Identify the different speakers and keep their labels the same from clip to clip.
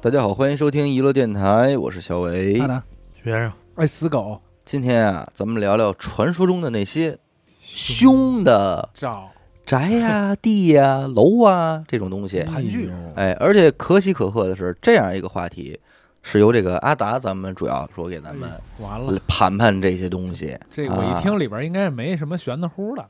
Speaker 1: 大家好，欢迎收听娱乐电台，我是小维
Speaker 2: 娜。娜，
Speaker 3: 徐先生，
Speaker 2: 爱死狗，
Speaker 1: 今天啊，咱们聊聊传说中的那些凶的
Speaker 2: 找
Speaker 1: 宅呀、地呀、楼啊这种东 西。
Speaker 2: 盘踞，
Speaker 1: 哎，而且可喜可贺的是，这样一个话题是由这个阿达咱们主要说给咱们
Speaker 3: 完了，
Speaker 1: 盘盘这些东西。
Speaker 3: 嗯
Speaker 1: 啊
Speaker 3: 这个我一听里边应该是没什么玄的乎的，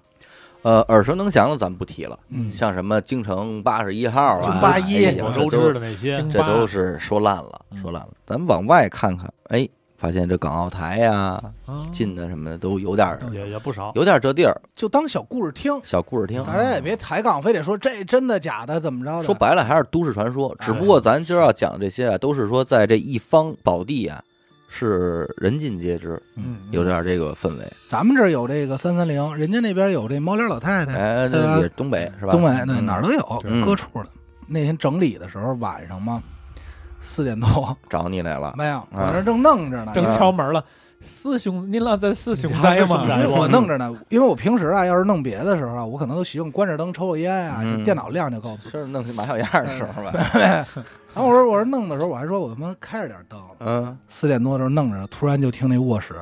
Speaker 1: 呃，耳熟能详的咱不提了，
Speaker 2: 嗯
Speaker 1: 像什么京城八十一号啊，
Speaker 2: 京八一
Speaker 1: 哎呀
Speaker 3: 广
Speaker 1: 这
Speaker 3: 州
Speaker 1: 都
Speaker 3: 知的那些，
Speaker 1: 这都是说烂了，
Speaker 3: 嗯
Speaker 1: 说烂了。咱们往外看看，哎，发现这港澳台呀、
Speaker 2: 啊
Speaker 1: 近的什么的都有点儿，
Speaker 3: 也也不少，
Speaker 1: 有点儿这地儿。
Speaker 2: 就当小故事听，
Speaker 1: 小故事听，
Speaker 2: 大家也别抬杠，非得说这真的假的，怎么着的？
Speaker 1: 说白了还是都市传说。只不
Speaker 2: 哎
Speaker 1: 过咱今儿要讲这些啊，都是说在这一方宝地啊，是人尽皆知，
Speaker 2: 嗯，
Speaker 1: 有点儿这个氛围。
Speaker 2: 咱们这儿有这个三三零，人家那边有这猫脸老太太，
Speaker 1: 哎，
Speaker 2: 嗯对吧
Speaker 1: 这也是东北是吧？
Speaker 2: 东北那
Speaker 1: 嗯
Speaker 2: 哪儿都有
Speaker 1: 嗯，
Speaker 2: 各处的。那天整理的时候，晚上嘛，四点多，
Speaker 1: 找你来了，
Speaker 2: 没有，我这正弄着呢，
Speaker 3: 正
Speaker 1: 啊
Speaker 3: 敲门了，师兄，您老在师兄斋
Speaker 2: 因为
Speaker 3: 吗？
Speaker 2: 我
Speaker 1: 嗯
Speaker 2: 弄着呢，因为我平时啊，要是弄别的时候啊，我可能都习惯关着灯抽个烟啊，
Speaker 1: 嗯
Speaker 2: 就电脑亮就够了。
Speaker 1: 是弄马小样儿的时候吧？
Speaker 2: 然后我说我说弄的时候，我还说我他妈开着点灯，
Speaker 1: 嗯，
Speaker 2: 四点多的时候弄着，突然就听那卧室，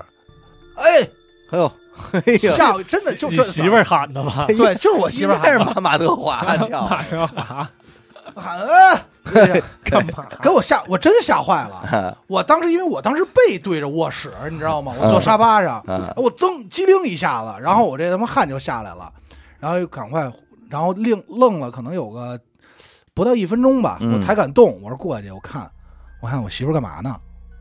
Speaker 2: 哎，
Speaker 1: 哎呦，哎 呦，
Speaker 2: 吓我！真的就
Speaker 3: 你
Speaker 2: 这
Speaker 3: 媳妇儿喊的 吧？
Speaker 2: 啊对，就是我媳妇儿
Speaker 1: 还
Speaker 2: 喊
Speaker 1: 是马马德 华，叫
Speaker 3: 马上啊，
Speaker 2: 喊啊，哎呀
Speaker 3: 干嘛？
Speaker 2: 给我吓，我真吓坏了。
Speaker 1: 啊
Speaker 2: 我当时因为我当时背对着卧室，你知道吗？
Speaker 3: 嗯
Speaker 2: 我坐沙发上，
Speaker 1: 啊，
Speaker 2: 我噌机灵一下子，然后我这他妈汗就下来了，然后又赶快，然后愣愣了，可能有个不到一分钟吧，
Speaker 1: 嗯
Speaker 2: 我才敢动。我说过去，我看，我看我媳妇儿干嘛呢？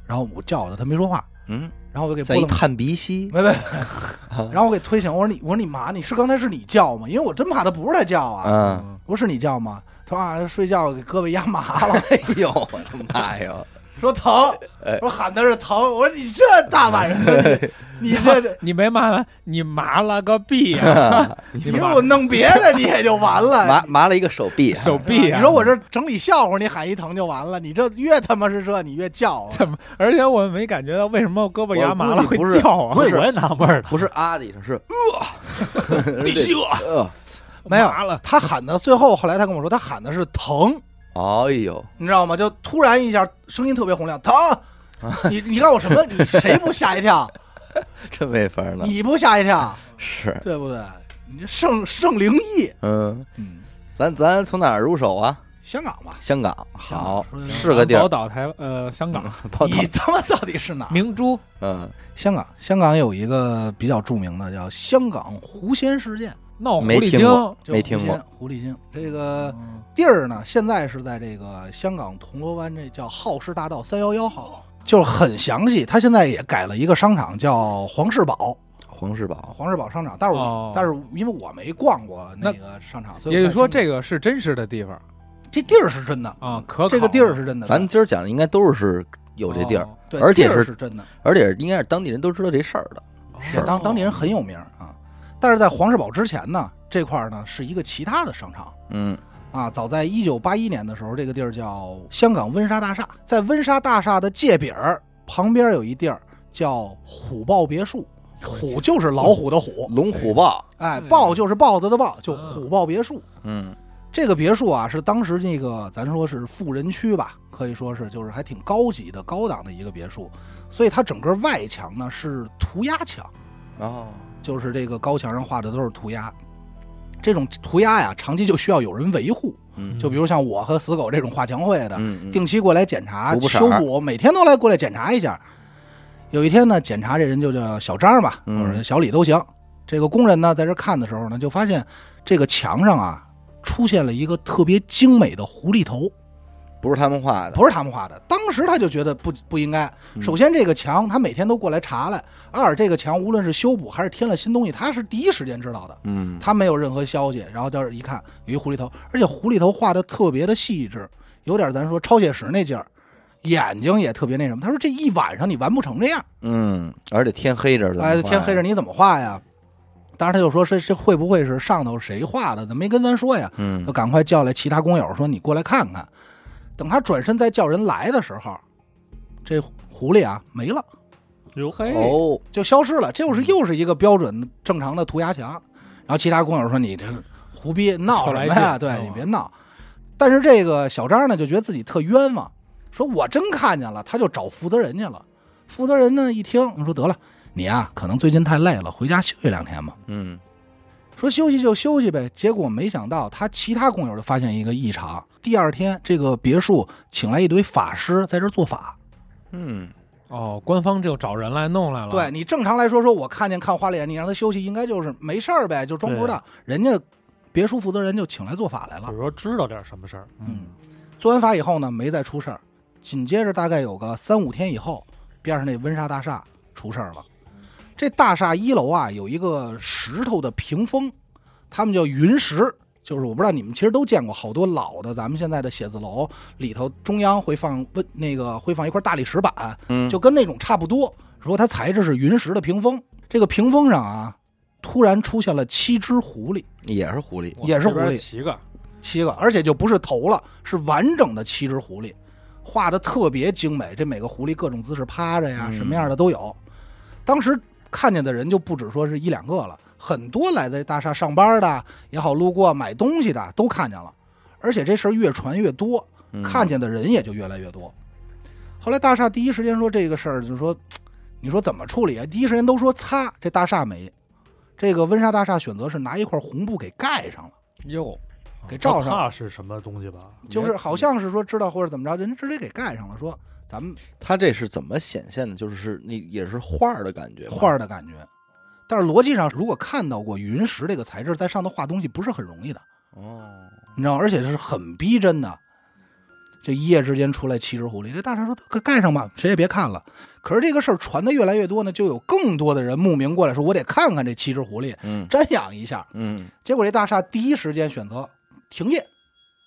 Speaker 2: 然后我叫她，她没说话，
Speaker 1: 嗯，
Speaker 2: 然后我就给拨
Speaker 1: 在一
Speaker 2: 弄
Speaker 1: 探鼻息，
Speaker 2: 没没， 然后我给推醒，我说你，我说你妈，你是刚才是你叫吗？因为我真怕她不是她叫啊，
Speaker 1: 嗯，
Speaker 2: 不是你叫吗？她说啊，睡觉给胳膊压麻了，
Speaker 1: 哎呦，我的妈呀！
Speaker 2: 说疼
Speaker 1: 哎，
Speaker 2: 我喊她是疼，我说你这大晚上的，你你这
Speaker 3: 你没骂完，你麻了个啊逼 呀！
Speaker 2: 你
Speaker 3: 你
Speaker 2: 说
Speaker 3: 麻
Speaker 2: 我弄别的你也就完
Speaker 1: 麻
Speaker 2: 了，
Speaker 1: 麻了一个手臂，啊
Speaker 3: 手臂啊呀！
Speaker 2: 你说我这整理笑话，你喊一疼就完了，你这越他妈是这你越叫啊，
Speaker 3: 怎么？而且我没感觉到为什么我胳膊压麻了
Speaker 1: 我估
Speaker 3: 会
Speaker 1: 计不是
Speaker 3: 叫啊？
Speaker 1: 不是
Speaker 3: 也纳闷 了，
Speaker 1: 不是啊的一声， 是呃，
Speaker 3: 第七
Speaker 1: 个，
Speaker 2: 没有
Speaker 3: 麻了，
Speaker 2: 她喊的最后后来她跟我说她喊的是疼，
Speaker 1: 呃，哎呦，
Speaker 2: 你知道吗？就突然一下声音特别洪亮，疼。你你告诉我什么？你谁不吓一跳？
Speaker 1: 真没法儿了，
Speaker 2: 你不吓一跳，
Speaker 1: 是，
Speaker 2: 对不对？你这圣圣灵异，
Speaker 1: 嗯，
Speaker 2: 嗯，
Speaker 1: 咱咱从哪儿入手啊？
Speaker 2: 香港吧？
Speaker 1: 香港，好，
Speaker 2: 香港
Speaker 1: 是个地儿嗯
Speaker 3: 宝，岛台呃香港
Speaker 1: 报道
Speaker 2: 你，他妈到底是哪儿？
Speaker 3: 明珠
Speaker 1: 嗯，
Speaker 2: 香港，香港有一个比较著名的叫香港狐仙事件，
Speaker 3: 闹狐
Speaker 1: 没
Speaker 3: 狸
Speaker 1: 听
Speaker 3: 精，
Speaker 1: 过
Speaker 2: 就
Speaker 1: 没听过，
Speaker 2: 狐仙。狐狸精这个
Speaker 3: 嗯
Speaker 2: 地儿呢，现在是在这个香港铜锣湾这叫浩氏大道三幺幺号，就是很详细。它现在也改了一个商场叫黄世宝，
Speaker 1: 黄世宝，
Speaker 2: 黄世宝商场，但是我、
Speaker 3: 哦
Speaker 2: 但是因为我没逛过那个商场，所以
Speaker 3: 也就是说
Speaker 2: 我不太
Speaker 3: 这个是真实的地方
Speaker 2: 清楚这地儿是真的，
Speaker 3: 啊，可
Speaker 2: 这个
Speaker 3: 考
Speaker 2: 地儿是真的，
Speaker 1: 咱今儿讲的应该都是有这地儿，
Speaker 3: 哦
Speaker 2: 对，
Speaker 1: 而且
Speaker 2: 地儿
Speaker 1: 是
Speaker 2: 是真的，
Speaker 1: 而且应该是当地人都知道这事儿的，是
Speaker 2: 且
Speaker 3: 哦
Speaker 2: 当当地人很有名啊。但是在黄世宝之前呢，这块儿呢是一个其他的商场
Speaker 1: 嗯，
Speaker 2: 啊。早在一九八一年的时候，这个地儿叫香港温莎大厦，在温莎大厦的界饼儿旁边有一地儿叫虎豹别墅，虎就是老虎的虎，
Speaker 1: 龙虎豹，
Speaker 2: 哎，豹就是豹子的豹，就虎豹别墅。
Speaker 1: 嗯
Speaker 2: 这个别墅啊，是当时那个咱说是富人区吧，可以说是就是还挺高级的、高档的一个别墅，所以它整个外墙呢是涂鸦墙，
Speaker 1: 哦，
Speaker 2: 就是这个高墙上画的都是涂鸦。这种涂鸦呀，长期就需要有人维护，
Speaker 1: 嗯
Speaker 2: 就比如像我和死狗这种画墙会的，
Speaker 1: 嗯，嗯
Speaker 2: 定期过来检查
Speaker 1: 补补色
Speaker 2: 修补，每天都来过来检查一下。有一天呢，检查这人就叫小张吧，
Speaker 1: 嗯
Speaker 2: 或者小李都行。这个工人呢，在这看的时候呢，就发现这个墙上啊出现了一个特别精美的狐狸头，
Speaker 1: 不是他们画的，
Speaker 2: 不是他们画的。当时他就觉得不不应该。
Speaker 1: 嗯
Speaker 2: 首先，这个墙他每天都过来查来；二，这个墙无论是修补还是添了新东西，他是第一时间知道的。
Speaker 1: 嗯，
Speaker 2: 他没有任何消息，然后就是一看有一狐狸头，而且狐狸头画的特别的细致，有点咱说超写实那劲儿，眼睛也特别那什么。他说这一晚上你完不成这样，
Speaker 1: 嗯，而且天黑着，
Speaker 2: 哎，天黑着，你怎么画呀？当时他就说这这会不会是上头谁画的？没跟咱说呀，
Speaker 1: 嗯
Speaker 2: 就赶快叫来其他工友说你过来看看。等他转身再叫人来的时候，这狐狸啊没了，
Speaker 3: 哟嘿，
Speaker 2: 哎
Speaker 1: 哦，
Speaker 2: 就消失了。这又是
Speaker 3: 嗯
Speaker 2: 又是一个标准正常的涂鸦墙。然后其他工友说：“你这是胡逼闹什么
Speaker 3: 后来
Speaker 2: 呀？
Speaker 3: 就
Speaker 2: 对
Speaker 3: 嗯
Speaker 2: 你别闹。”但是这个小张呢，就觉得自己特冤枉，说我真看见了，他就找负责人去了。负责人呢一听，说得了，你呀、可能最近太累了，回家休息两天吧。
Speaker 1: 嗯，
Speaker 2: 说休息就休息呗。结果没想到他其他工友就发现一个异常，第二天这个别墅请来一堆法师在这儿做法。
Speaker 1: 嗯，
Speaker 3: 哦，官方就找人来弄来了。
Speaker 2: 对，你正常来说，说我看见看花脸，你让他休息，应该就是没事儿呗，就装不知道。人家别墅负责人就请来做法来
Speaker 3: 比
Speaker 2: 了
Speaker 3: 如，说知道点什么事儿，
Speaker 2: 嗯，做完法以后呢，没再出事儿。紧接着大概有个三五天以后，边上那温莎大厦出事儿了。这大厦一楼啊有一个石头的屏风，他们叫云石，就是我不知道你们其实都见过，好多老的咱们现在的写字楼里头中央会放温那个会放一块大理石板，
Speaker 1: 嗯
Speaker 2: 就跟那种差不多。说它材质是云石的屏风，这个屏风上啊突然出现了七只狐狸，
Speaker 1: 也是狐狸，
Speaker 3: 我
Speaker 2: 也是
Speaker 3: 这
Speaker 2: 狐
Speaker 3: 边
Speaker 2: 狸
Speaker 3: 七个，
Speaker 2: 七个，而且就不是头了，是完整的七只狐狸，画的特别精美。这每个狐狸各种姿势趴着呀，
Speaker 1: 嗯
Speaker 2: 什么样的都有。当时看见的人就不止说是一两个了，很多来在大厦上班的也好，路过买东西的都看见了。而且这事儿越传越多，
Speaker 1: 嗯
Speaker 2: 看见的人也就越来越多。后来大厦第一时间说这个事儿，就说你说怎么处理啊？第一时间都说擦，这大厦没。这个温莎大厦选择是拿一块红布给盖上了。
Speaker 3: 哟，
Speaker 2: 给罩上
Speaker 3: 怕是什么东西吧？
Speaker 2: 就是好像是说知道或者怎么着，人家直接给盖上了，说咱们
Speaker 1: 它这是怎么显现的？就是是那也是画儿的感觉吧，
Speaker 2: 画儿的感觉。但是逻辑上，如果看到过云石这个材质，在上头画东西不是很容易的，
Speaker 1: 哦，
Speaker 2: 你知道吗，而且是很逼真的。这一夜之间出来七只狐狸，这大臣说给盖上吧，谁也别看了。可是这个事儿传的越来越多呢，就有更多的人慕名过来说，我得看看这七只狐狸，
Speaker 1: 嗯
Speaker 2: 瞻仰一下。
Speaker 1: 嗯，
Speaker 2: 结果这大厦第一时间选择停业，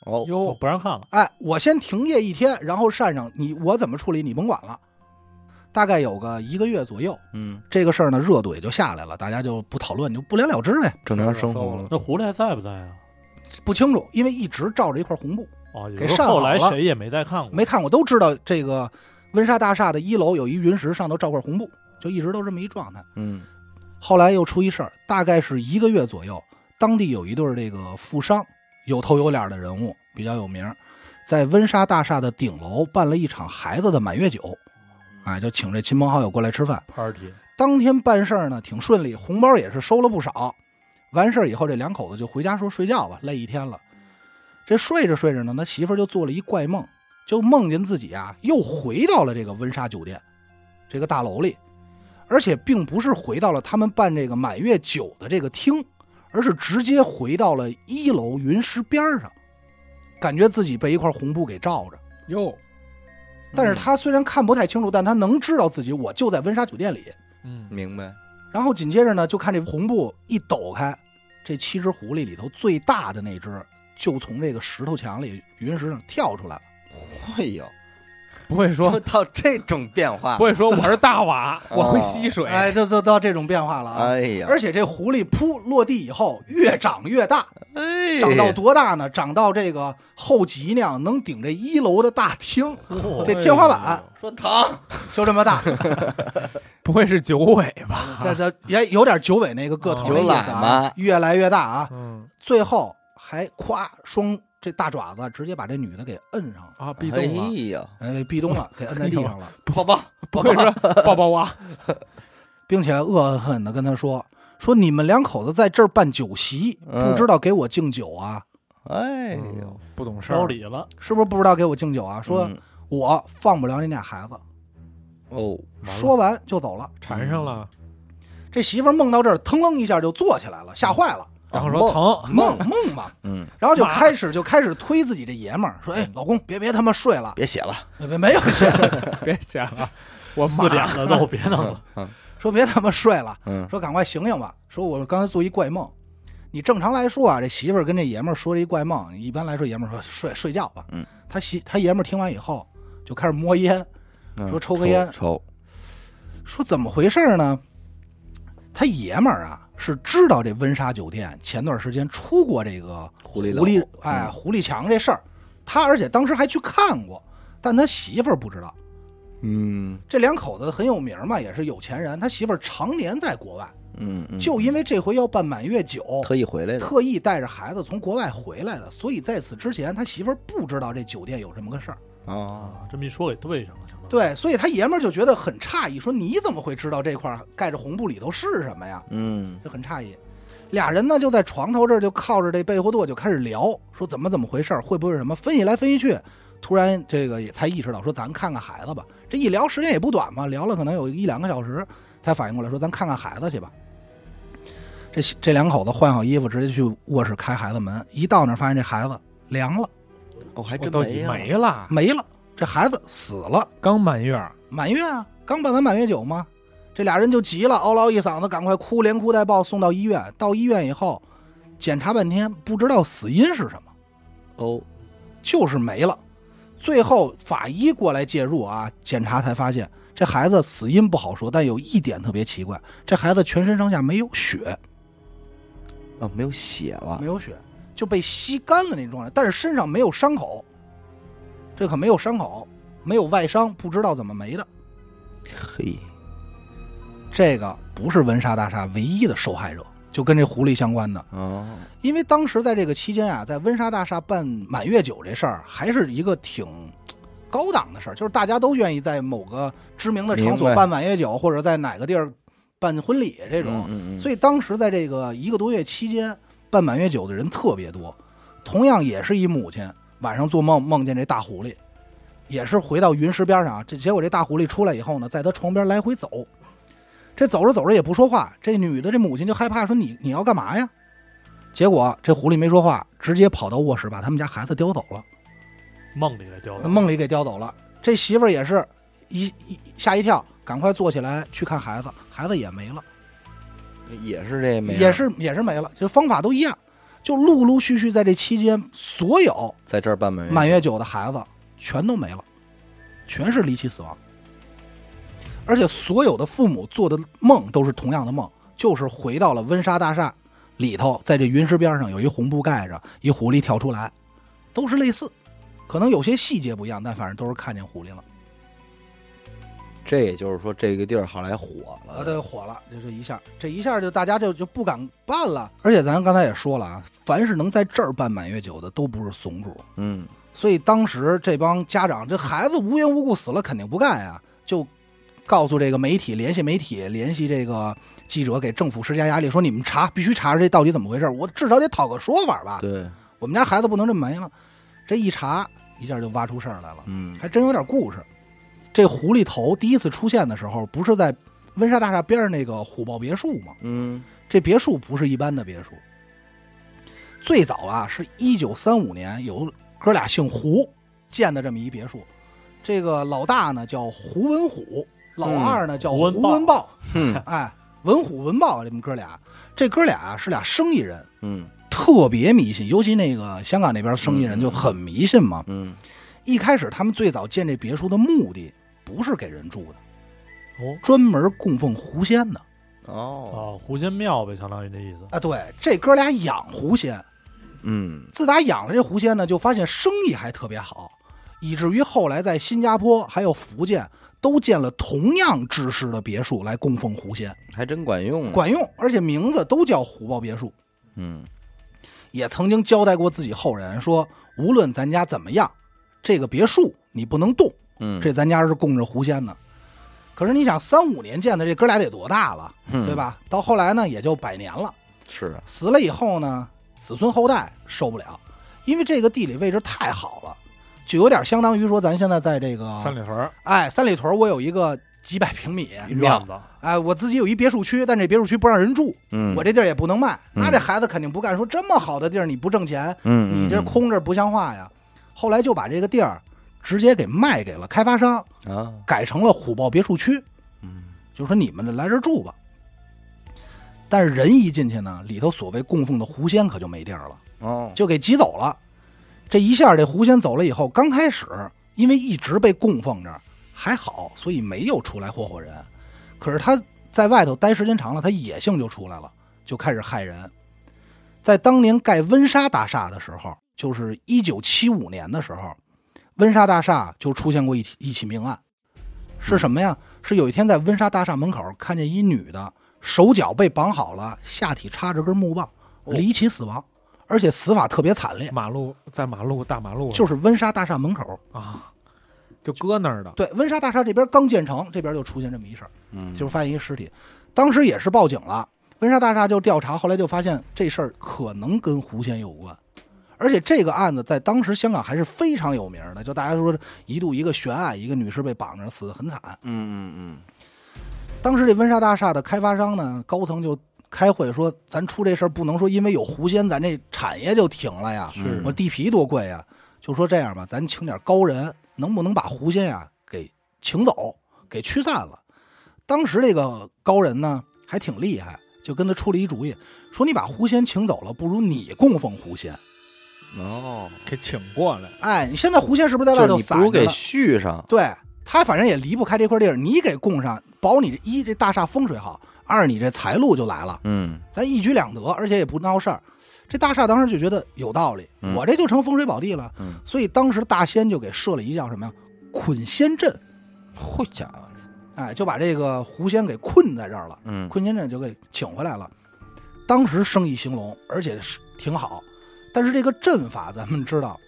Speaker 1: 哦，
Speaker 3: 哟，不让看了，
Speaker 2: 哎，我先停业一天，然后扇上你，我怎么处理你甭管了。大概有个一个月左右，
Speaker 1: 嗯，
Speaker 2: 这个事儿呢热度也就下来了，大家就不讨论，就不了了之呗，
Speaker 1: 正常生活了，
Speaker 3: 那狐狸还在不在啊？
Speaker 2: 不清楚，因为一直罩着一块红布，
Speaker 3: 哦，也
Speaker 2: 给
Speaker 3: 就是
Speaker 2: 上
Speaker 3: 后
Speaker 2: 好
Speaker 3: 来
Speaker 2: 了
Speaker 3: 谁也没再看过，
Speaker 2: 没看过都知道这个温莎大厦的一楼有一云石，上头罩块红布，就一直都这么一状态。
Speaker 1: 嗯
Speaker 2: 后来又出一事儿，大概是一个月左右，当地有一对儿这个富商，有头有脸的人物比较有名儿，在温莎大厦的顶楼办了一场孩子的满月酒，哎，就请这亲朋好友过来吃饭。
Speaker 3: party，
Speaker 2: 当天办事儿呢挺顺利，红包也是收了不少。完事儿以后，这两口子就回家说睡觉吧，累一天了。这睡着睡着呢，他媳妇儿就做了一怪梦，就梦见自己啊又回到了这个温莎酒店这个大楼里，而且并不是回到了他们办这个满月酒的这个厅，而是直接回到了一楼云石边儿上，感觉自己被一块红布给罩着。
Speaker 3: 哟，
Speaker 2: 但是他虽然看不太清楚，但他能知道自己我就在温莎酒店里。
Speaker 3: 嗯，
Speaker 1: 明白，
Speaker 2: 然后紧接着呢，就看这红布一抖开，这七只狐狸里头最大的那只就从这个石头墙里云石上跳出来了。
Speaker 1: 哎呦，
Speaker 3: 不会说
Speaker 1: 说到这种变化
Speaker 3: 不，会说我是大瓦，
Speaker 1: 哦
Speaker 3: 我会吸水，
Speaker 2: 哎，这都到这种变化了啊！
Speaker 1: 哎呀，
Speaker 2: 而且这狐狸噗落地以后越长越大，
Speaker 1: 哎
Speaker 2: 长到多大呢？长到这个后脊梁能顶这一楼的大厅，
Speaker 3: 嚯
Speaker 2: 这天花板
Speaker 1: 说疼，
Speaker 2: 就这么 大。
Speaker 3: 不会是九尾吧？
Speaker 2: 这这也有点九尾那个个头的意思
Speaker 1: 九喇
Speaker 2: 啊
Speaker 1: 嘛，
Speaker 2: 越来越大啊！
Speaker 3: 嗯
Speaker 2: 最后还咵双这大爪子直接把这女的给摁上了。
Speaker 3: 啊，壁
Speaker 1: 哎
Speaker 3: 咚啊，
Speaker 1: 呀，
Speaker 2: 哎，壁咚了，给摁在地上了，
Speaker 1: 宝宝，
Speaker 3: 不会说抱抱蛙，
Speaker 2: 并且恶狠狠地跟他说：“说你们两口子在这儿办酒席，
Speaker 1: 嗯
Speaker 2: 不知道给我敬酒啊？
Speaker 1: 哎
Speaker 3: 嗯
Speaker 1: 呦，，
Speaker 3: 不懂事
Speaker 4: 收
Speaker 3: 儿，
Speaker 4: 礼了，
Speaker 2: 是不是不知道给我敬酒啊？说
Speaker 1: 嗯
Speaker 2: 我放不了你俩孩子。
Speaker 1: 哦，”
Speaker 3: 完了
Speaker 2: 说完就走了。
Speaker 3: 缠上了，
Speaker 2: 这媳妇儿梦到这儿，腾楞一下就坐起来了，吓坏了，
Speaker 3: 然后
Speaker 1: 啊
Speaker 3: 说疼，
Speaker 2: 梦梦嘛，
Speaker 1: 哦嗯，
Speaker 2: 然后就
Speaker 3: 妈
Speaker 2: 开始就开始推自己这爷们儿，说：“哎，老公，别别他妈睡了，
Speaker 1: 别写了，
Speaker 2: 别没有钱，
Speaker 3: 别讲了， 我
Speaker 4: 四点
Speaker 3: 妈
Speaker 4: 了都别 弄了，
Speaker 2: 说别他妈睡了，
Speaker 1: 嗯
Speaker 2: 说赶快醒醒吧，说我刚才做一怪梦。你正常来说啊，这媳妇儿跟这爷们儿说这一怪梦，一般来说爷们儿说睡睡觉吧。
Speaker 1: 嗯，
Speaker 2: 他媳他爷们儿听完以后就开始摸烟，
Speaker 1: 嗯
Speaker 2: 说抽根烟
Speaker 1: 抽，
Speaker 2: 说怎么回事儿呢？他爷们儿啊是知道这温莎酒店前段时间出过这个
Speaker 1: 狐狸
Speaker 2: 狸
Speaker 1: 楼
Speaker 2: 狐哎
Speaker 1: 嗯
Speaker 2: 狐狸墙这事儿，他而且当时还去看过，但他媳妇儿不知道。
Speaker 1: 嗯
Speaker 2: 这两口子很有名嘛，也是有钱人，他媳妇儿常年在国外，
Speaker 1: 嗯，嗯
Speaker 2: 就因为这回要办满月酒，
Speaker 1: 特意回来的，
Speaker 2: 特意带着孩子从国外回来的，所以在此之前，他媳妇儿不知道这酒店有这么个事儿。
Speaker 1: 啊，
Speaker 4: 啊，这么一说也对上了，相当于
Speaker 2: 对，所以他爷们儿就觉得很诧异，说你怎么会知道这块儿盖着红布里头是什么呀？
Speaker 1: 嗯
Speaker 2: 就很诧异。俩人呢就在床头这儿就靠着这被窝垛就开始聊，说怎么怎么回事儿，会不会是什么？分析来分析去，突然这个也才意识到，说咱看看孩子吧。这一聊时间也不短嘛，聊了可能有一两个小时，才反应过来说咱看看孩子去吧。这这两口子换好衣服，直接去卧室开孩子门，一到那儿发现这孩子凉了，
Speaker 1: 哦，还
Speaker 3: 我
Speaker 1: 真
Speaker 3: 到底
Speaker 1: 啊
Speaker 3: 没了，
Speaker 2: 没了，这孩子死了。
Speaker 3: 刚满月儿，
Speaker 2: 满月啊，刚办完满月酒嘛，这俩人就急了，嗷唠一嗓子，赶快哭，连哭带抱送到医院。到医院以后，检查半天，不知道死因是什么，
Speaker 1: 哦，
Speaker 2: 就是没了。最后法医过来介入啊，检查才发现这孩子死因不好说，但有一点特别奇怪，这孩子全身上下没有血，
Speaker 1: 啊，没有血了
Speaker 2: 没，有血就被吸干了那种状态，但是身上没有伤口，这可没有伤口，没有外伤，不知道怎么没的。
Speaker 1: 嘿，
Speaker 2: 这个不是文沙大厦唯一的受害者，就跟这狐狸相关的。
Speaker 1: 哦，
Speaker 2: 因为当时在这个期间啊，在温莎大厦办满月酒这事儿，还是一个挺高档的事儿，就是大家都愿意在某个知名的场
Speaker 1: 明
Speaker 2: 所
Speaker 1: 白
Speaker 2: 办满月酒，或者在哪个地儿办婚礼这
Speaker 1: 这
Speaker 2: 种。
Speaker 1: 嗯嗯，
Speaker 2: 所以当时在这个一个多月期间，办满月酒的人特别多。同样也是一母亲晚上做梦梦见这大狐狸，也是回到云石边上啊。这结果这大狐狸出来以后呢，在她床边来回走，这走着走着也不说话。这女的这母亲就害怕说你你要干嘛呀？结果这狐狸没说话，直接跑到卧室把他们家孩子叼走了。
Speaker 4: 梦里给叼走，
Speaker 2: 梦里给叼走了。这媳妇儿也是一一吓一跳，赶快坐起来去看孩子，孩子也没了，
Speaker 1: 也是这没了，
Speaker 2: 也是也是没了，就方法都一样。就陆陆续续在这期间，所有
Speaker 1: 在这儿办满月，
Speaker 2: 满月酒的孩子全都没了，全是离奇死亡。而且所有的父母做的梦都是同样的梦，就是回到了温莎大厦里头，在这云石边上有一红布盖着，一狐狸跳出来，都是类似，可能有些细节不一样，但反正都是看见狐狸了。
Speaker 1: 这也就是说这个地儿后来火
Speaker 2: 啊，
Speaker 1: 了，
Speaker 2: 对，火了，就这一下，这一下就大家就就不敢办了。而且咱刚才也说了啊，凡是能在这儿办满月酒的，都不是怂主。
Speaker 1: 嗯，
Speaker 2: 所以当时这帮家长，这孩子无缘无故死了，肯定不干呀，就告诉这个媒体，联系媒体，联系这个记者，给政府施加压力，说你们查，必须查查这到底怎么回事，我至少得讨个说法吧。
Speaker 1: 对，
Speaker 2: 我们家孩子不能这么没了。这一查，一下就挖出事儿来了。
Speaker 1: 嗯，
Speaker 2: 还真有点故事。这狐狸头第一次出现的时候，不是在温莎大厦边上那个虎豹别墅吗？
Speaker 1: 嗯，
Speaker 2: 这别墅不是一般的别墅。最早啊，是一九三五年有哥俩姓胡建的这么一别墅，这个老大呢叫胡文虎，老二呢叫
Speaker 4: 嗯胡
Speaker 2: 胡
Speaker 4: 文豹
Speaker 2: 文豹，
Speaker 1: 哼，
Speaker 2: 哎，文虎文豹啊这么哥俩，这哥俩啊是俩生意人，
Speaker 1: 嗯
Speaker 2: 特别迷信，尤其那个香港那边生意人
Speaker 1: 嗯
Speaker 2: 就很迷信嘛。
Speaker 1: 嗯，
Speaker 2: 一开始他们最早建这别墅的目的不是给人住的，
Speaker 4: 哦
Speaker 2: 专门供奉狐仙的
Speaker 1: 哦，
Speaker 3: 啊
Speaker 4: 哦，狐仙庙呗，相当于那意思。
Speaker 2: 啊。对，这哥俩养狐仙，
Speaker 1: 嗯，
Speaker 2: 自打养了这狐仙呢，就发现生意还特别好，以至于后来在新加坡还有福建都建了同样制式的别墅来供奉狐仙，
Speaker 1: 还真管用啊，
Speaker 2: 管用，而且名字都叫虎豹别墅。
Speaker 1: 嗯，
Speaker 2: 也曾经交代过自己后人说，无论咱家怎么样，这个别墅你不能动。
Speaker 1: 嗯，
Speaker 2: 这咱家是供着狐仙的。可是你想，三五年建的这哥俩得多大了，
Speaker 1: 嗯
Speaker 2: 对？吧？到后来呢，也就百年了。
Speaker 1: 是啊，
Speaker 2: 死了以后呢，子孙后代受不了，因为这个地理位置太好了，就有点相当于说咱现在在这个
Speaker 3: 三里屯儿
Speaker 2: 哎三里屯，我有一个几百平米，
Speaker 1: 庙
Speaker 4: 院子，
Speaker 2: 哎，我自己有一别墅区，但这别墅区不让人住，
Speaker 1: 嗯，
Speaker 2: 我这地儿也不能卖。
Speaker 1: 嗯
Speaker 2: 那这孩子肯定不干，说这么好的地儿你不挣钱，
Speaker 1: 嗯，嗯
Speaker 2: 你这空着不像话呀。后来就把这个地儿直接给卖给了开发商，
Speaker 1: 嗯啊，
Speaker 2: 改成了虎豹别墅区，
Speaker 1: 嗯，
Speaker 2: 就说你们这来这儿住吧。但是人一进去呢，里头所谓供奉的狐仙可就没地儿了，
Speaker 1: 哦，
Speaker 2: 就给挤走了。这一下，这狐仙走了以后，刚开始因为一直被供奉着，还好，所以没有出来霍霍人。可是他在外头待时间长了，他野性就出来了，就开始害人。在当年盖温莎大厦的时候，就是一九七五年的时候，温莎大厦就出现过一起一起命案，是什么呀？是有一天在温莎大厦门口看见一女的手脚被绑好了，下体插着根木棒，
Speaker 1: 哦
Speaker 2: 离奇死亡，而且死法特别惨烈，
Speaker 3: 马路在马路大马路上
Speaker 2: 就是温莎大厦门口。
Speaker 3: 啊，就搁那儿的，
Speaker 2: 对，温莎大厦这边刚建成，这边就出现这么一事儿，
Speaker 1: 嗯，
Speaker 2: 就是发现一尸体，当时也是报警了，温莎大厦就调查，后来就发现这事儿可能跟胡仙有关。而且这个案子在当时香港还是非常有名的，就大家说一度一个悬案，一个女尸被绑着死得很惨。
Speaker 1: 嗯嗯嗯，
Speaker 2: 当时这温莎大厦的开发商呢，高层就开会说，咱出这事儿不能说因为有狐仙，咱这产业就停了呀，
Speaker 3: 嗯
Speaker 1: 是
Speaker 2: 我地皮多贵呀，就说这样吧，咱请点高人，能不能把狐仙呀给请走，给驱散了？当时这个高人呢还挺厉害，就跟他出了一主意，说你把狐仙请走了，不如你供奉狐仙。
Speaker 1: 哦，
Speaker 3: 给请过来，
Speaker 2: 哎，你现在狐仙是不是在
Speaker 1: 就
Speaker 2: 外
Speaker 1: 是
Speaker 2: 头
Speaker 1: 你不
Speaker 2: 散着
Speaker 1: 如给
Speaker 2: 呢
Speaker 1: 续上，
Speaker 2: 对他反正也离不开这块地儿，你给供上，保你这一这大厦风水好，二你这财路就来了。
Speaker 1: 嗯
Speaker 2: 咱一举两得，而且也不闹事儿。这大厦当时就觉得有道理，
Speaker 1: 嗯
Speaker 2: 我这就成风水宝地了。
Speaker 1: 嗯，
Speaker 2: 所以当时大仙就给设了一叫什么呀？捆仙阵，
Speaker 1: 好家伙，
Speaker 2: 哎，就把这个狐仙给困在这儿了。
Speaker 1: 嗯
Speaker 2: 捆仙阵就给请回来了。当时生意兴隆，而且是挺好。但是这个阵法咱们知道，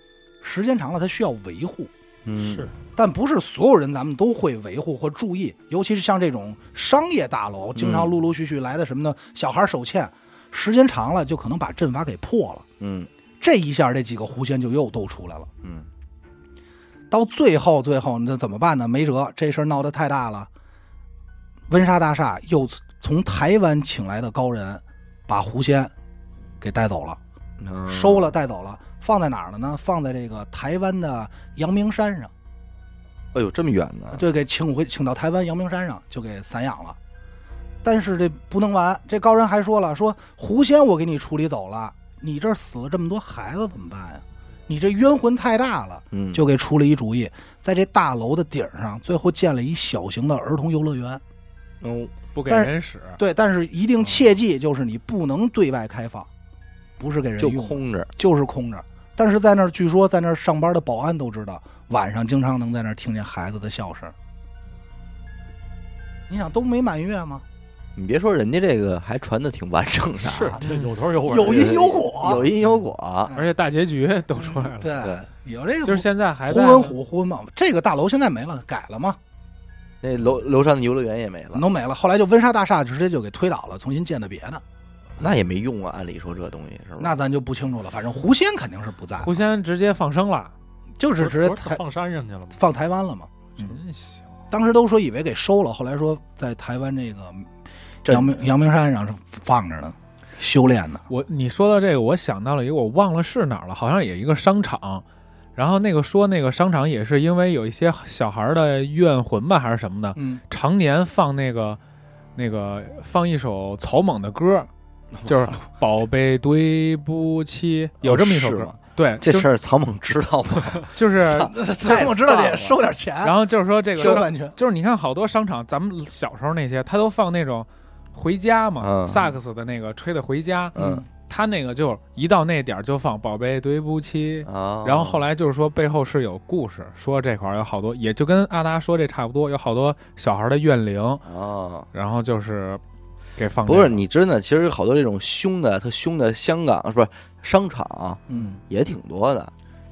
Speaker 2: 时间长了它需要维护，
Speaker 1: 嗯
Speaker 4: 是
Speaker 2: 但不是所有人咱们都会维护或注意，尤其是像这种商业大楼，经常
Speaker 1: 嗯
Speaker 2: 陆陆续续来的什么呢？小孩手欠，时间长了就可能把阵法给破了。
Speaker 1: 嗯
Speaker 2: 这一下，这几个狐仙就又都出来了。
Speaker 1: 嗯
Speaker 2: 到最后，最后那怎么办呢？没辙，这事儿闹得太大了。温莎大厦又从台湾请来的高人，把狐仙给带走了，
Speaker 1: 嗯，
Speaker 2: 收了带走了，放在哪儿了呢？放在这个台湾的阳明山上。
Speaker 1: 哎呦，这么远呢？
Speaker 2: 就给请回请到台湾阳明山上，就给散养了。但是这不能完，这高人还说了，说狐仙我给你处理走了，你这儿死了这么多孩子怎么办呀？你这冤魂太大了，
Speaker 1: 嗯，
Speaker 2: 就给出了一主意，在这大楼的顶上，最后建了一小型的儿童游乐园。嗯
Speaker 1: 哦，
Speaker 3: 不给
Speaker 2: 但嗯
Speaker 3: 人使，
Speaker 2: 对，但是一定切记，就是你不能对外开放，不是给人
Speaker 1: 就
Speaker 2: 用的，
Speaker 1: 空着，
Speaker 2: 就是空着。但是在那儿，据说在那儿上班的保安都知道，晚上经常能在那儿听见孩子的笑声。你想，都没满月吗？
Speaker 1: 你别说人家这个还传的挺完整的啊，
Speaker 4: 这有头有尾，
Speaker 2: 嗯有因有果嗯
Speaker 1: 有因有果，啊
Speaker 3: 而且大结局都出来了，
Speaker 2: 对，有这个
Speaker 3: 就是现在还
Speaker 2: 胡
Speaker 3: 在
Speaker 2: 文虎、胡文茂，这个大楼现在没了，改了吗？
Speaker 1: 那楼楼上的游乐园也没了，
Speaker 2: 都没了。后来就温莎大厦直接就给推倒了，重新建的别的，
Speaker 1: 那也没用啊。按理说这东西是吧？
Speaker 2: 那咱就不清楚了。反正狐仙肯定是不在，
Speaker 3: 狐仙直接放生了，
Speaker 2: 就
Speaker 4: 不
Speaker 2: 是
Speaker 4: 是
Speaker 2: 直接
Speaker 4: 不是
Speaker 2: 台
Speaker 4: 放山上去了吗？
Speaker 2: 放台湾了嘛。嗯
Speaker 3: 真行，啊
Speaker 2: 当时都说以为给收了，后来说在台湾这个
Speaker 1: 这
Speaker 2: 阳明阳明山上是放着呢，修炼呢。
Speaker 3: 我你说到这个，我想到了一个，我忘了是哪儿了，好像也一个商场。然后那个说那个商场也是因为有一些小孩儿的怨魂吧，还是什么的，
Speaker 2: 嗯，
Speaker 3: 常年放那个那个放一首草蜢的歌，就是
Speaker 1: 我操
Speaker 3: “宝贝对不起”，有这么一首
Speaker 1: 哦是
Speaker 3: 歌
Speaker 1: 吗。
Speaker 3: 对，
Speaker 1: 这
Speaker 3: 就
Speaker 1: 事儿草蜢知道吗？
Speaker 3: 就是，
Speaker 2: 这我知道得收点钱，
Speaker 3: 然后就是说这
Speaker 2: 收
Speaker 3: 个，
Speaker 2: 版权。
Speaker 3: 就是你看好多商场，咱们小时候那些，他都放那种回家嘛，
Speaker 1: 嗯
Speaker 3: 萨克斯的那个吹的回家，
Speaker 1: 嗯
Speaker 3: 他那个就一到那点儿就放“宝贝对不起”，
Speaker 1: 啊，
Speaker 3: 然后后来就是说背后是有故事，说这块儿有好多，也就跟阿达说这差不多，有好多小孩的怨灵，
Speaker 1: 啊。
Speaker 3: 然后就是给放这
Speaker 1: 不
Speaker 3: 个、
Speaker 1: 是你真的，其实好多这种凶的，特凶的香港是不是商场
Speaker 2: 嗯，
Speaker 1: 也挺多的。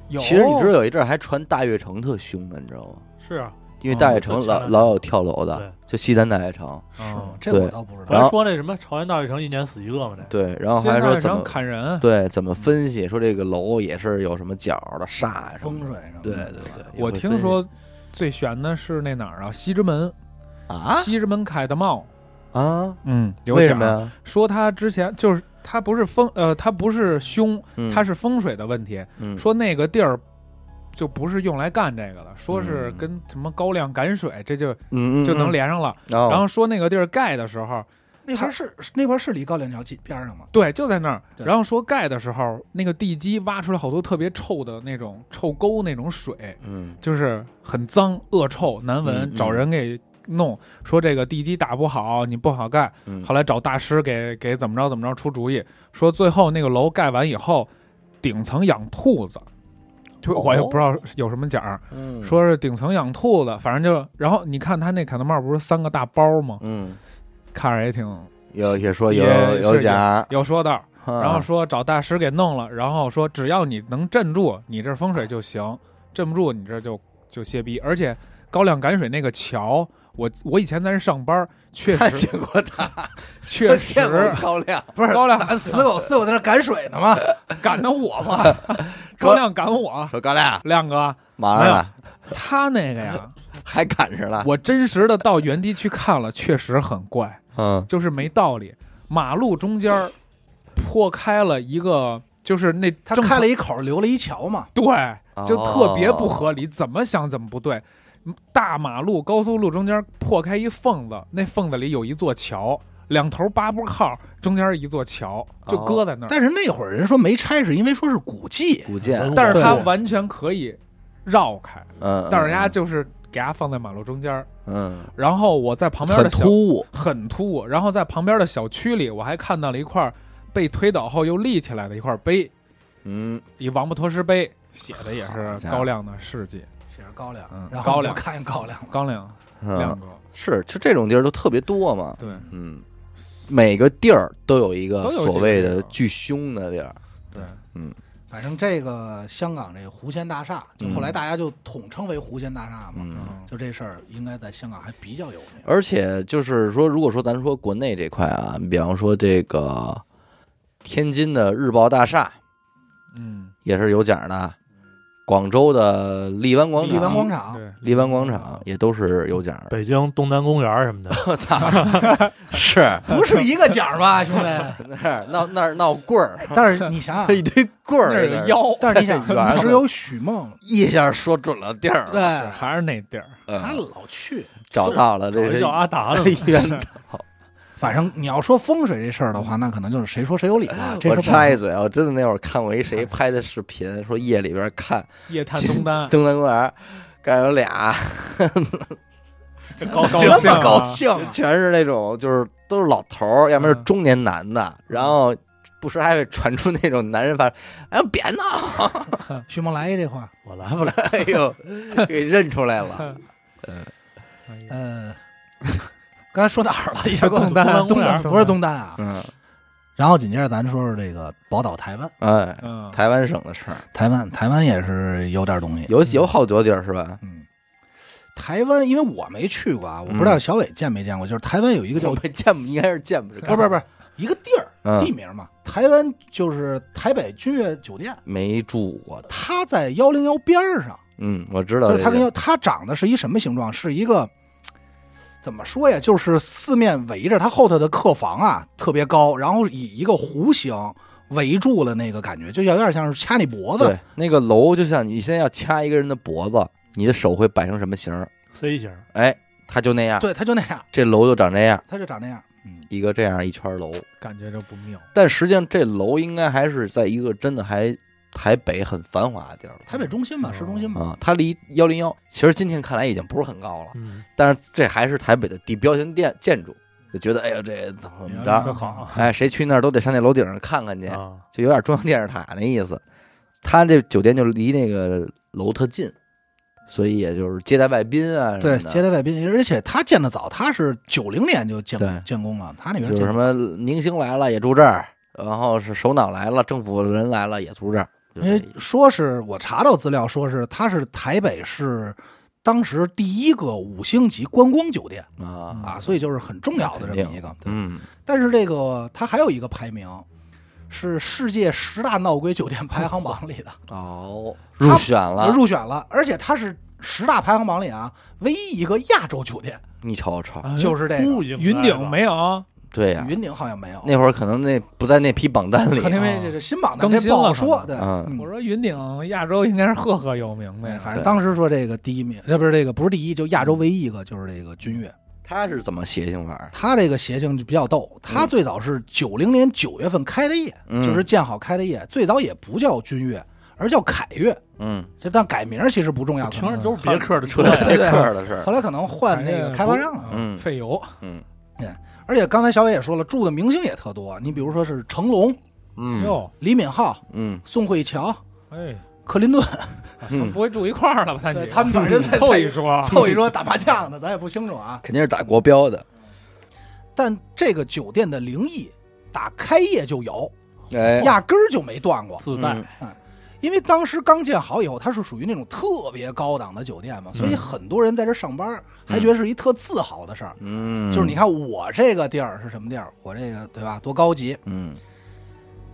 Speaker 3: 有，
Speaker 1: 其实你知道有一阵儿还传大悦城特凶的，你知道吗？
Speaker 4: 是啊，
Speaker 1: 因为大悦城
Speaker 4: 嗯
Speaker 1: 老老有跳楼的，就西单大悦城。
Speaker 2: 是吗？
Speaker 3: 嗯
Speaker 2: 这我
Speaker 1: 对
Speaker 2: 倒不知
Speaker 4: 不
Speaker 1: 然。
Speaker 2: 道
Speaker 4: 是
Speaker 1: 后
Speaker 4: 说那什么朝阳大悦城一年死一个吗？这
Speaker 1: 对，然后还说
Speaker 3: 先
Speaker 1: 怎
Speaker 3: 让
Speaker 1: 么
Speaker 3: 人砍人。
Speaker 1: 对怎么分析，说这个楼也是有什么角儿的煞什
Speaker 2: 风
Speaker 1: 么的。
Speaker 2: 水什么的
Speaker 1: 对对对，也
Speaker 3: 嗯我
Speaker 1: 会
Speaker 3: 听
Speaker 1: 分析
Speaker 3: 说最悬的是那哪儿啊？西直门，
Speaker 1: 啊
Speaker 3: 西直门凯的帽，
Speaker 1: 啊，
Speaker 3: 嗯，有
Speaker 1: 为什
Speaker 3: 讲
Speaker 1: 么呀？
Speaker 3: 说他之前就是他不是风呃，他不是凶，
Speaker 1: 嗯
Speaker 3: 他是风水的问题，
Speaker 1: 嗯
Speaker 3: 说那个地儿。就不是用来干这个的，说是跟什么高粱赶水，这
Speaker 1: 嗯
Speaker 3: 就
Speaker 1: 嗯嗯哦
Speaker 3: 就能
Speaker 1: 连，
Speaker 3: 连上了。
Speaker 1: 然
Speaker 3: 然后说那个地儿盖的时候，
Speaker 2: 那块儿是那块儿是离高粱桥近边上吗？
Speaker 3: 对，就在那儿。
Speaker 2: 对
Speaker 3: 然后说盖的时候，那个地基挖出来好多特别臭的那种臭沟那种水，
Speaker 1: 嗯
Speaker 3: 就是很脏、恶臭、难闻，
Speaker 1: 嗯嗯
Speaker 3: 找人给弄。说这个地基打不好，你不好盖。
Speaker 1: 嗯
Speaker 3: 后来找大师给给怎么着怎么着出主意，说最后那个楼盖完以后，顶层养兔子。就我也
Speaker 1: 哦
Speaker 3: 不知道有什么讲儿，
Speaker 1: 嗯
Speaker 3: 说是顶层养兔子，反正就，然后你看他那凯德帽不是三个大包吗？
Speaker 1: 嗯
Speaker 3: 看着也挺
Speaker 1: 有也说有
Speaker 3: 也
Speaker 1: 有啊
Speaker 3: 是
Speaker 1: 假，
Speaker 3: 有说道，然
Speaker 1: 然
Speaker 3: 后说找大师给弄了，然后说只要你能镇住你这风水就行，镇不住你这就就歇逼。而且高亮赶水那个桥，我我以前在那上班，确
Speaker 1: 看
Speaker 3: 实
Speaker 1: 见过他，
Speaker 3: 确
Speaker 1: 见过
Speaker 3: 实
Speaker 1: 高亮，
Speaker 2: 不是
Speaker 3: 高亮
Speaker 2: 咱死狗死狗在那赶水呢嘛，
Speaker 3: 赶的我嘛，高亮赶我，
Speaker 1: 说高亮
Speaker 3: 亮哥
Speaker 1: 忙上了，
Speaker 3: 他那个呀，
Speaker 1: 还赶上了，
Speaker 3: 我真实的到原地去看了，确实很怪。
Speaker 1: 嗯
Speaker 3: 就是没道理。马路中间儿破开了一个，就是那
Speaker 2: 他
Speaker 3: 正
Speaker 2: 开了
Speaker 3: 一
Speaker 2: 一口，留了一桥嘛。
Speaker 1: 哦
Speaker 3: 对，就特别不合理，怎么想怎么不对。大马路、高速路中间破开一缝子，那缝子里有一座桥，两头八步靠，中间一座桥，
Speaker 1: 哦
Speaker 3: 就搁在那儿。
Speaker 2: 但是那会儿人说没拆，是因为说是古迹，
Speaker 1: 古建，
Speaker 4: 但
Speaker 3: 但是他
Speaker 2: 对
Speaker 3: 完全可以绕开，
Speaker 1: 嗯，
Speaker 3: 但是人
Speaker 1: 人
Speaker 3: 家
Speaker 1: 家
Speaker 3: 就是给他放在马路中间儿，
Speaker 1: 嗯
Speaker 3: 然后我在旁边
Speaker 1: 很
Speaker 3: 的小
Speaker 1: 突兀，
Speaker 3: 很突兀。然后在旁边的小区里，我还看到了一块被推倒后又立起来的一块碑，
Speaker 1: 嗯，
Speaker 3: 以王八驮石碑写的也是
Speaker 1: 家伙
Speaker 3: 高亮的事迹。
Speaker 2: 写着高粱
Speaker 3: 嗯，
Speaker 2: 然
Speaker 3: 高
Speaker 2: 后就
Speaker 3: 粱
Speaker 2: 看见高粱了。
Speaker 3: 高亮，亮
Speaker 1: 嗯
Speaker 3: 哥，
Speaker 1: 是，就这种地儿都特别多嘛，
Speaker 3: 对，
Speaker 1: 嗯，每个地儿都有一个
Speaker 3: 都有几个
Speaker 1: 所谓
Speaker 3: 地
Speaker 1: 的
Speaker 3: 儿
Speaker 1: 巨凶的地儿，
Speaker 3: 对，
Speaker 2: 反正这个香港这个湖仙大厦，就后来大家就统称为湖仙大厦嘛。
Speaker 1: 嗯。
Speaker 3: 嗯
Speaker 2: 就这事儿，应该在香港还比较有名。
Speaker 1: 而且就是说，如果说咱说国内这块啊，你比方说这个天津的日报大厦
Speaker 3: 嗯，
Speaker 1: 也是有奖的，广州的荔湾广
Speaker 2: 荔湾
Speaker 1: 场，
Speaker 2: 广场，
Speaker 3: 对，
Speaker 1: 荔湾广场也都是有奖的。
Speaker 4: 北京东南公园什么的，
Speaker 1: 我操， 是
Speaker 2: 不是一个角儿吧，兄弟？
Speaker 1: 那儿闹那儿闹棍儿，
Speaker 2: 但是你想想，
Speaker 1: 一堆棍
Speaker 3: 那
Speaker 1: 儿
Speaker 3: 是
Speaker 1: 在那
Speaker 3: 个
Speaker 1: 儿，
Speaker 3: 腰，
Speaker 2: 但是你想，
Speaker 1: 太远了
Speaker 2: 只有许梦，
Speaker 1: 一下说准了地儿了，
Speaker 2: 对，
Speaker 3: 还是那地儿，
Speaker 1: 嗯
Speaker 2: 他老去。
Speaker 1: 找到了，
Speaker 4: 找
Speaker 1: 这
Speaker 4: 一
Speaker 1: 是
Speaker 4: 叫阿达 的
Speaker 1: 冤的。
Speaker 2: 反正你要说风水这事儿的话，那可能就是谁说谁有理了。这事
Speaker 1: 我
Speaker 2: 儿不
Speaker 1: 插一嘴啊，我真的那会儿看过一 谁拍的视频，说夜里边看
Speaker 3: 夜探东 单，
Speaker 1: 东南公园，盖上有俩，
Speaker 2: 啊
Speaker 4: 高
Speaker 3: 高
Speaker 4: 兴
Speaker 2: 那
Speaker 3: 兴
Speaker 2: 么
Speaker 3: 啊
Speaker 2: 高兴啊，
Speaker 1: 全是那种就是都是老头儿，要么是
Speaker 2: 嗯
Speaker 1: 中年男的，然后不时还会传出那种男人发，哎呦别闹，
Speaker 2: 许梦来一这话，
Speaker 4: 我来不来？
Speaker 1: 哎呦给认出来 了，
Speaker 3: 哎呀
Speaker 2: 呃，刚才说哪儿了？一 个
Speaker 3: 东单
Speaker 2: 东
Speaker 3: 东单
Speaker 2: 不是东单啊。
Speaker 1: 嗯，
Speaker 2: 然后紧接着咱说说这个宝岛台湾，
Speaker 1: 哎，
Speaker 3: 嗯，
Speaker 1: 台湾省的事儿，
Speaker 2: 台湾台湾也是有点东西。
Speaker 1: 有有好多地儿是吧？
Speaker 2: 嗯，台湾因为我没去过啊，我不知道小伟见没见过，就是台湾有一个叫
Speaker 1: 我
Speaker 2: 不
Speaker 1: 们见不应该是见不着，
Speaker 2: 是不是不是一个地儿
Speaker 1: 嗯
Speaker 2: 地名嘛，台湾就是台北君悦酒店，
Speaker 1: 没住过，
Speaker 2: 它在幺零幺边儿上。
Speaker 1: 嗯，我知道
Speaker 2: 就
Speaker 1: 这
Speaker 2: 是它
Speaker 1: 个，
Speaker 2: 跟要它长得是一什么形状？是一个怎么说呀？就是四面围着它后头的客房啊，特别高，然后以一个弧形围住了那个感觉，就有点像是掐你脖子。
Speaker 1: 对那个楼，就像你现在要掐一个人的脖子，你的手会摆成什么形儿？
Speaker 4: C 型，
Speaker 1: 哎，它就那样，
Speaker 2: 对，它就那样，
Speaker 1: 这楼就长这样，
Speaker 2: 它就长那样。嗯，
Speaker 1: 一个这样一圈楼。
Speaker 3: 感觉就不妙，
Speaker 1: 但实际上这楼应该还是在一个真的还台北很繁华的地儿了
Speaker 2: 台北中心吧，市中心吧。
Speaker 1: 啊、它离幺零幺其实今天看来已经不是很高了，
Speaker 4: 嗯，
Speaker 1: 但是这还是台北的地标性建建筑，就觉得哎呀这怎么怎么
Speaker 2: 啊
Speaker 1: 着，
Speaker 4: 那好
Speaker 1: 哎谁去那儿都得上那楼顶上看看去，
Speaker 4: 啊，
Speaker 1: 就有点中央电视塔那意思。他这酒店就离那个楼特近，所以也就是接待外宾啊什
Speaker 2: 对，
Speaker 1: 么的，
Speaker 2: 接待外宾，而且它建的早，它是九零年就建
Speaker 1: 对
Speaker 2: 建工了，它那边
Speaker 1: 就
Speaker 2: 建
Speaker 1: 是什么明星来了也住这儿，然后是首脑来了、政府人来了也住这儿，就
Speaker 2: 因为
Speaker 1: 这
Speaker 2: 说是我查到资料，说是它是台北市当时第一个五星级观光酒店
Speaker 1: 啊，
Speaker 2: 啊，所以就是很重要的这么一个。对
Speaker 1: 嗯，
Speaker 2: 但是这个它还有一个排名，是世界十大闹鬼酒店排行榜 里的，
Speaker 1: 哦，入选了，
Speaker 2: 入选了，而且它是十大排行榜里啊唯一一个亚洲酒店，
Speaker 1: 你瞅瞅，
Speaker 2: 啊就是这个
Speaker 4: 估计
Speaker 3: 啊云顶
Speaker 4: 嗯
Speaker 3: 没有，
Speaker 2: 嗯
Speaker 1: 对呀、
Speaker 2: 云顶好像没有，
Speaker 1: 那会儿可能那不在那批榜单里
Speaker 2: 可能
Speaker 3: 啊
Speaker 2: 因为这是新榜单，
Speaker 3: 更
Speaker 2: 这
Speaker 3: 新
Speaker 2: 不好
Speaker 3: 了
Speaker 2: 说。
Speaker 3: 可能
Speaker 2: 对，
Speaker 1: 嗯
Speaker 2: 嗯
Speaker 3: 我说云顶亚洲应该是赫赫有名的
Speaker 2: 对，
Speaker 3: 呀，
Speaker 2: 反正
Speaker 1: 对
Speaker 2: 当时说这个第一名，这不是这个不是第一，就亚洲唯一一个就是这个君悦，
Speaker 1: 他是怎么邪性法儿？
Speaker 2: 它这个邪性就比较逗。它最早是九零年九月份开的业，
Speaker 1: 嗯
Speaker 2: 就是建好开的业，最早也不叫君悦，而叫凯悦。
Speaker 1: 嗯，
Speaker 2: 这但改名儿其实不重要，可
Speaker 4: 全
Speaker 2: 能
Speaker 4: 是都是别克的车
Speaker 1: 对
Speaker 4: 呀，
Speaker 1: 这事
Speaker 2: 啊
Speaker 1: 儿的事儿，
Speaker 2: 后来可能换那个开发商了。
Speaker 1: 了嗯
Speaker 3: 费油，
Speaker 1: 嗯
Speaker 2: 而且刚才小伟也说了，住的明星也特多，你比如说是成龙、
Speaker 1: 嗯
Speaker 3: 哟，
Speaker 2: 李敏镐、
Speaker 1: 嗯，
Speaker 2: 宋慧乔、
Speaker 3: 哎，
Speaker 2: 克林顿，
Speaker 1: 嗯
Speaker 3: 不会住一块儿了吧？他嗯
Speaker 2: 对他们反正在
Speaker 3: 凑一桌，
Speaker 2: 凑一桌打麻将的，咱也不清楚啊。
Speaker 1: 肯定是打国标的。
Speaker 2: 但这个酒店的灵异打开业就有，
Speaker 1: 哎，
Speaker 2: 压根儿就没断过。
Speaker 4: 自带
Speaker 1: 嗯，
Speaker 2: 因为当时刚建好以后，它是属于那种特别高档的酒店嘛，所以
Speaker 1: 嗯
Speaker 2: 很多人在这上班，还觉得是一特自豪的事儿。
Speaker 1: 嗯，
Speaker 2: 就是你，看我这个地儿是什么地儿，我这个对吧，多高级。
Speaker 1: 嗯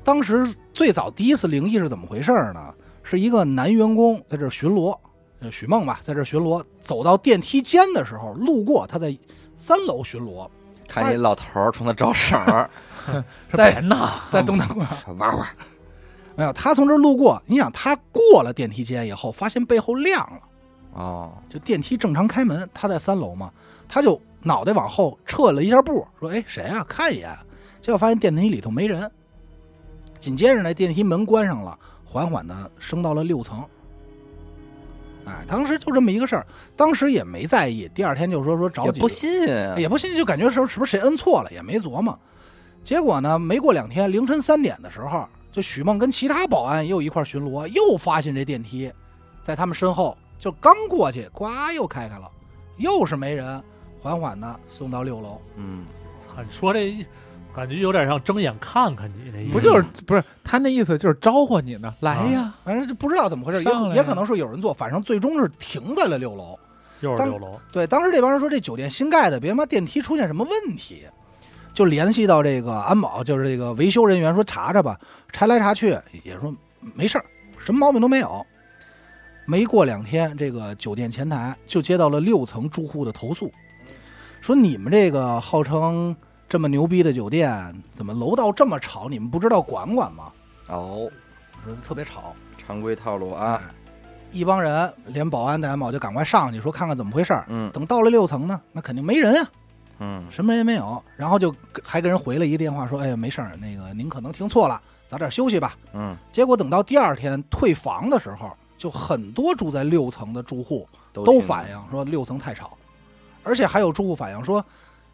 Speaker 2: 当时最早第一次灵异是怎么回事儿呢？是一个男员工在这儿巡逻，呃许梦吧，在这儿巡逻，走到电梯间的时候，路过他在三楼巡逻，
Speaker 1: 看你老头儿冲他招手 儿，
Speaker 4: 是
Speaker 2: 在
Speaker 4: 别闹，
Speaker 2: 在东大公园。
Speaker 1: 玩会儿，
Speaker 2: 没有，哎他从这儿路过，你想他过了电梯间以后，发现背后亮了，
Speaker 1: 哦，
Speaker 2: 就电梯正常开门，他在三楼嘛，他就脑袋往后撤了一下步，说：“哎，谁啊？看一眼。”结果发现电梯里头没人。紧接着呢，电梯门关上了，缓缓的升到了六层。哎，当时就这么一个事儿，当时也没在意。第二天就说说找
Speaker 1: 也
Speaker 2: 几
Speaker 1: 不
Speaker 2: 个
Speaker 1: 新鲜啊，
Speaker 2: 也不信，就感觉是是不是谁摁错了，也没琢磨。结果呢，没过两天，凌晨三点的时候，就许梦跟其他保安又一块巡逻，又发现这电梯在他们身后，就刚过去，呱又开开了，又是没人，缓缓的送到六楼。
Speaker 1: 嗯，
Speaker 4: 操你说这感觉有点像睁眼看看你那意思，
Speaker 3: 不就是不是他那意思就是招呼你呢，来哎呀，
Speaker 2: 啊反正就不知道怎么回事，也
Speaker 3: 上来
Speaker 2: 可
Speaker 3: 呀
Speaker 2: 也可能是有人做，反正最终是停在了六楼。
Speaker 4: 又是
Speaker 2: 当
Speaker 4: 六楼，
Speaker 2: 对，当时这帮人说这酒店新盖的，别他妈电梯出现什么问题，就联系到这个安保，就是这个维修人员说查查吧，查来查去也说没事儿，什么毛病都没有。没过两天，这个酒店前台就接到了六层住户的投诉，说你们这个号称这么牛逼的酒店，怎么楼道这么吵？你们不知道管管吗？
Speaker 1: 哦，
Speaker 2: 说特别吵，
Speaker 1: 常规套路
Speaker 2: 哎
Speaker 1: 啊，
Speaker 2: 一帮人连保安带安保就赶快上去说看看怎么回事儿。
Speaker 1: 嗯
Speaker 2: 等到了六层呢，那肯定没人啊，
Speaker 1: 嗯，
Speaker 2: 什么人也没有，然后就给还给人回了一个电话说：“哎呀，没事儿，那个您可能听错了，早点休息吧。
Speaker 1: 嗯，”
Speaker 2: 结果等到第二天退房的时候，就很多住在六层的住户都
Speaker 1: 都
Speaker 2: 反
Speaker 1: 映，
Speaker 2: 映说六层太吵，而且还有住户反映说，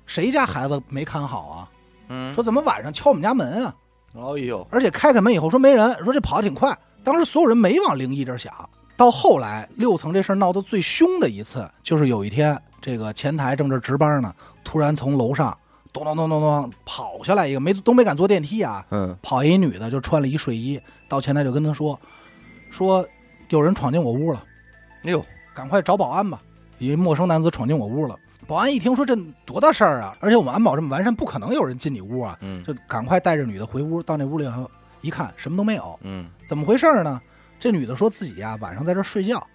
Speaker 2: 谁家孩子没看好啊？
Speaker 1: 嗯，
Speaker 2: 说怎么晚上敲我们家门啊？
Speaker 1: 哎呦，
Speaker 2: 而且开开门以后说没人，说这跑得挺快。当时所有人没往灵异这儿想。到后来六层这事儿闹得最凶的一次，就是有一天这个前台正这值班呢，突然从楼上咚咚咚咚咚跑下来一个，没都没敢坐电梯啊，
Speaker 1: 嗯，
Speaker 2: 跑一女的就穿了一睡衣，到前台就跟她说，说有人闯进我屋了，
Speaker 1: 哎呦，
Speaker 2: 赶快找保安吧，一陌生男子闯进我屋了。保安一听说这多大事儿啊，而且我们安保这么完善，不可能有人进你屋啊，
Speaker 1: 嗯
Speaker 2: 就赶快带着女的回屋，到那屋里头一看，什么都没有。
Speaker 1: 嗯，
Speaker 2: 怎么回事儿呢？这女的说自己呀、啊晚上在这儿睡觉，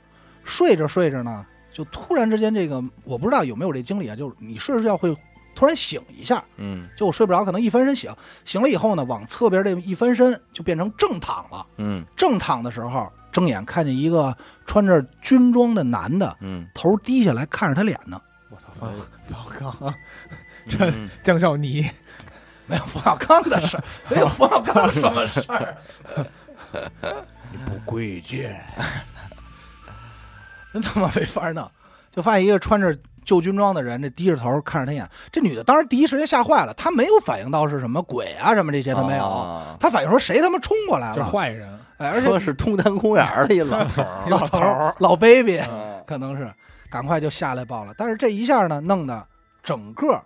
Speaker 2: 睡着睡着呢，就突然之间这个我不知道有没有这经历啊，就是你睡着睡觉会突然醒一下，
Speaker 1: 嗯
Speaker 2: 就我睡不着，可能一翻身醒，醒了以后呢，往侧边这一翻身就变成正躺了。
Speaker 1: 嗯
Speaker 2: 正躺的时候，睁眼看见一个穿着军装的男的，
Speaker 1: 嗯，
Speaker 2: 头低下来看着他脸呢，
Speaker 3: 我操，冯
Speaker 2: 嗯
Speaker 3: 冯刚、这
Speaker 1: 嗯
Speaker 3: 江少妮，
Speaker 2: 没有冯小刚的事儿，没有冯小刚什么事儿。
Speaker 4: 不贵贱，
Speaker 2: 真他妈没法弄，就发现一个穿着旧军装的人，这低着头看着他眼。这女的当时第一时间吓坏了，她没有反应到是什么鬼啊什么这些，她没有，
Speaker 1: 啊
Speaker 2: 她反应说谁他妈冲过来
Speaker 3: 就是
Speaker 2: 了？
Speaker 3: 坏人，
Speaker 2: 哎，而且
Speaker 1: 说是东单公园儿的一老头 儿，
Speaker 2: 老头
Speaker 3: 老头
Speaker 2: 儿老 baby
Speaker 1: 嗯
Speaker 2: 可能是赶快就下来报了。但是这一下呢，弄得整个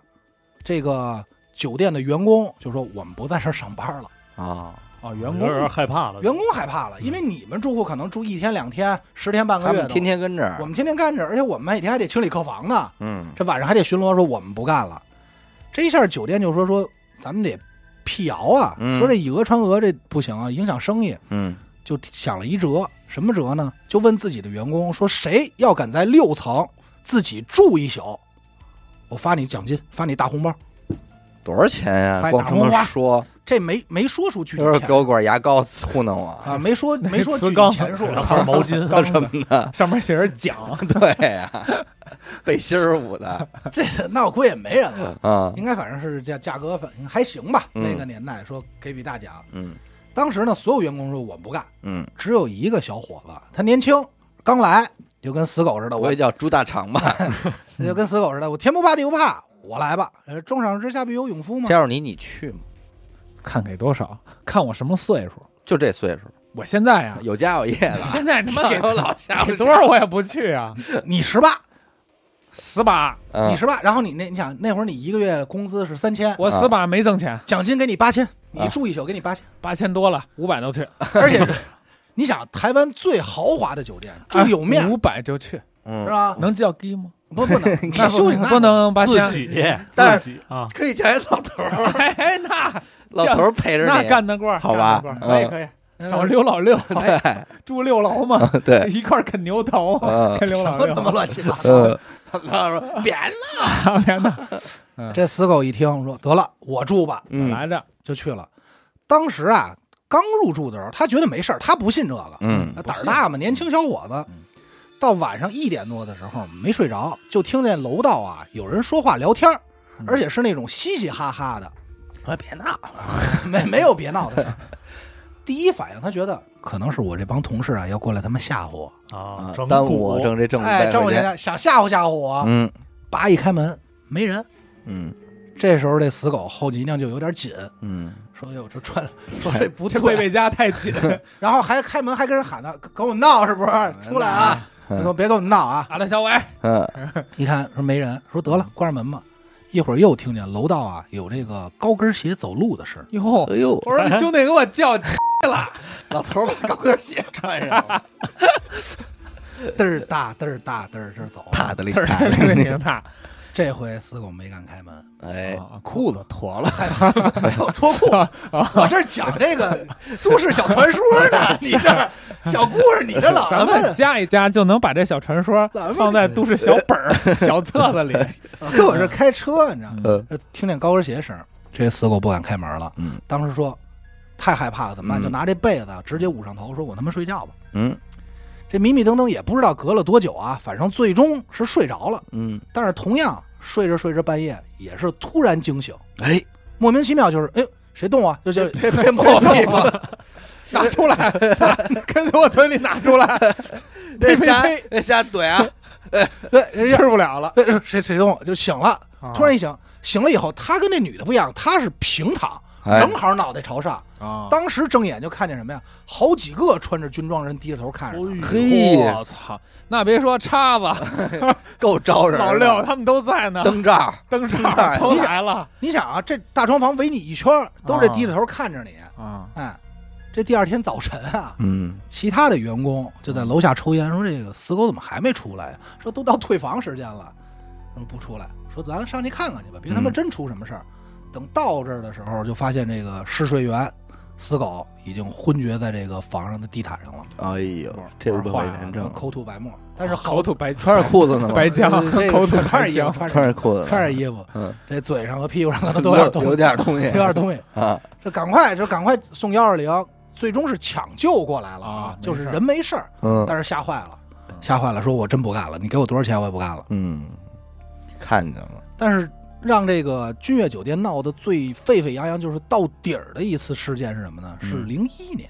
Speaker 2: 这个酒店的员工就说我们不在这儿上班了，
Speaker 1: 啊，
Speaker 3: 哦，员
Speaker 4: 有
Speaker 3: 工
Speaker 4: 点害怕了，
Speaker 2: 员工害怕了，因为你们住户可能住一天两天、十天半个
Speaker 1: 他
Speaker 2: 月
Speaker 1: 们
Speaker 2: 的，
Speaker 1: 天天跟这
Speaker 2: 我
Speaker 1: 儿，
Speaker 2: 们天天干着，而且我们每天还得清理客房呢。
Speaker 1: 嗯，
Speaker 2: 这晚上还得巡逻，说我们不干了。这一下酒店就说说咱们得辟谣啊，
Speaker 1: 嗯
Speaker 2: 说这以讹传讹这不行啊，影响生意，
Speaker 1: 嗯，
Speaker 2: 就想了一辙，什么辙呢？就问自己的员工说，谁要敢在六层自己住一宿，我发你奖金，发你大红包。
Speaker 1: 多少钱呀？
Speaker 3: 还
Speaker 1: 光
Speaker 3: 打
Speaker 1: 这
Speaker 3: 工
Speaker 1: 么
Speaker 3: 花
Speaker 1: 说，
Speaker 2: 这没没说出具体
Speaker 1: 就是
Speaker 2: 钱
Speaker 1: 给我管牙膏糊弄我，
Speaker 2: 啊，没 说没 说具
Speaker 3: 瓷
Speaker 2: 体
Speaker 3: 缸
Speaker 2: 钱数，
Speaker 4: 然后毛 巾，
Speaker 3: 刚
Speaker 1: 什么的，
Speaker 3: 上面写着奖，
Speaker 1: 对呀，背心儿捂的
Speaker 2: 这那我估计也没人了，
Speaker 1: 啊，
Speaker 2: 应该反正是价价格反正还行吧。
Speaker 1: 嗯
Speaker 2: 那个年代说给笔大奖，
Speaker 1: 嗯
Speaker 2: 当时呢所有员工说我们不干。
Speaker 1: 嗯，
Speaker 2: 只有一个小伙子，他年轻，刚来就跟死狗似的，
Speaker 1: 我
Speaker 2: 我
Speaker 1: 也叫猪大肠吧。
Speaker 2: 就跟死狗似的，我天不怕地不怕，我来吧。呃，众赏之下必有勇夫嘛。
Speaker 1: 加上你，你去吗？
Speaker 3: 看给多少，看我什么岁数。
Speaker 1: 就这岁数，
Speaker 3: 我现在 呀，
Speaker 1: 有家有业的，
Speaker 3: 现在他妈给
Speaker 1: 上有老下有
Speaker 3: 给
Speaker 1: 小
Speaker 3: 多少我也不去啊！
Speaker 2: 你十八，
Speaker 3: 死把，
Speaker 1: 嗯
Speaker 2: 你十八，然后你那你想那会儿你一个月工资是三千，
Speaker 3: 我死把没挣钱，
Speaker 2: 奖金给你八千，你
Speaker 1: 啊
Speaker 2: 住一宿给你八千，
Speaker 3: 八千多了，五百都去，
Speaker 2: 而且你想台湾最豪华的酒店
Speaker 3: 哎
Speaker 2: 住有面
Speaker 3: 啊五百就去，
Speaker 1: 嗯
Speaker 2: 是，吧？
Speaker 3: 能叫鸡吗？
Speaker 2: 不不能，你
Speaker 3: 那
Speaker 2: 休息那
Speaker 3: 不能八千
Speaker 4: 自，己
Speaker 2: 但
Speaker 4: 自己啊，
Speaker 2: 可以叫人老头儿，
Speaker 3: 哎，那
Speaker 1: 老头儿陪着
Speaker 3: 那
Speaker 1: 你，
Speaker 3: 干得过，
Speaker 1: 好吧
Speaker 3: 干得过可以
Speaker 1: 嗯
Speaker 3: 可以，找刘老六，住六楼嘛，
Speaker 1: 对，
Speaker 3: 一块儿啃牛头，
Speaker 1: 哎嗯
Speaker 3: 啃刘老
Speaker 2: 我
Speaker 3: 六
Speaker 2: 他，妈乱七八糟。
Speaker 1: 呃，
Speaker 2: 他说别闹，
Speaker 3: 天哪，
Speaker 1: 啊
Speaker 2: 这死狗一听说得了，我住吧，
Speaker 1: 嗯
Speaker 3: 来着，
Speaker 2: 就去了。当时啊，刚入住的时候，他觉得没事儿，他不信这个，
Speaker 1: 嗯
Speaker 2: 那胆儿大嘛，年轻小伙子。到晚上一点多的时候没睡着，就听见楼道啊有人说话聊天儿
Speaker 3: 嗯
Speaker 2: 而且是那种嘻嘻哈哈的，
Speaker 4: 哎别闹，
Speaker 2: 没没有别闹的。第一反应他觉得可能是我这帮同事啊要过来他妈吓唬我，
Speaker 4: 啊
Speaker 1: 啊，
Speaker 4: 整
Speaker 1: 耽
Speaker 4: 蛊
Speaker 1: 误我挣这挣
Speaker 2: 哎，张
Speaker 1: 五
Speaker 2: 我
Speaker 1: 百块钱，
Speaker 2: 钱想吓唬吓唬我，
Speaker 1: 嗯
Speaker 2: 叭一开门没人。
Speaker 1: 嗯
Speaker 2: 这时候这死狗后脊梁就有点紧，
Speaker 1: 嗯，
Speaker 2: 说哎哟这穿说这 不
Speaker 3: 这贝
Speaker 2: 对，
Speaker 3: 贝家太紧，
Speaker 2: 然后还开门还跟人喊呢，跟我闹是不是？出来啊！
Speaker 1: 嗯
Speaker 2: 说别跟我闹啊！
Speaker 3: 好了，小伟，
Speaker 1: 嗯
Speaker 2: 一看说没人，说得了，关上门吧。一会儿又听见楼道啊有这个高跟鞋走路的声儿，
Speaker 3: 哟，我
Speaker 1: 哎呦，
Speaker 3: 说你兄弟给我叫了，
Speaker 1: 老头儿把高跟鞋穿上了，
Speaker 2: 嘚儿大嘚儿大嘚儿这走。啊
Speaker 1: 大 的厉
Speaker 3: 这
Speaker 1: 害，
Speaker 3: 这挺大，
Speaker 2: 这回死狗没敢开门，
Speaker 1: 哎，
Speaker 3: 啊裤子脱了，
Speaker 2: 没有脱裤。哎 我这儿讲这个都市小传说 呢，你这儿小故事，你这老
Speaker 3: 咱们加一加就能把这小传说放在都市小本儿、 小册 子里。
Speaker 2: 跟我这开车，你知道吗？
Speaker 1: 呃，
Speaker 2: 这听见高跟鞋声儿，这死狗不敢开门了。
Speaker 1: 嗯
Speaker 2: 当时说太害怕了，怎么办？
Speaker 1: 嗯
Speaker 2: 就拿这被子直接捂上头，说我他妈睡觉吧。
Speaker 1: 嗯
Speaker 2: 这迷迷瞪瞪也不知道隔了多久啊，反正最终是睡着了。
Speaker 1: 嗯，
Speaker 2: 但是同样睡着睡着半夜也是突然惊醒，
Speaker 1: 哎，
Speaker 2: 莫名其妙就是哎呦谁动啊？就就别别摸
Speaker 3: 我
Speaker 2: 屁
Speaker 1: 哎
Speaker 3: 屁
Speaker 2: 股，
Speaker 3: 拿出来， 跟从我嘴里拿 出来，
Speaker 1: 别
Speaker 3: 别
Speaker 1: 瞎
Speaker 3: 瞎
Speaker 1: 别瞎怼啊！
Speaker 2: 对，人家
Speaker 3: 吃不了 了。
Speaker 2: 哎呦谁谁动我就醒了。
Speaker 3: 啊
Speaker 2: 突然一醒，醒了以后，他跟那女的不一样，他是平躺，
Speaker 1: 哎
Speaker 2: 正好脑袋朝上。
Speaker 3: 啊，
Speaker 2: 当时睁眼就看见什么呀？好几个穿着军装人低着头
Speaker 4: 哎
Speaker 2: 看着
Speaker 4: 哦
Speaker 2: 他。
Speaker 1: 嘿
Speaker 3: 我操！那别说叉子、
Speaker 1: 够招人的，
Speaker 3: 老六他们都在呢，
Speaker 1: 灯罩，
Speaker 3: 灯罩
Speaker 1: 灯罩
Speaker 3: 都来 了
Speaker 2: 你想啊，这大床房围你一圈儿，都是这
Speaker 3: 啊
Speaker 2: 低着头看着你。
Speaker 3: 啊！
Speaker 2: 哎，这第二天早晨啊，
Speaker 1: 嗯，
Speaker 2: 其他的员工就在楼下抽烟，说这个死狗怎么还没出来呀、啊
Speaker 1: 嗯
Speaker 2: 说都到退房时间了，说不出来，说咱上去看看去吧，别他妈
Speaker 1: 嗯
Speaker 2: 真出什么事儿。等到这儿的时候，就发现这个试睡员死狗已经昏厥在这个房上的地毯上了，
Speaker 1: 哎呦
Speaker 3: 玩，
Speaker 1: 这五百块
Speaker 3: 玩坏
Speaker 1: 钱
Speaker 3: 了
Speaker 1: 挣，
Speaker 2: 口吐白沫，但是好
Speaker 3: 口吐白
Speaker 1: 穿着裤子呢吗？
Speaker 3: 白浆
Speaker 2: 这，个
Speaker 3: 口吐
Speaker 2: 穿
Speaker 3: 白哦
Speaker 2: 穿着衣服，
Speaker 3: 浆，
Speaker 2: 穿
Speaker 1: 穿着
Speaker 2: 着衣服
Speaker 1: 裤子呢，
Speaker 2: 穿着衣服，
Speaker 1: 嗯，
Speaker 2: 这嘴上和屁股上可能都有点东西，
Speaker 1: 有点东西
Speaker 2: 有点东西。
Speaker 1: 啊，
Speaker 2: 这赶快，这赶快送幺二零，最终是抢救过来了
Speaker 3: 啊没
Speaker 2: 就是
Speaker 3: 事儿
Speaker 2: 人没事儿，
Speaker 1: 嗯
Speaker 2: 但是吓坏了，吓坏了，说我真不干了，你给我多少钱我也不干了。
Speaker 1: 嗯，看见了，
Speaker 2: 但是让这个君悦酒店闹得最沸沸扬扬，就是到底儿的一次事件是什么呢？
Speaker 1: 嗯
Speaker 2: 是零一年，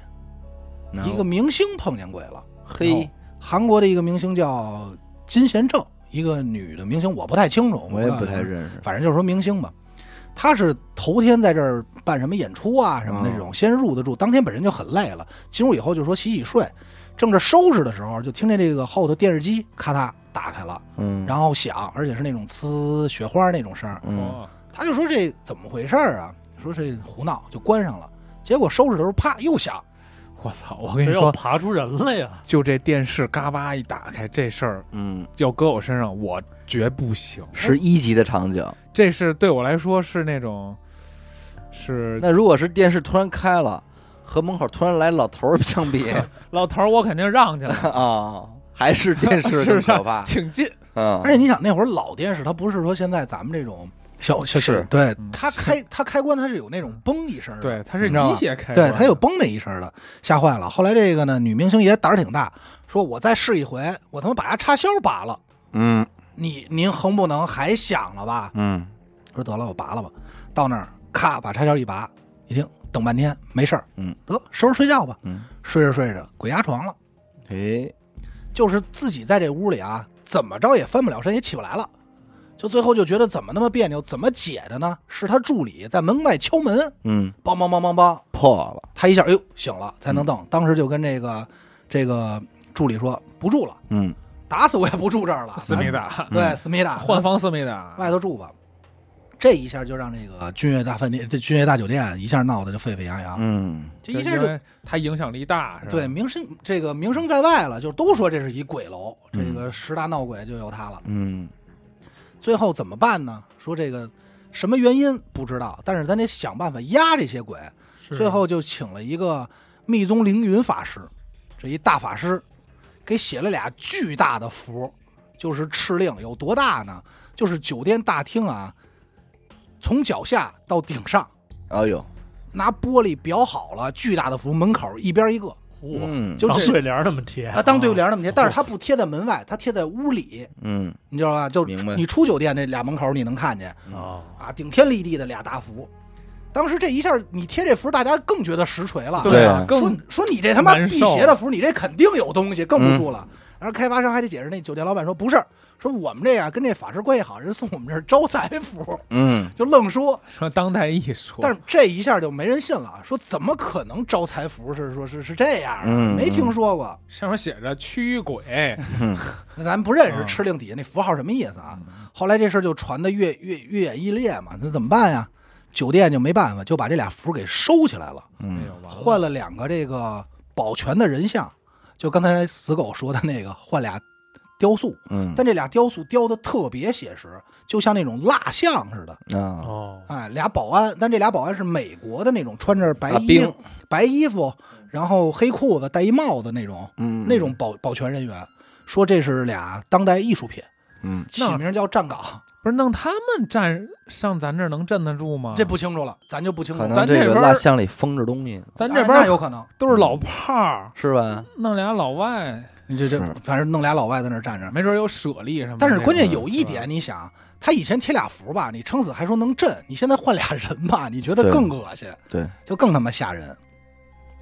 Speaker 1: 然后
Speaker 2: 一个明星碰见鬼了，
Speaker 1: 嘿，
Speaker 2: 韩国的一个明星叫金贤正，一个女的明星，我不太清楚，
Speaker 1: 我也
Speaker 2: 知道
Speaker 1: 不太
Speaker 2: 是
Speaker 1: 认识，
Speaker 2: 反正就是说明星吧。他是头天在这儿办什么演出啊什么的
Speaker 1: 嗯
Speaker 2: 这种，先入的住。当天本身就很累了，进入以后就说洗洗睡，正这收拾的时候，就听见这个后头电视机咔嗒打开了，
Speaker 1: 嗯，
Speaker 2: 然后响，而且是那种呲雪花那种声儿。
Speaker 1: 嗯
Speaker 3: 哦
Speaker 2: 他就说这怎么回事儿啊？说这胡闹，就关上了。结果收拾的时候啪又响，
Speaker 3: 我操！我跟
Speaker 4: 这
Speaker 3: 你
Speaker 4: 要
Speaker 3: 说，
Speaker 4: 爬出人了呀！
Speaker 3: 就这电视嘎巴一打开，这事儿
Speaker 1: 嗯，
Speaker 3: 要搁我身上，我绝不行。
Speaker 1: 十一级的场景。
Speaker 3: 这是对我来说是那种，是
Speaker 1: 那如果是电视突然开了，和门口突然来老头儿相比
Speaker 3: 老头儿，我肯定让 去了，
Speaker 1: 啊，还是电视
Speaker 3: 是
Speaker 1: 更
Speaker 3: 不是
Speaker 1: 可怕？
Speaker 3: 请进。
Speaker 1: 嗯，
Speaker 2: 而且你想那会儿老电视，它不是说现在咱们这种小小
Speaker 1: 是
Speaker 2: 对
Speaker 3: 嗯
Speaker 2: 它开它开关它是有那种嘣一声的，
Speaker 3: 对，它是
Speaker 2: 你
Speaker 3: 机
Speaker 2: 知道吧
Speaker 3: 械开关，
Speaker 2: 对他有嘣的一声的，吓坏了。后来这个呢，女明星也胆儿挺大，说我再试一回，我他妈把他插销拔了。
Speaker 1: 嗯
Speaker 2: 你您横不能还想了吧？
Speaker 1: 嗯，
Speaker 2: 说得了，我拔了吧。到那儿咔把插销一拔，一听等半天没事儿，
Speaker 1: 嗯，
Speaker 2: 得收拾睡觉吧。
Speaker 1: 嗯，
Speaker 2: 睡着睡着鬼压床了，
Speaker 1: 哎，
Speaker 2: 就是自己在这屋里啊，怎么着也翻不了身，也起不来了。就最后就觉得怎么那么别扭，怎么解的呢？是他助理在门外敲门，
Speaker 1: 嗯，
Speaker 2: 梆梆梆梆梆，
Speaker 1: 破了，
Speaker 2: 他一下，
Speaker 3: 嗯
Speaker 2: 哎呦，醒了才能动。当时就跟这个这个助理说不住了，
Speaker 1: 嗯
Speaker 2: 打死我也不住这儿了。
Speaker 3: 思密 达
Speaker 2: 对，思密达
Speaker 3: 换方思密达，
Speaker 2: 外头住吧。这一下就让这个君悦大饭店、这君悦大酒店一下闹得就沸沸扬扬，
Speaker 1: 嗯，
Speaker 2: 这一下就
Speaker 3: 因为它影响力大，是吧？
Speaker 2: 对，名声这个名声在外了，就都说这是一鬼楼，这
Speaker 3: 嗯
Speaker 2: 个十大闹鬼就有他了。
Speaker 1: 嗯，
Speaker 2: 最后怎么办呢？说这个什么原因不知道，但是咱得想办法压这些鬼。
Speaker 4: 是
Speaker 2: 最后就请了一个密宗凌云法师，这一大法师，给写了俩巨大的符，就是敕令有多大呢？就是酒店大厅啊，从脚下到顶上，
Speaker 1: 哎呦，
Speaker 2: 拿玻璃裱好了巨大的符，门口一边一个
Speaker 4: 哇，
Speaker 1: 嗯，
Speaker 2: 就
Speaker 4: 当
Speaker 2: 这
Speaker 4: 对联儿那么
Speaker 1: 哎
Speaker 4: 贴
Speaker 2: 啊，当对联那
Speaker 1: 哦
Speaker 2: 么贴，但是它不贴在门外，它贴在屋里，
Speaker 1: 嗯，
Speaker 2: 你知道吧？就
Speaker 1: 明白
Speaker 2: 你出酒店这俩门口你能看见
Speaker 4: 啊，
Speaker 2: 啊，顶天立地的俩大符。当时这一下你贴这符，大家更觉得实锤了，
Speaker 1: 对
Speaker 3: 啊
Speaker 1: 啊，
Speaker 2: 说
Speaker 3: 更
Speaker 2: 说你这他妈
Speaker 3: 难
Speaker 2: 辟
Speaker 3: 受嗯
Speaker 2: 邪的符，你这肯定有东西，更不住了。然后开发商还得解释，那酒店老板说不是，说我们这样跟这法师关系好，人送我们这儿招财符，
Speaker 1: 嗯，
Speaker 2: 就愣说。
Speaker 3: 说当代艺术，
Speaker 2: 但是这一下就没人信了，说怎么可能招财符是说是是这样啊？
Speaker 1: 嗯
Speaker 2: 没听说过，
Speaker 3: 上面写着驱鬼，
Speaker 2: 嗯那咱不认识
Speaker 3: 嗯
Speaker 2: 敕令底下那符号什么意思啊？后来这事儿就传的越越越演越烈嘛，那怎么办呀？酒店就没办法，就把这俩符给收起来了。
Speaker 3: 哎
Speaker 1: 嗯，
Speaker 3: 呦，完了
Speaker 2: 换了两个这个保全的人像，就刚才死狗说的那个，换俩雕塑，
Speaker 1: 嗯，
Speaker 2: 但这俩雕塑雕的特别写实，就像那种蜡像似的。
Speaker 1: 啊，
Speaker 4: 哦，
Speaker 2: 哎，俩保安，但这俩保安是美国的那种，穿着白
Speaker 1: 大
Speaker 2: 衣
Speaker 1: 啊兵
Speaker 2: 白衣服，然后黑裤子，戴一帽子那种，
Speaker 1: 嗯，
Speaker 2: 那种保保全人员说这是俩当代艺术品，
Speaker 1: 嗯，
Speaker 2: 起名叫站岗，
Speaker 3: 不是弄他们站上咱这儿能镇得住吗？
Speaker 2: 这不清楚了，咱就不清楚
Speaker 1: 可
Speaker 2: 了。
Speaker 1: 能
Speaker 3: 咱
Speaker 1: 这
Speaker 3: 这
Speaker 1: 个
Speaker 3: 边
Speaker 1: 蜡
Speaker 3: 儿
Speaker 1: 像里封着东西，
Speaker 3: 咱
Speaker 2: 哎
Speaker 3: 这边
Speaker 2: 那
Speaker 3: 儿
Speaker 2: 有可能，
Speaker 3: 都是老炮儿，
Speaker 1: 是吧？
Speaker 3: 弄俩老外，
Speaker 2: 你这这
Speaker 1: 是
Speaker 2: 反正弄俩老外在那儿站着，
Speaker 3: 没准有舍利什么的。
Speaker 2: 但是
Speaker 1: 嗯
Speaker 2: 关键
Speaker 3: 这种
Speaker 2: 有一点，，你想，他以前贴俩符吧，你撑死还说能震，你现在换俩人吧，你觉得
Speaker 1: 对
Speaker 2: 更恶心，
Speaker 1: 对，嗯
Speaker 2: 就更他妈吓人。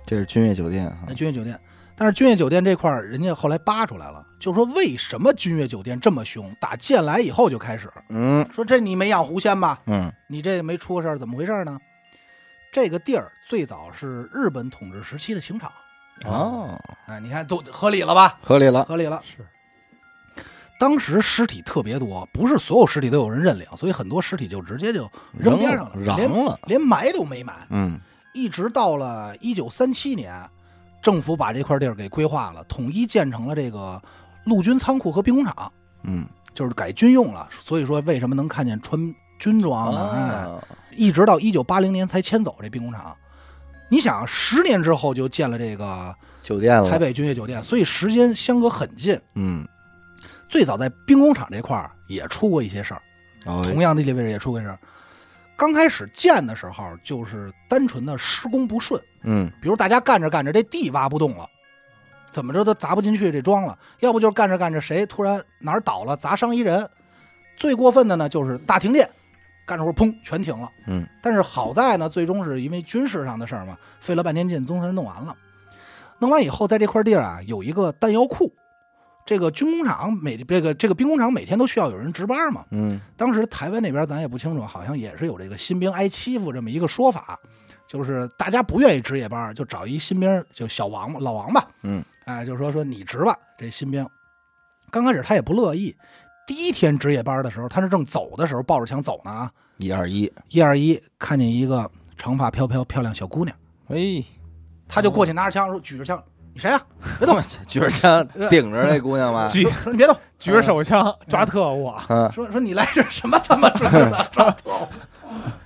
Speaker 1: 这是君悦酒店哈
Speaker 2: 那，君悦酒店，但是君悦酒店这块儿，人家后来扒出来了，就说为什么君悦酒店这么凶？打建来以后就开始
Speaker 1: 嗯
Speaker 2: 说这你没养狐仙吧？
Speaker 1: 嗯，
Speaker 2: 你这没出过事儿，怎么回事呢？这个地儿最早是日本统治时期的刑场，
Speaker 1: 哦，
Speaker 2: 哎，你看都合理了吧？
Speaker 1: 合理了，
Speaker 2: 合理了。
Speaker 4: 是
Speaker 2: 当时尸体特别多，不是所有尸体都有人认领，所以很多尸体就直接就扔边上了，
Speaker 1: 嚷
Speaker 2: 连
Speaker 1: 了，
Speaker 2: 连埋都没埋，
Speaker 1: 嗯
Speaker 2: 一直到了一九三七年，政府把这块地儿给规划了，统一建成了这个陆军仓库和兵工厂，
Speaker 1: 嗯，
Speaker 2: 就是改军用了。所以说，为什么能看见穿军装的？哎，
Speaker 1: 啊，
Speaker 2: 一直到一九八零年才迁走这兵工厂。你想，十年之后就建了这个
Speaker 1: 酒店
Speaker 2: 台
Speaker 1: 了，
Speaker 2: 北君悦酒店，所以时间相隔很近。
Speaker 1: 嗯，
Speaker 2: 最早在兵工厂这块儿也出过一些事儿，
Speaker 1: 哦
Speaker 2: 同样地理位置也出过一些事儿。刚开始建的时候，就是单纯的施工不顺。
Speaker 1: 嗯
Speaker 2: 比如大家干着干着，这地挖不动了，怎么着都砸不进去这桩了；要不就是干着干着，谁突然哪儿倒了砸伤一人。最过分的呢，就是大停电，干着活儿砰全停了。
Speaker 1: 嗯，
Speaker 2: 但是好在呢，最终是因为军事上的事儿嘛，费了半天劲，总算是弄完了。弄完以后，在这块地儿啊，有一个弹药库。这个军工厂每这个这个兵工厂每天都需要有人值班嘛，
Speaker 1: 嗯
Speaker 2: 当时台湾那边咱也不清楚，好像也是有这个新兵挨欺负这么一个说法，就是大家不愿意值夜班，就找一新兵，就小王吧老王吧，
Speaker 1: 嗯，
Speaker 2: 哎，就说说你值吧，这新兵。刚开始他也不乐意，第一天值夜班的时候，他是正走的时候，抱着枪走呢啊，
Speaker 1: 一二一，
Speaker 2: 一二一看见一个长发飘飘漂亮小姑娘，
Speaker 1: 哎，
Speaker 2: 他就过去拿着枪，说举着枪，你谁呀、啊别动
Speaker 1: 我， 去举着 枪顶着那姑娘吧，
Speaker 3: 举
Speaker 2: 说你别动，
Speaker 3: 举着手枪抓特务，啊
Speaker 1: 嗯，
Speaker 2: 说说你来这什么他妈准备的，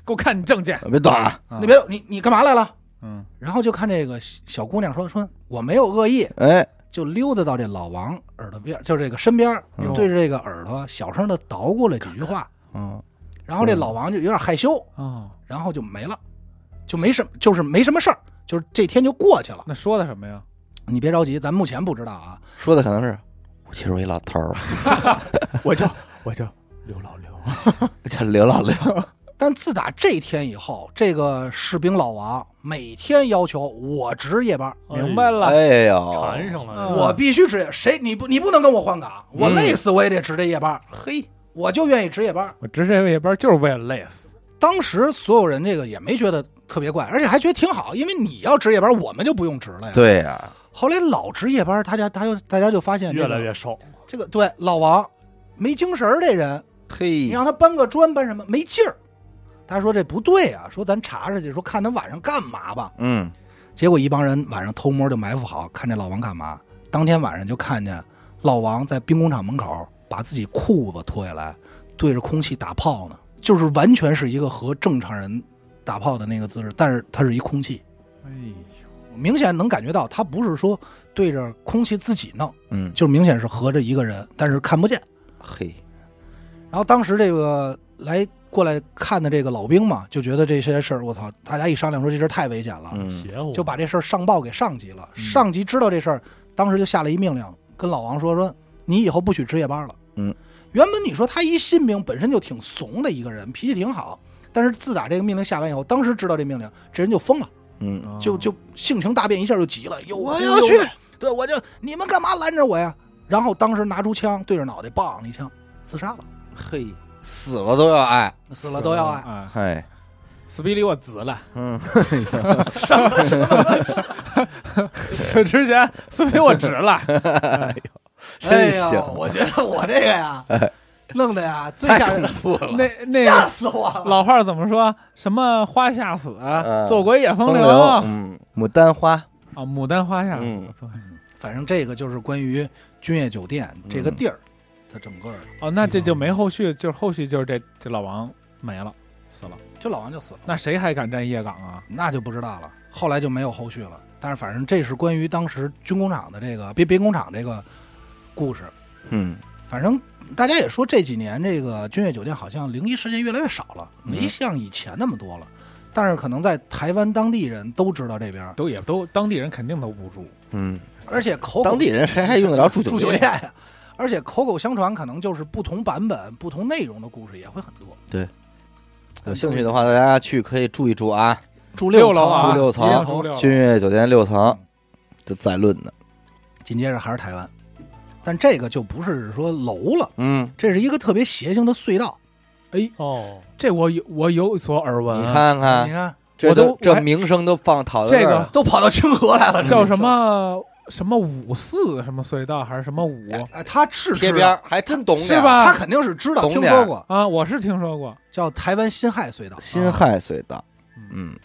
Speaker 3: 给我看你证件。
Speaker 1: 别动啊，
Speaker 2: 你别动，你你干嘛来了？
Speaker 3: 嗯，
Speaker 2: 然后就看这个小小姑娘说说我没有恶意，
Speaker 1: 哎，
Speaker 2: 就溜达到这老王耳朵边儿，就是这个身边儿，
Speaker 3: 嗯
Speaker 2: 对着这个耳朵小声的捣鼓了几句话，
Speaker 1: 嗯，
Speaker 2: 然后这老王就有点害羞，
Speaker 3: 哦，
Speaker 2: 然后就没了，就没什么，就是没什么事儿，就是这天就过去了。
Speaker 3: 那说的什么呀？
Speaker 2: 你别着急，咱目前不知道啊，
Speaker 1: 说的可能是，我其实我一老头儿，
Speaker 3: 我就我就刘老刘，
Speaker 4: 哎
Speaker 1: 叫 刘老六，
Speaker 2: 但自打这天以后，这个士兵老王每天要求我值夜班，
Speaker 3: 明白了。
Speaker 1: 哎
Speaker 4: 哎呦，缠
Speaker 1: 呦，
Speaker 4: 上了，
Speaker 2: 我必须值夜，谁你不你不能跟我换岗，我
Speaker 1: 嗯
Speaker 2: 累死我也得值这夜班，
Speaker 1: 嘿，
Speaker 2: 我就愿意值夜班。
Speaker 3: 我值这夜班就是为了累死。
Speaker 2: 当时所有人这个也没觉得特别怪，而且还觉得挺好，因为你要值夜班，我们就不用值了呀。。
Speaker 1: 对呀，
Speaker 2: 后来老值夜班，大家他又大家就发现、这
Speaker 4: 越
Speaker 2: 个
Speaker 4: 来越瘦，
Speaker 2: 这个对老王没精神儿，这人你
Speaker 1: 嘿，
Speaker 2: 让他搬个砖搬什么没劲儿。他说这不对啊，说咱查查去，说看他晚上干嘛吧。
Speaker 1: 嗯，
Speaker 2: 结果一帮人晚上偷摸就埋伏好，看这老王干嘛。当天晚上就看见老王在兵工厂门口把自己裤子脱下来，对着空气打炮呢，就是完全是一个和正常人打炮的那个姿势，但是他是一空气，
Speaker 3: 哎呦，
Speaker 2: 明显能感觉到他不是说对着空气自己弄，
Speaker 1: 嗯，
Speaker 2: 就是明显是合着一个人，但是看不见。
Speaker 1: 嘿，
Speaker 2: 然后当时这个来过来看的这个老兵嘛，就觉得这些事儿，我操，大家一商量说这事儿太危险了，
Speaker 1: 嗯，
Speaker 4: 邪乎，
Speaker 2: 就把这事儿上报给上级了。
Speaker 3: 嗯
Speaker 2: 上级知道这事儿，当时就下了一命令，跟老王说说，你以后不许值夜班了。
Speaker 1: 嗯，
Speaker 2: 原本你说他一新兵本身就挺怂的一个人，脾气挺好，但是自打这个命令下完以后，当时知道这命令，这人就疯了，
Speaker 1: 嗯，
Speaker 3: 哦
Speaker 2: 就就性情大变，一下就急了，有
Speaker 3: 啊我
Speaker 2: 忽
Speaker 3: 要
Speaker 2: 悠
Speaker 3: 去
Speaker 2: 我，对我就你们干嘛拦着我呀？然后当时拿出枪对着脑袋，梆一枪，自杀了，
Speaker 1: 嘿，死了都要爱，
Speaker 2: 死了都要啊爱。
Speaker 3: 爱。
Speaker 1: 嗨，
Speaker 3: 啊死逼离我紫了，
Speaker 1: 嗯，
Speaker 3: 死 之前死逼我直 了，
Speaker 1: 真
Speaker 2: 哎
Speaker 1: 行
Speaker 2: 呦，我觉得我这 个呀，弄的呀最吓人，
Speaker 1: 不了，
Speaker 3: 那那
Speaker 2: 吓
Speaker 3: 个
Speaker 2: 死我了。
Speaker 3: 老话怎么说？什么花下死，
Speaker 1: 嗯
Speaker 3: 走鬼也风
Speaker 1: 风
Speaker 3: 流
Speaker 1: 流，
Speaker 3: 啊！哦
Speaker 1: 嗯，牡丹花，
Speaker 3: 牡丹花下，
Speaker 1: 嗯
Speaker 3: 我操
Speaker 2: 反正这个就是关于君悦酒店这
Speaker 1: 嗯
Speaker 2: 个地儿，它整个儿
Speaker 3: 哦，那这就没后续，就是后续就是这这老王没了，死了，
Speaker 2: 就老王就死了，
Speaker 3: 那谁还敢站夜岗啊？
Speaker 2: 那就不知道了。后来就没有后续了。但是反正这是关于当时军工厂的这个兵兵工厂这个故事。
Speaker 1: 嗯，
Speaker 2: 反正大家也说这几年这个君悦酒店好像灵异事件越来越少了，
Speaker 1: 嗯
Speaker 2: 没像以前那么多了。但是可能在台湾当地人都知道这边儿，
Speaker 3: 都也都当地人肯定都不住，
Speaker 1: 嗯，
Speaker 2: 而且口口
Speaker 1: 当地人谁还用得着住酒
Speaker 2: 住酒店？呀，而且口口相传，可能就是不同版本、不同内容的故事也会很多。
Speaker 1: 有兴趣的话，大家去可以住一住啊，
Speaker 2: 住
Speaker 3: 六
Speaker 2: 层
Speaker 3: 楼啊，
Speaker 1: 住六层
Speaker 3: 一定住六
Speaker 1: 君
Speaker 3: 层，
Speaker 1: 悦酒店六层，这再论呢，
Speaker 2: 紧接着还是台湾，但这个就不是说楼了，
Speaker 1: 嗯，
Speaker 2: 这是一个特别邪性的隧道。
Speaker 4: 哦，
Speaker 3: 这我有我有所耳闻
Speaker 1: 你
Speaker 3: 啊，
Speaker 1: 看看
Speaker 2: 你，看，
Speaker 1: 这
Speaker 3: 我都我
Speaker 1: 这
Speaker 3: 还
Speaker 1: 名声都放讨到
Speaker 3: 这
Speaker 1: 儿
Speaker 3: 个
Speaker 1: 了
Speaker 2: 都跑到清河来了，
Speaker 3: 叫什么什么五四什么隧道还是什么五
Speaker 2: 哎？他是知
Speaker 1: 贴
Speaker 2: 道
Speaker 1: 边儿还真懂点
Speaker 3: 是
Speaker 1: 儿
Speaker 3: 吧
Speaker 2: 他肯定是知道
Speaker 1: 懂
Speaker 2: 听
Speaker 1: 点儿
Speaker 2: 说过，
Speaker 3: 啊？我是听说过，
Speaker 2: 叫台湾辛亥隧道，
Speaker 1: 辛亥隧道，
Speaker 3: 嗯，
Speaker 1: 嗯，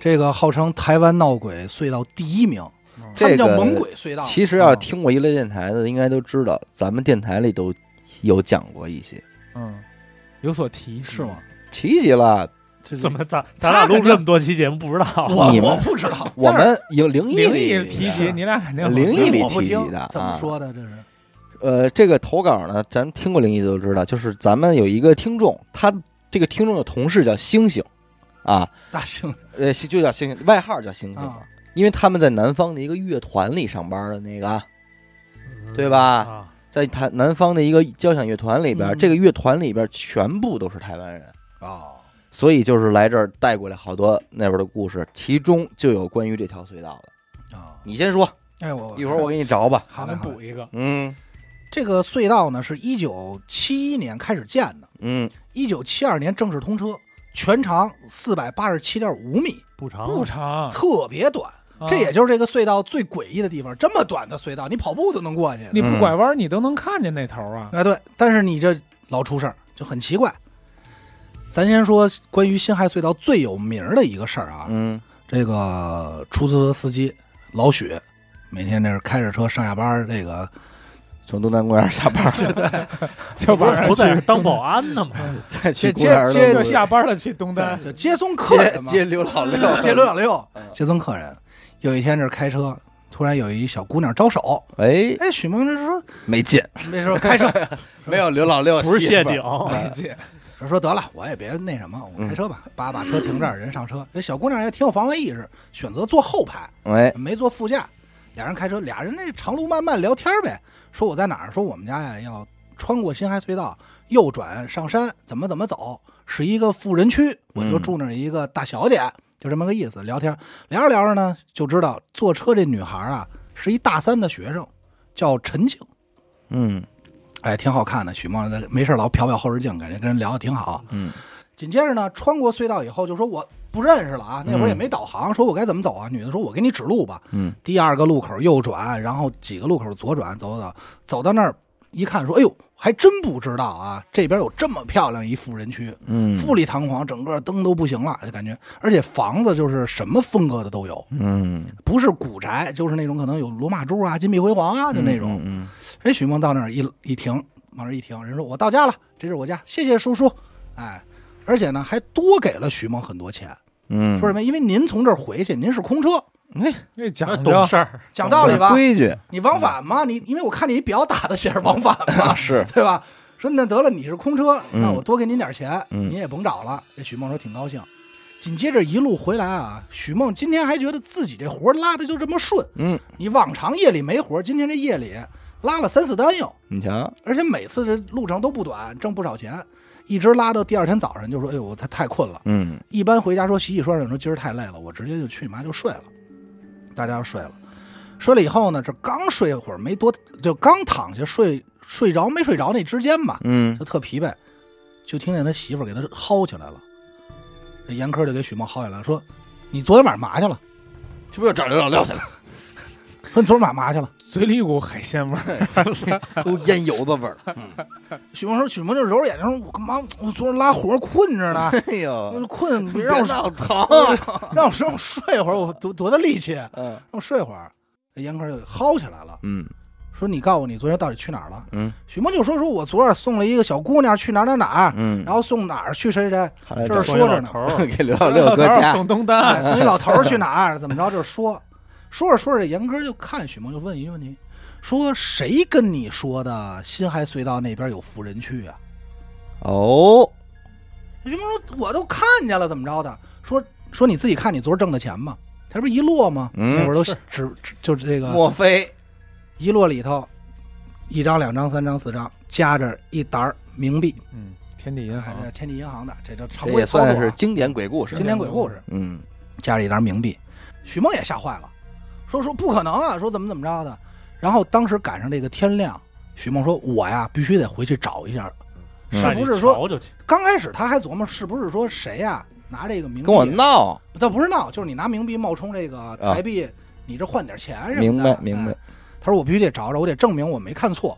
Speaker 2: 这个号称台湾闹鬼隧道第一名，他
Speaker 1: 这
Speaker 2: 们叫
Speaker 1: 个
Speaker 2: 猛鬼隧道。
Speaker 1: 其实要是听过一类电台的，应该都知道，咱们电台里都有讲过一些，
Speaker 3: 嗯，有所提及
Speaker 2: 是吗？？
Speaker 1: 奇极了。
Speaker 2: 这
Speaker 4: 怎么咱咱俩录这么多期节目不知 道？
Speaker 2: 我
Speaker 1: 你们
Speaker 2: 我不知道，
Speaker 1: 我们有灵异
Speaker 3: 灵异
Speaker 1: 里
Speaker 3: 提及，
Speaker 1: 的
Speaker 3: 你俩肯定
Speaker 1: 灵异里
Speaker 2: 我不
Speaker 1: 提及
Speaker 2: 听
Speaker 1: 的
Speaker 2: 怎
Speaker 1: 啊
Speaker 2: 么说的？这是
Speaker 1: 呃，这个投稿呢，咱们听过灵异就知道，就是咱们有一个听众，他这个听众的同事叫星星，啊，
Speaker 2: 大兴
Speaker 1: 呃，就叫星星，外号叫星星，
Speaker 2: 啊，
Speaker 1: 因为他们在南方的一个乐团里上班的那个，
Speaker 4: 嗯
Speaker 1: 对吧
Speaker 4: 啊，
Speaker 1: 在台南方的一个交响乐团里边，
Speaker 2: 嗯
Speaker 1: 这个乐团里边全部都是台湾人，
Speaker 2: 哦，
Speaker 1: 所以就是来这儿带过来好多那边的故事，其中就有关于这条隧道的。
Speaker 2: 啊，
Speaker 1: 你先说，
Speaker 2: 哎我
Speaker 1: 一会儿我给你找吧。
Speaker 3: 好，
Speaker 2: 好
Speaker 3: 咱
Speaker 2: 嘞
Speaker 3: 补一个，
Speaker 1: 嗯
Speaker 2: 这个隧道呢是一九七一年开始建的。
Speaker 1: 嗯，
Speaker 2: 一九七二年正式通车，全长四百八十七点五米，
Speaker 4: 不长
Speaker 3: 不长，
Speaker 2: 特别短。
Speaker 3: 啊
Speaker 2: 这也就是这个隧道最诡异的地方，这么短的隧道，你跑步都能过去。
Speaker 3: 你
Speaker 1: 嗯
Speaker 3: 不拐弯儿，你都能看见那头儿啊。
Speaker 2: 哎，对，但是你这老出事儿，就很奇怪。咱先说关于辛亥隧道最有名儿的一个事儿啊，
Speaker 1: 嗯
Speaker 2: 这个出租车司机老许，每天这是开着车上下班儿，这个
Speaker 1: 从东南公园下班，
Speaker 3: 就
Speaker 4: 不是不在
Speaker 3: 去
Speaker 4: 当保安呢吗？
Speaker 1: 再去
Speaker 2: 接
Speaker 1: 公园儿
Speaker 2: 接
Speaker 1: 都
Speaker 3: 就
Speaker 1: 不
Speaker 3: 下班了去东单，
Speaker 2: 就接送客
Speaker 1: 接
Speaker 2: 人嘛，
Speaker 1: 接刘老六，
Speaker 2: 接六小六
Speaker 1: 嗯，
Speaker 2: 接送客人。有一天这开车，突然有一小姑娘招手，
Speaker 1: 哎，
Speaker 2: 哎，许梦这说
Speaker 1: 没劲，
Speaker 2: 那时候开车，
Speaker 1: 没有刘老六
Speaker 4: 不是
Speaker 1: 戏份
Speaker 4: 谢顶，
Speaker 2: 说说得了，我也别那什么，我开车吧，把把车停这儿，人上车。这小姑娘也挺有防卫意识，选择坐后排，
Speaker 1: 哎，
Speaker 2: 没坐副驾。俩人开车，俩人那长路漫漫聊天呗，说我在哪儿，说我们家呀要穿过辛亥隧道，右转上山，怎么怎么走，是一个富人区，我就住那儿一个大小姐，就这么个意思。聊天聊着聊着呢，就知道坐车这女孩啊是一大三的学生，叫陈静。
Speaker 1: 嗯
Speaker 2: 哎，挺好看的。许梦在没事老瞟瞟后视镜，感觉跟人聊的挺好。
Speaker 1: 嗯，
Speaker 2: 紧接着呢，穿过隧道以后，就说我不认识了啊，那会儿也没导航，说我该怎么走啊？女的说，我给你指路吧。
Speaker 1: 嗯，
Speaker 2: 第二个路口右转，然后几个路口左转，走走走，走到那儿一看说：“哎呦，还真不知道啊，这边有这么漂亮一富人区，
Speaker 1: 嗯，
Speaker 2: 富丽堂皇，整个灯都不行了，就感觉，而且房子就是什么风格的都有，
Speaker 1: 嗯，
Speaker 2: 不是古宅，就是那种可能有罗马柱啊、金碧辉煌啊，就那种。
Speaker 1: 嗯，
Speaker 2: 哎，许梦到那儿一一停，往那儿一停，人说我到家了，这是我家，谢谢叔叔。哎，而且呢还多给了许梦很多钱，
Speaker 1: 嗯，
Speaker 2: 说什么？因为您从这儿回去，您是空车，
Speaker 3: 那
Speaker 4: 那
Speaker 3: 讲究
Speaker 4: 懂事儿，
Speaker 2: 讲道理吧？
Speaker 1: 规矩，
Speaker 2: 你往返嘛，你因为我看你表打的写着往返嘛
Speaker 1: 是，
Speaker 2: 对吧？说那得了，你是空车，
Speaker 1: 嗯
Speaker 2: 那我多给您点钱，
Speaker 1: 嗯
Speaker 2: 您也甭找了。这许梦说挺高兴。紧接着一路回来啊，许梦今天还觉得自己这活儿拉的就这么顺，
Speaker 1: 嗯，
Speaker 2: 你往常夜里没活儿，今天这夜里拉了三四单哟。
Speaker 1: 你瞧，
Speaker 2: 而且每次这路程都不短，挣不少钱，一直拉到第二天早上就说：“哎呦，他太困了。
Speaker 1: 嗯”
Speaker 2: 一般回家说洗洗涮涮，说今儿太累了，我直接就去你妈就睡了。大家就睡了，睡了以后呢，这刚睡一会儿没多，就刚躺下睡睡着没睡着那之间吧，
Speaker 1: 嗯
Speaker 2: 就特疲惫，就听见他媳妇儿给他薅起来了。这严科就给许梦薅起来了，说：“你昨天晚上嘛去了？
Speaker 1: 是不是找溜溜去了？
Speaker 2: 说你昨天晚上嘛去了
Speaker 3: 嘴里一股海鲜味儿，
Speaker 1: 都烟油子味儿。？”
Speaker 2: 许梦说：“许梦就揉着眼睛说，我干嘛？我昨儿拉活儿困着 呢，
Speaker 1: 哎
Speaker 2: 我
Speaker 1: 呦，
Speaker 2: 就困，别让我啊
Speaker 1: 闹 疼。
Speaker 2: 让我让我睡会儿，我多多大力气，啊让
Speaker 1: 嗯
Speaker 2: 我睡会儿。这严科就薅起来了，
Speaker 1: 嗯
Speaker 2: 说：“你告诉我你昨天到底去哪儿了
Speaker 1: 嗯？”
Speaker 2: 许梦就说：“说我昨儿送了一个小姑娘去哪儿哪儿哪儿，
Speaker 1: 嗯，
Speaker 2: 然后送哪儿去谁谁谁，
Speaker 1: 后来
Speaker 2: 这儿
Speaker 4: 送
Speaker 2: 说
Speaker 4: 一
Speaker 2: 着
Speaker 4: 老
Speaker 2: 呢
Speaker 4: 头儿
Speaker 1: 给刘老六搁
Speaker 3: 哪有
Speaker 1: 家，
Speaker 3: 送东单
Speaker 2: 哎送一老头儿去哪儿，怎么着？”这儿说，说着说着，严科就看许梦就问一个问题，说：“谁跟你说的辛亥隧道那边有富人区啊
Speaker 1: 哦，？”
Speaker 2: 许梦说：“我都看见了，怎么着的？”说说你自己看你昨儿挣的钱吗？他不是一摞吗？
Speaker 1: 嗯
Speaker 2: 那会儿都只只就这个
Speaker 1: 莫非
Speaker 2: 一摞里头，一张、两张、三张、四张，夹着一沓儿冥币，
Speaker 3: 嗯，天地银
Speaker 2: 哎
Speaker 3: 行，
Speaker 2: 这天地银行的，这叫常
Speaker 1: 这
Speaker 2: 规
Speaker 1: 也
Speaker 2: 操作啊、
Speaker 1: 算是经典鬼故事？
Speaker 2: 经典鬼故事，
Speaker 1: 嗯
Speaker 2: 夹着一沓冥币。许梦也吓坏了，说说不可能啊，说怎么怎么着的。然后当时赶上这个天亮，许梦说：“我呀，必须得回去找一下。
Speaker 1: 嗯
Speaker 2: 是
Speaker 4: 上
Speaker 2: 不
Speaker 4: 去
Speaker 2: 是说
Speaker 4: 瞧瞧去？”
Speaker 2: 刚开始他还琢磨是不是说谁呀拿这个冥币
Speaker 1: 跟我，闹，啊
Speaker 2: 倒不是闹，就是你拿冥币冒充这个台币，你这换点钱什么的。
Speaker 1: 明白
Speaker 2: 哎
Speaker 1: 明白。
Speaker 2: 他说我必须得找找，我得证明我没看错。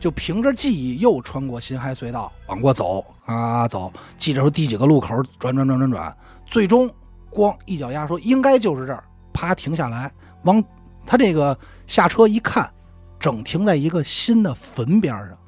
Speaker 2: 就凭着记忆又穿过辛亥隧道往过走啊走，记着说第几个路口转转转转转，最终咣一脚丫说应该就是这儿，啪停下来，往他这个下车一看，整停在一个新的坟边上，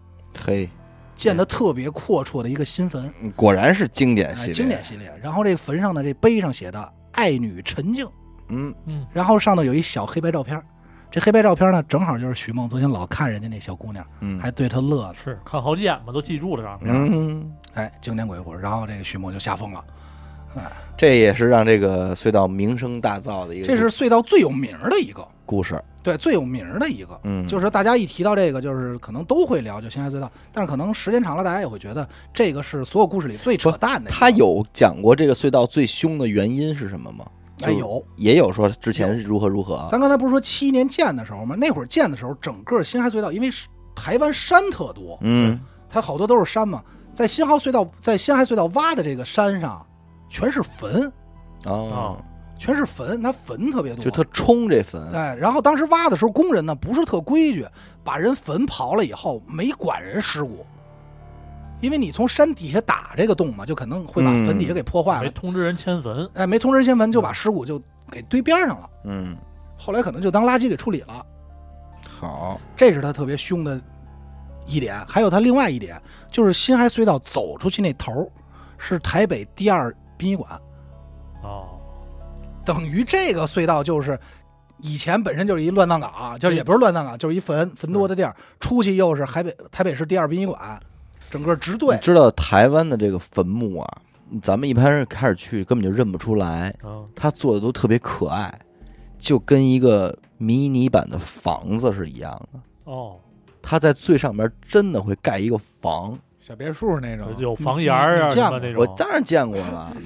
Speaker 1: 嘿，
Speaker 2: 建得特别阔绰的一个新坟，
Speaker 1: 果然是经典系
Speaker 2: 哎
Speaker 1: 列，
Speaker 2: 经典，系列。然后这坟上的这碑上写的“爱女陈静”，
Speaker 1: 嗯
Speaker 2: 然后上头有一小黑白照片儿，这黑白照片呢，正好就是许梦昨天老看人家那小姑娘，
Speaker 1: 嗯，
Speaker 2: 还对她乐呢。
Speaker 4: 是看好几眼吧，都记住了照片。
Speaker 1: 嗯，
Speaker 2: 哎，经典鬼魂。然后这个许梦就吓疯了。
Speaker 1: 这也是让这个隧道名声大噪的一个，
Speaker 2: 这是隧道最有名儿的一个，
Speaker 1: 故事，
Speaker 2: 对，最有名儿的一个。
Speaker 1: 嗯，
Speaker 2: 就是大家一提到这个，就是可能都会聊，就《辛亥隧道》，但是可能时间长了，大家也会觉得这个是所有故事里最扯淡的一个。
Speaker 1: 他有讲过这个隧道最凶的原因是什么吗？
Speaker 2: 哎
Speaker 1: 就
Speaker 2: 有，
Speaker 1: 也有说之前如何如何啊，
Speaker 2: 咱刚才不是说七一年建的时候吗？那会儿建的时候，整个辛亥隧道因为是台湾山特多，
Speaker 1: 嗯
Speaker 2: 它好多都是山嘛，在辛亥隧道，在辛亥隧道挖的这个山上，全是坟，
Speaker 1: 哦，
Speaker 2: 全是坟，它坟特别多。
Speaker 1: 就他冲这坟，
Speaker 2: 哎，然后当时挖的时候，工人呢不是特规矩，把人坟刨了以后没管人尸骨，因为你从山底下打这个洞嘛，就可能会把
Speaker 1: 嗯
Speaker 2: 坟底下给破坏
Speaker 4: 没
Speaker 2: 了。
Speaker 4: 通知人迁坟，
Speaker 2: 哎，没通知迁坟就把尸骨就给堆边上了，
Speaker 1: 嗯，
Speaker 2: 后来可能就当垃圾给处理了。
Speaker 1: 好，
Speaker 2: 这是他特别凶的一点。还有他另外一点，就是辛亥隧道走出去那头儿是台北第二殡仪馆，
Speaker 4: 哦，
Speaker 2: 等于这个隧道就是以前本身就是一乱葬岗，就是也不是乱葬岗，就是一坟坟多的地儿。出去又是台北台北市第二殡仪馆，整个直
Speaker 1: 你
Speaker 2: 对。
Speaker 1: 知道台湾的这个坟墓啊，咱们一般人开始去根本就认不出来，
Speaker 4: 嗯，
Speaker 1: 他做的都特别可爱，就跟一个迷你版的房子是一样的。
Speaker 4: 哦，
Speaker 1: 他在最上面真的会盖一个房，
Speaker 3: 小别墅那种，
Speaker 4: 有房檐儿
Speaker 2: 你
Speaker 4: 啊
Speaker 2: 你
Speaker 4: 什
Speaker 2: 见
Speaker 4: 么那
Speaker 1: 我
Speaker 4: 种，
Speaker 1: 当然见过了。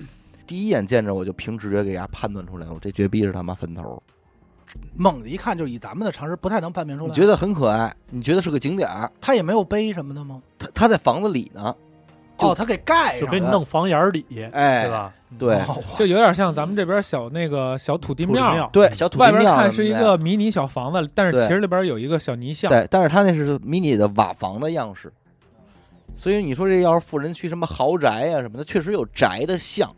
Speaker 1: 第一眼见着我就凭直觉给人家判断出来，我这绝逼是他妈坟头。
Speaker 2: 猛的一看，就是以咱们的常识不太能判别出
Speaker 1: 你
Speaker 2: 来。
Speaker 1: 觉得很可爱，你觉得是个景点儿，
Speaker 2: 他也没有碑什么的吗？
Speaker 1: 他他在房子里呢，
Speaker 2: 哦，他给盖
Speaker 4: 就
Speaker 2: 上
Speaker 4: 给
Speaker 2: 了，
Speaker 4: 你弄房檐儿里，
Speaker 1: 哎
Speaker 4: 对吧？嗯
Speaker 1: 对
Speaker 2: 哦
Speaker 3: 就有点像咱们这边小那个小土地
Speaker 4: 土地
Speaker 3: 庙儿，
Speaker 4: 庙
Speaker 1: 对，小土
Speaker 3: 外
Speaker 1: 地
Speaker 3: 边
Speaker 1: 庙
Speaker 3: 看
Speaker 1: 什么
Speaker 3: 是一
Speaker 1: 的
Speaker 3: 个迷你小房子，但是
Speaker 1: 对
Speaker 3: 其实里边有一个小泥像。
Speaker 1: 对，但是它那是迷你的瓦房的样式，所以你说这要是富人区什么豪宅呀、什么的，确实有宅的像，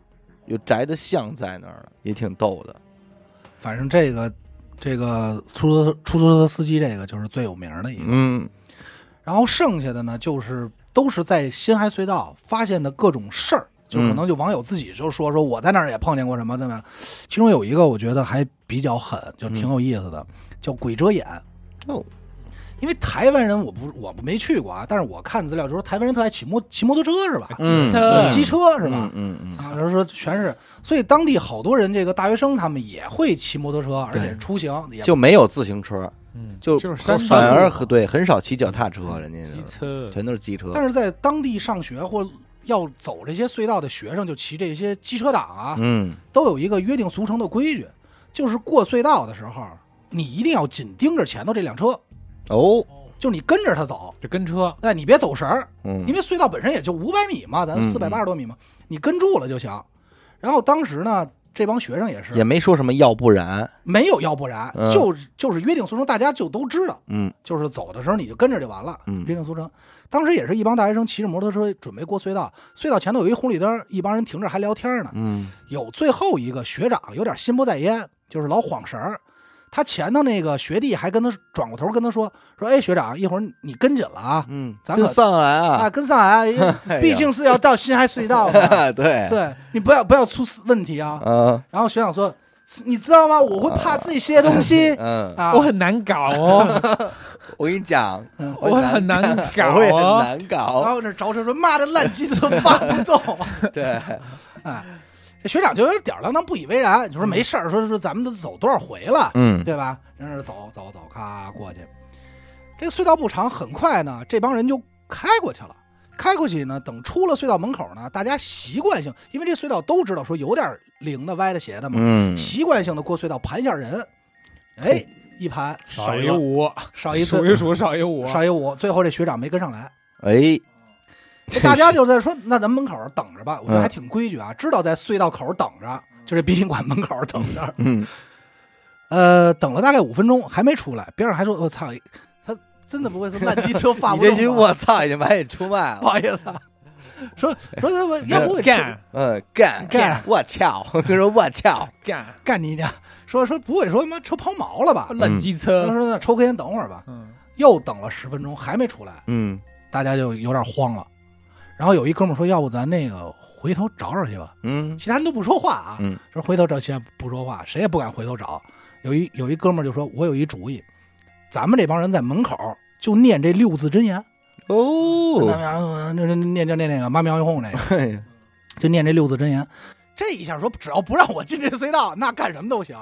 Speaker 1: 有宅的像在那儿了，也挺逗的。
Speaker 2: 反正这个这个出租出租车司机这个就是最有名的一个。
Speaker 1: 嗯，
Speaker 2: 然后剩下的呢，就是都是在辛亥隧道发现的各种事儿，就可
Speaker 1: 嗯
Speaker 2: 能就网友自己就说说我在那儿也碰见过什么的嘛。其中有一个我觉得还比较狠，就挺有意思的，叫鬼遮眼。
Speaker 1: 嗯哦，
Speaker 2: 因为台湾人我不我不没去过啊，但是我看资料就说台湾人特爱骑摩骑摩托车是吧？
Speaker 1: 嗯
Speaker 4: 机车
Speaker 2: 机车是吧？
Speaker 1: 嗯嗯
Speaker 2: 啊，就是说全是，所以当地好多人，这个大学生他们也会骑摩托车，而且
Speaker 1: 对
Speaker 2: 出行也
Speaker 1: 嗯，就没有自行车，
Speaker 4: 嗯，
Speaker 1: 就
Speaker 3: 就是山
Speaker 1: 反
Speaker 3: 路
Speaker 1: 而
Speaker 3: 嘛
Speaker 1: 和对很少骑脚踏车，人家
Speaker 3: 机
Speaker 1: 就是
Speaker 3: 车，
Speaker 1: 全都是机车。
Speaker 2: 但是在当地上学或要走这些隧道的学生，就骑这些机车党啊，
Speaker 1: 嗯，
Speaker 2: 都有一个约定俗成的规矩，就是过隧道的时候，你一定要紧盯着前头这辆车，
Speaker 1: 哦，
Speaker 2: 就是你跟着他走，
Speaker 3: 这跟车
Speaker 2: 哎，你别走神儿，
Speaker 1: 嗯
Speaker 2: 因为隧道本身也就五百米嘛，咱
Speaker 1: 嗯
Speaker 2: 四百八十多米嘛，你跟住了就行。然后当时呢，这帮学生也
Speaker 1: 也
Speaker 2: 是
Speaker 1: 没说什么，要不然，
Speaker 2: 没有要不然，
Speaker 1: 嗯
Speaker 2: 就就是约定俗成，大家就都知道。
Speaker 1: 嗯
Speaker 2: 就是走的时候你就跟着就完了，
Speaker 1: 嗯
Speaker 2: 约定俗成。当时也是一帮大学生骑着摩托车准备过隧道，隧道前头有一红绿灯，一帮人停着还聊天呢。
Speaker 1: 嗯
Speaker 2: 有最后一个学长有点心不在焉，就是老晃神儿。他前头那个学弟还跟他转过头跟他说说：“哎，学长，一会儿你跟紧了啊，
Speaker 1: 嗯，
Speaker 2: 咱
Speaker 1: 跟
Speaker 2: 可
Speaker 1: 上来啊
Speaker 2: 啊，，跟上 来啊，因为
Speaker 1: 哎呀
Speaker 2: 毕竟是要到辛亥隧 道的，
Speaker 1: 对，
Speaker 2: 对你不要不要出问题啊。
Speaker 1: 嗯”
Speaker 2: 然后学长说：“你知道吗？我会怕自己些东西
Speaker 1: 嗯，
Speaker 2: 啊。”
Speaker 3: 我很难搞哦，
Speaker 1: 我跟你讲，
Speaker 2: 嗯
Speaker 3: 我很难搞
Speaker 2: 啊
Speaker 1: 我也很
Speaker 3: 哦。
Speaker 1: 难
Speaker 2: 然
Speaker 1: 搞，
Speaker 2: 后那着车说：“妈的，烂鸡 子发不动。”
Speaker 1: 对，
Speaker 2: 这学长就有点儿当当不以为然，就说没事儿，说说咱们都走多少回了，
Speaker 1: 嗯
Speaker 2: 对吧？然后走走走，咔过去。这个隧道不长，很快呢，这帮人就开过去了。开过去呢，等出了隧道门口呢，大家习惯性，因为这隧道都知道说有点零的、歪的、斜的嘛，
Speaker 1: 嗯
Speaker 2: 习惯性的过隧道盘一下人，哎，一盘
Speaker 3: 少
Speaker 4: 少
Speaker 3: 一
Speaker 4: 一
Speaker 3: 五，
Speaker 2: 少一
Speaker 3: 啊数
Speaker 2: 次，
Speaker 3: 一数，啊少一五。
Speaker 2: 少一五，最后这学长没跟上来，
Speaker 1: 哎，
Speaker 2: 大家就在说，那咱门口等着吧，我觉得
Speaker 1: 嗯
Speaker 2: 还挺规矩啊，知道在隧道口等着，就这殡仪馆门口等着。
Speaker 1: 嗯，
Speaker 2: 呃，等了大概五分钟还没出来，边上还说：“我、操，他真的不会是烂机车发
Speaker 1: 你
Speaker 2: 不
Speaker 1: 这
Speaker 2: 啊动
Speaker 1: 句
Speaker 2: 吗
Speaker 1: 我操已经把你出 卖
Speaker 2: 不
Speaker 1: 了，
Speaker 2: 好意思、啊，说说他我要不我
Speaker 3: 干
Speaker 1: 嗯，干
Speaker 2: 干，
Speaker 1: 我操， 跟说我操，
Speaker 3: 干
Speaker 2: 干你一娘！说说不会说他妈车抛锚了吧？
Speaker 3: 烂机
Speaker 2: 他
Speaker 3: 车，
Speaker 2: 说那抽根烟等会儿吧。
Speaker 3: 嗯，
Speaker 2: 又等了十分钟还没出来，
Speaker 1: 嗯，
Speaker 2: 大家就有点慌了。然后有一哥们儿说：要不咱那个回头找找去吧？
Speaker 1: 嗯
Speaker 2: 其他人都不说话啊，
Speaker 1: 嗯
Speaker 2: 说回头找，现在不说话，谁也不敢回头找。有一有一哥们儿就说：“我有一主意，咱们这帮人在门口就念这六字真言。”那
Speaker 1: 哦，哎
Speaker 2: 那那念就念那个啊妈喵一 哄那个，
Speaker 1: 嘿
Speaker 2: 就念这六字真言。这一下说，只要不让我进这隧道，那干什么都行。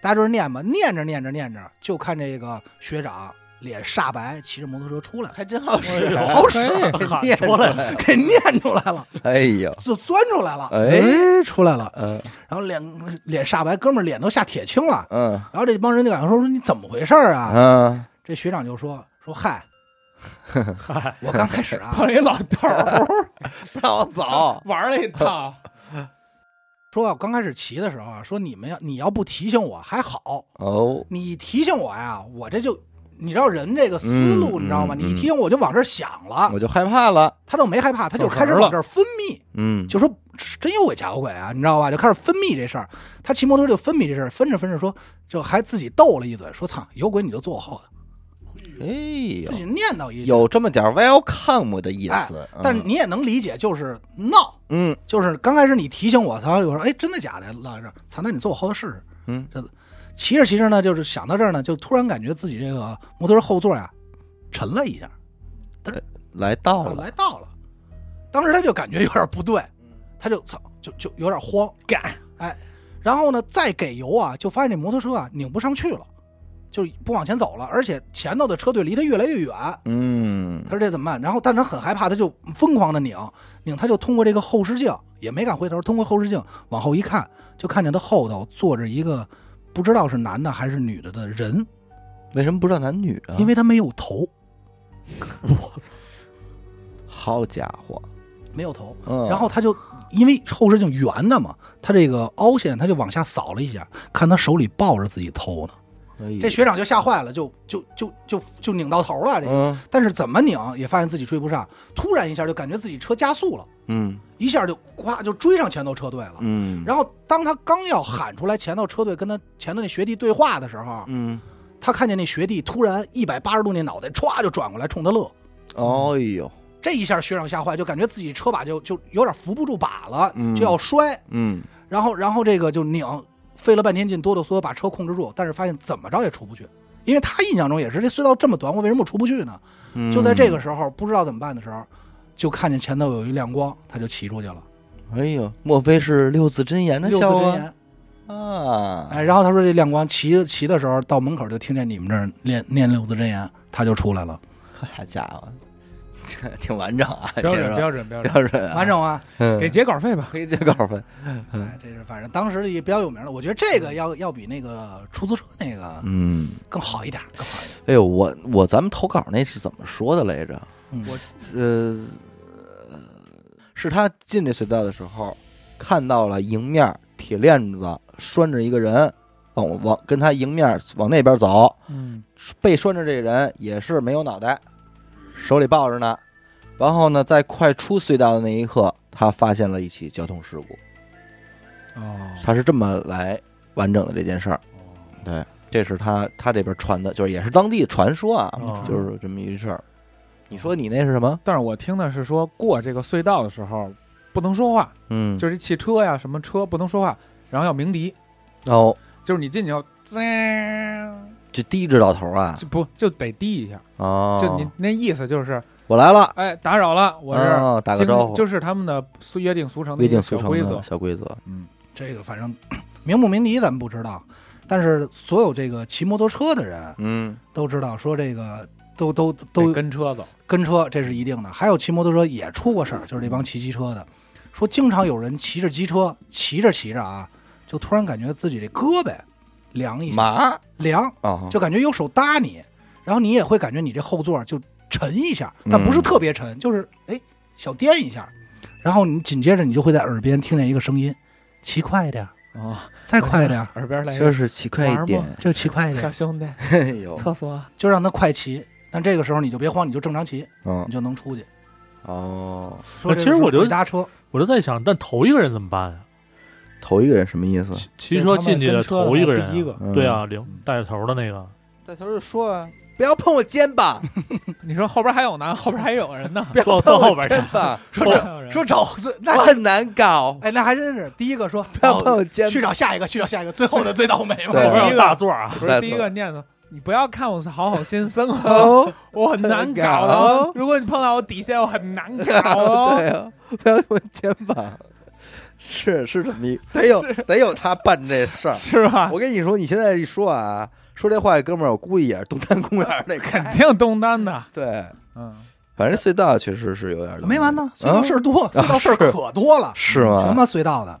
Speaker 2: 大家就是念吧，念着念着念着，就看这个学长脸煞白，骑着摩托车出来了，
Speaker 1: 还真好使，
Speaker 4: 哎呦
Speaker 2: 好使，啊
Speaker 4: 喊
Speaker 1: 念
Speaker 4: 出来了，
Speaker 1: 了，
Speaker 2: 给念出来了，
Speaker 1: 哎呦，
Speaker 2: 就钻出来了，
Speaker 1: 哎，
Speaker 2: 出来了，
Speaker 1: 嗯
Speaker 2: 然后脸脸煞白，哥们儿脸都吓铁青了。
Speaker 1: 嗯
Speaker 2: 然后这帮人就感觉说说你怎么回事 儿啊？
Speaker 1: 嗯，
Speaker 2: 这学长就说说嗨，
Speaker 4: 嗨，
Speaker 2: 我刚开始啊，
Speaker 3: 碰一老头儿
Speaker 1: 让我走，
Speaker 3: 玩了一套，
Speaker 2: 说我刚开始骑的时候啊，说你们要你要不提醒我还好，
Speaker 1: 哦，
Speaker 2: 你提醒我呀，我这就你知道人这个思路，
Speaker 1: 嗯
Speaker 2: 你知道吗？
Speaker 1: 嗯
Speaker 2: 你一提醒我就往这儿想了，
Speaker 1: 我就害怕了，
Speaker 2: 他就没害怕，他就
Speaker 3: 走神
Speaker 2: 开始
Speaker 3: 儿
Speaker 2: 往
Speaker 3: 了
Speaker 2: 这儿分泌，
Speaker 1: 嗯，
Speaker 2: 就说真有鬼假有鬼啊，你知道吧？就开始分泌这事儿。他骑摩托车就分泌这事儿，分着分着说，就还自己逗了一嘴，说操，有鬼你就坐我后头，
Speaker 1: 哎
Speaker 2: 自己
Speaker 1: 呦，
Speaker 2: 念叨一句。
Speaker 1: 有这么点 welcome 的意思，
Speaker 2: 但
Speaker 1: 嗯
Speaker 2: 你也能理解，就是闹，
Speaker 1: 嗯
Speaker 2: 就是刚开始你提醒我，操，我说哎，真的假的？老师，操，那你坐我后头试试。
Speaker 1: 嗯，
Speaker 2: 这骑着骑着呢，就是想到这儿呢，就突然感觉自己这个摩托车后座呀、沉了一下。
Speaker 1: 来到
Speaker 2: 啊
Speaker 1: 了，嗯
Speaker 2: 来到了。当时他就感觉有点不对，他就操，就就有点慌。哎
Speaker 3: 干
Speaker 2: 然后呢，再给油啊，就发现这摩托车啊拧不上去了，就不往前走了，而且前头的车队离他越来越远。
Speaker 1: 嗯
Speaker 2: 他说这怎么办？然后，但是他很害怕，他就疯狂的拧拧，他就通过这个后视镜，也没敢回头，通过后视镜往后一看，就看见他后头坐着一个不知道是男的还是女的的人，
Speaker 1: 为什么不知道男女啊？
Speaker 2: 因为他没有头。
Speaker 1: 好家伙，
Speaker 2: 没有头。
Speaker 1: 嗯，
Speaker 2: 然后他就因为后视镜圆的嘛，他这个凹陷，他就往下扫了一下，看他手里抱着自己头呢。
Speaker 1: 哎呦
Speaker 2: 这学长就吓坏了，就就就就就拧到头了。这个，
Speaker 1: 嗯
Speaker 2: 但是怎么拧也发现自己追不上，突然一下就感觉自己车加速了，
Speaker 1: 嗯
Speaker 2: 一下就咵就追上前头车队了。
Speaker 1: 嗯，
Speaker 2: 然后当他刚要喊出来前头车队跟他前头那学弟对话的时候，啊
Speaker 1: 嗯，
Speaker 2: 他看见那学弟突然一百八十度那脑袋歘就转过来冲他乐。
Speaker 1: 哎呦，
Speaker 2: 这一下学长吓坏，就感觉自己车把就就有点扶不住把了，
Speaker 1: 嗯
Speaker 2: 就要摔。
Speaker 1: 嗯
Speaker 2: 然后然后这个就拧，费了半天劲哆哆嗦嗦把车控制住，但是发现怎么着也出不去，因为他印象中也是这隧道这么短，我为什么我出不去呢？
Speaker 1: 嗯，
Speaker 2: 就在这个时候，不知道怎么办的时候，就看见前头有一亮光，他就骑出去了。
Speaker 1: 哎呦，莫非是六字真言的
Speaker 2: 六字
Speaker 1: 笑
Speaker 2: 真
Speaker 1: 话
Speaker 2: 言，
Speaker 1: 啊？
Speaker 2: 哎，然后他说这亮光骑骑的时候到门口就听见你们这儿念念六字真言，他就出来了。
Speaker 1: 好家伙，这挺完整啊，
Speaker 3: 标准
Speaker 1: 这
Speaker 3: 标准标
Speaker 1: 个
Speaker 3: 准，
Speaker 1: 标准啊，
Speaker 2: 完整啊，
Speaker 1: 嗯
Speaker 3: 给结稿费吧。
Speaker 1: 可以借稿分，
Speaker 2: 哎，这是反正当时也比较有名的，我觉得这个要要比那个出租车那个
Speaker 1: 嗯，
Speaker 2: 更好一点，更好一点。
Speaker 1: 哎呦，我我咱们投稿那是怎么说的来着？
Speaker 2: 嗯
Speaker 3: 我
Speaker 1: 呃，是他进这隧道的时候，看到了迎面铁链子拴着一个人，往我往跟他迎面往那边走，
Speaker 3: 嗯，
Speaker 1: 被拴着这人也是没有脑袋，手里抱着呢。然后呢，在快出隧道的那一刻，他发现了一起交通事故。
Speaker 2: 嗯
Speaker 3: 哦，
Speaker 1: 他是这么来完整的这件事儿。
Speaker 2: 哦
Speaker 1: 对，这是他他这边传的，就是也是当地传说啊，
Speaker 4: 哦
Speaker 1: 就是这么一事儿。你说你那是什么？
Speaker 3: 但是我听的是说过这个隧道的时候不能说话，
Speaker 1: 嗯，
Speaker 3: 就是汽车呀什么车不能说话，然后要鸣笛，
Speaker 1: 哦，
Speaker 3: 就是你进去要。
Speaker 1: 就低着到头啊。
Speaker 3: 就不就得低一下，
Speaker 1: 哦，
Speaker 3: 就你那意思就是，
Speaker 1: 我来了，
Speaker 3: 哎，打扰了，我是
Speaker 1: 哦打个
Speaker 3: 经
Speaker 1: 招呼，
Speaker 3: 就是他们的俗约定俗成的
Speaker 1: 约
Speaker 3: 一个
Speaker 1: 定俗
Speaker 3: 小
Speaker 1: 成
Speaker 3: 规
Speaker 1: 的
Speaker 3: 则。
Speaker 1: 小规则。
Speaker 3: 嗯，
Speaker 2: 这个反正 鸣不鸣笛咱们不知道，但是所有这个骑摩托车的人
Speaker 1: 嗯
Speaker 2: 都知道，说这个都都
Speaker 3: 得
Speaker 2: 都
Speaker 3: 跟车走。
Speaker 2: 跟车，这是一定的。还有骑摩托车也出过事儿，就是这帮骑机车的，说经常有人骑着机车，骑着骑着啊，就突然感觉自己这胳膊凉一下，
Speaker 1: 麻
Speaker 2: 凉，
Speaker 1: 啊，
Speaker 2: 就感觉有手搭你，然后你也会感觉你这后座就沉一下，但不是
Speaker 1: 嗯
Speaker 2: 特别沉，就是哎小颠一下，然后你紧接着你就会在耳边听见一个声音：骑快一点儿，
Speaker 3: 哦，
Speaker 2: 再快一点儿。
Speaker 3: 耳边来一
Speaker 1: 说
Speaker 3: 个
Speaker 1: 是奇怪一
Speaker 3: 玩
Speaker 1: 点，
Speaker 2: 就骑快一
Speaker 3: 小
Speaker 2: 点，
Speaker 3: 兄弟，
Speaker 1: 哎呦，
Speaker 3: 厕所
Speaker 2: 就让他快骑。但这个时候你就别慌，你就正常骑，
Speaker 1: 嗯
Speaker 2: 你就能出去。
Speaker 1: 哦，
Speaker 2: 说这个
Speaker 4: 其实我
Speaker 2: 是
Speaker 4: 觉得
Speaker 2: 回搭车，
Speaker 4: 我就在想，但头一个人怎么办啊呀？
Speaker 1: 头一个人什么意思？
Speaker 4: 骑车进去的头一个人啊，
Speaker 2: 第一个
Speaker 1: 嗯
Speaker 4: 对啊，领带着头的那个，
Speaker 1: 带头就说啊，不要碰我肩膀，
Speaker 3: 你说后边还有呢，后边还有人 呢。
Speaker 4: 坐坐后边去。
Speaker 1: 膀，
Speaker 4: 后边还有人
Speaker 2: 说找那
Speaker 1: 我
Speaker 2: 真
Speaker 1: 很难搞，
Speaker 2: 哎，那还真是第一个说哦
Speaker 1: 不要碰我肩
Speaker 2: 去
Speaker 1: 膀。
Speaker 2: 找下一个，去找下一个，最后的最倒霉嘛。
Speaker 1: 对
Speaker 4: 后边
Speaker 3: 第一
Speaker 4: 有
Speaker 3: 个
Speaker 4: 大座啊，
Speaker 3: 不
Speaker 1: 再走
Speaker 3: 是第一个念叨，你不要看我是好好先生 哦，
Speaker 1: 哦，
Speaker 3: 我很难搞的哦。如果你碰到我底线，我很难搞
Speaker 1: 对
Speaker 3: 哦。
Speaker 1: 啊，不要碰我肩膀，是是这么一，得有 得有他办这事儿。
Speaker 3: 是吧？
Speaker 2: 啊
Speaker 1: 我跟你说，你现在一说啊，说这话，哥们儿，我估计也是东单公园那
Speaker 2: 哎
Speaker 3: 肯
Speaker 1: 个。
Speaker 3: 定东单的，
Speaker 1: 对，
Speaker 3: 嗯，
Speaker 1: 反正隧道确实是有点儿
Speaker 2: 没完呢，隧
Speaker 1: 啊
Speaker 2: 道事儿多，隧道事儿
Speaker 1: 是
Speaker 2: 可多了，
Speaker 1: 是吗
Speaker 2: 什么隧道的？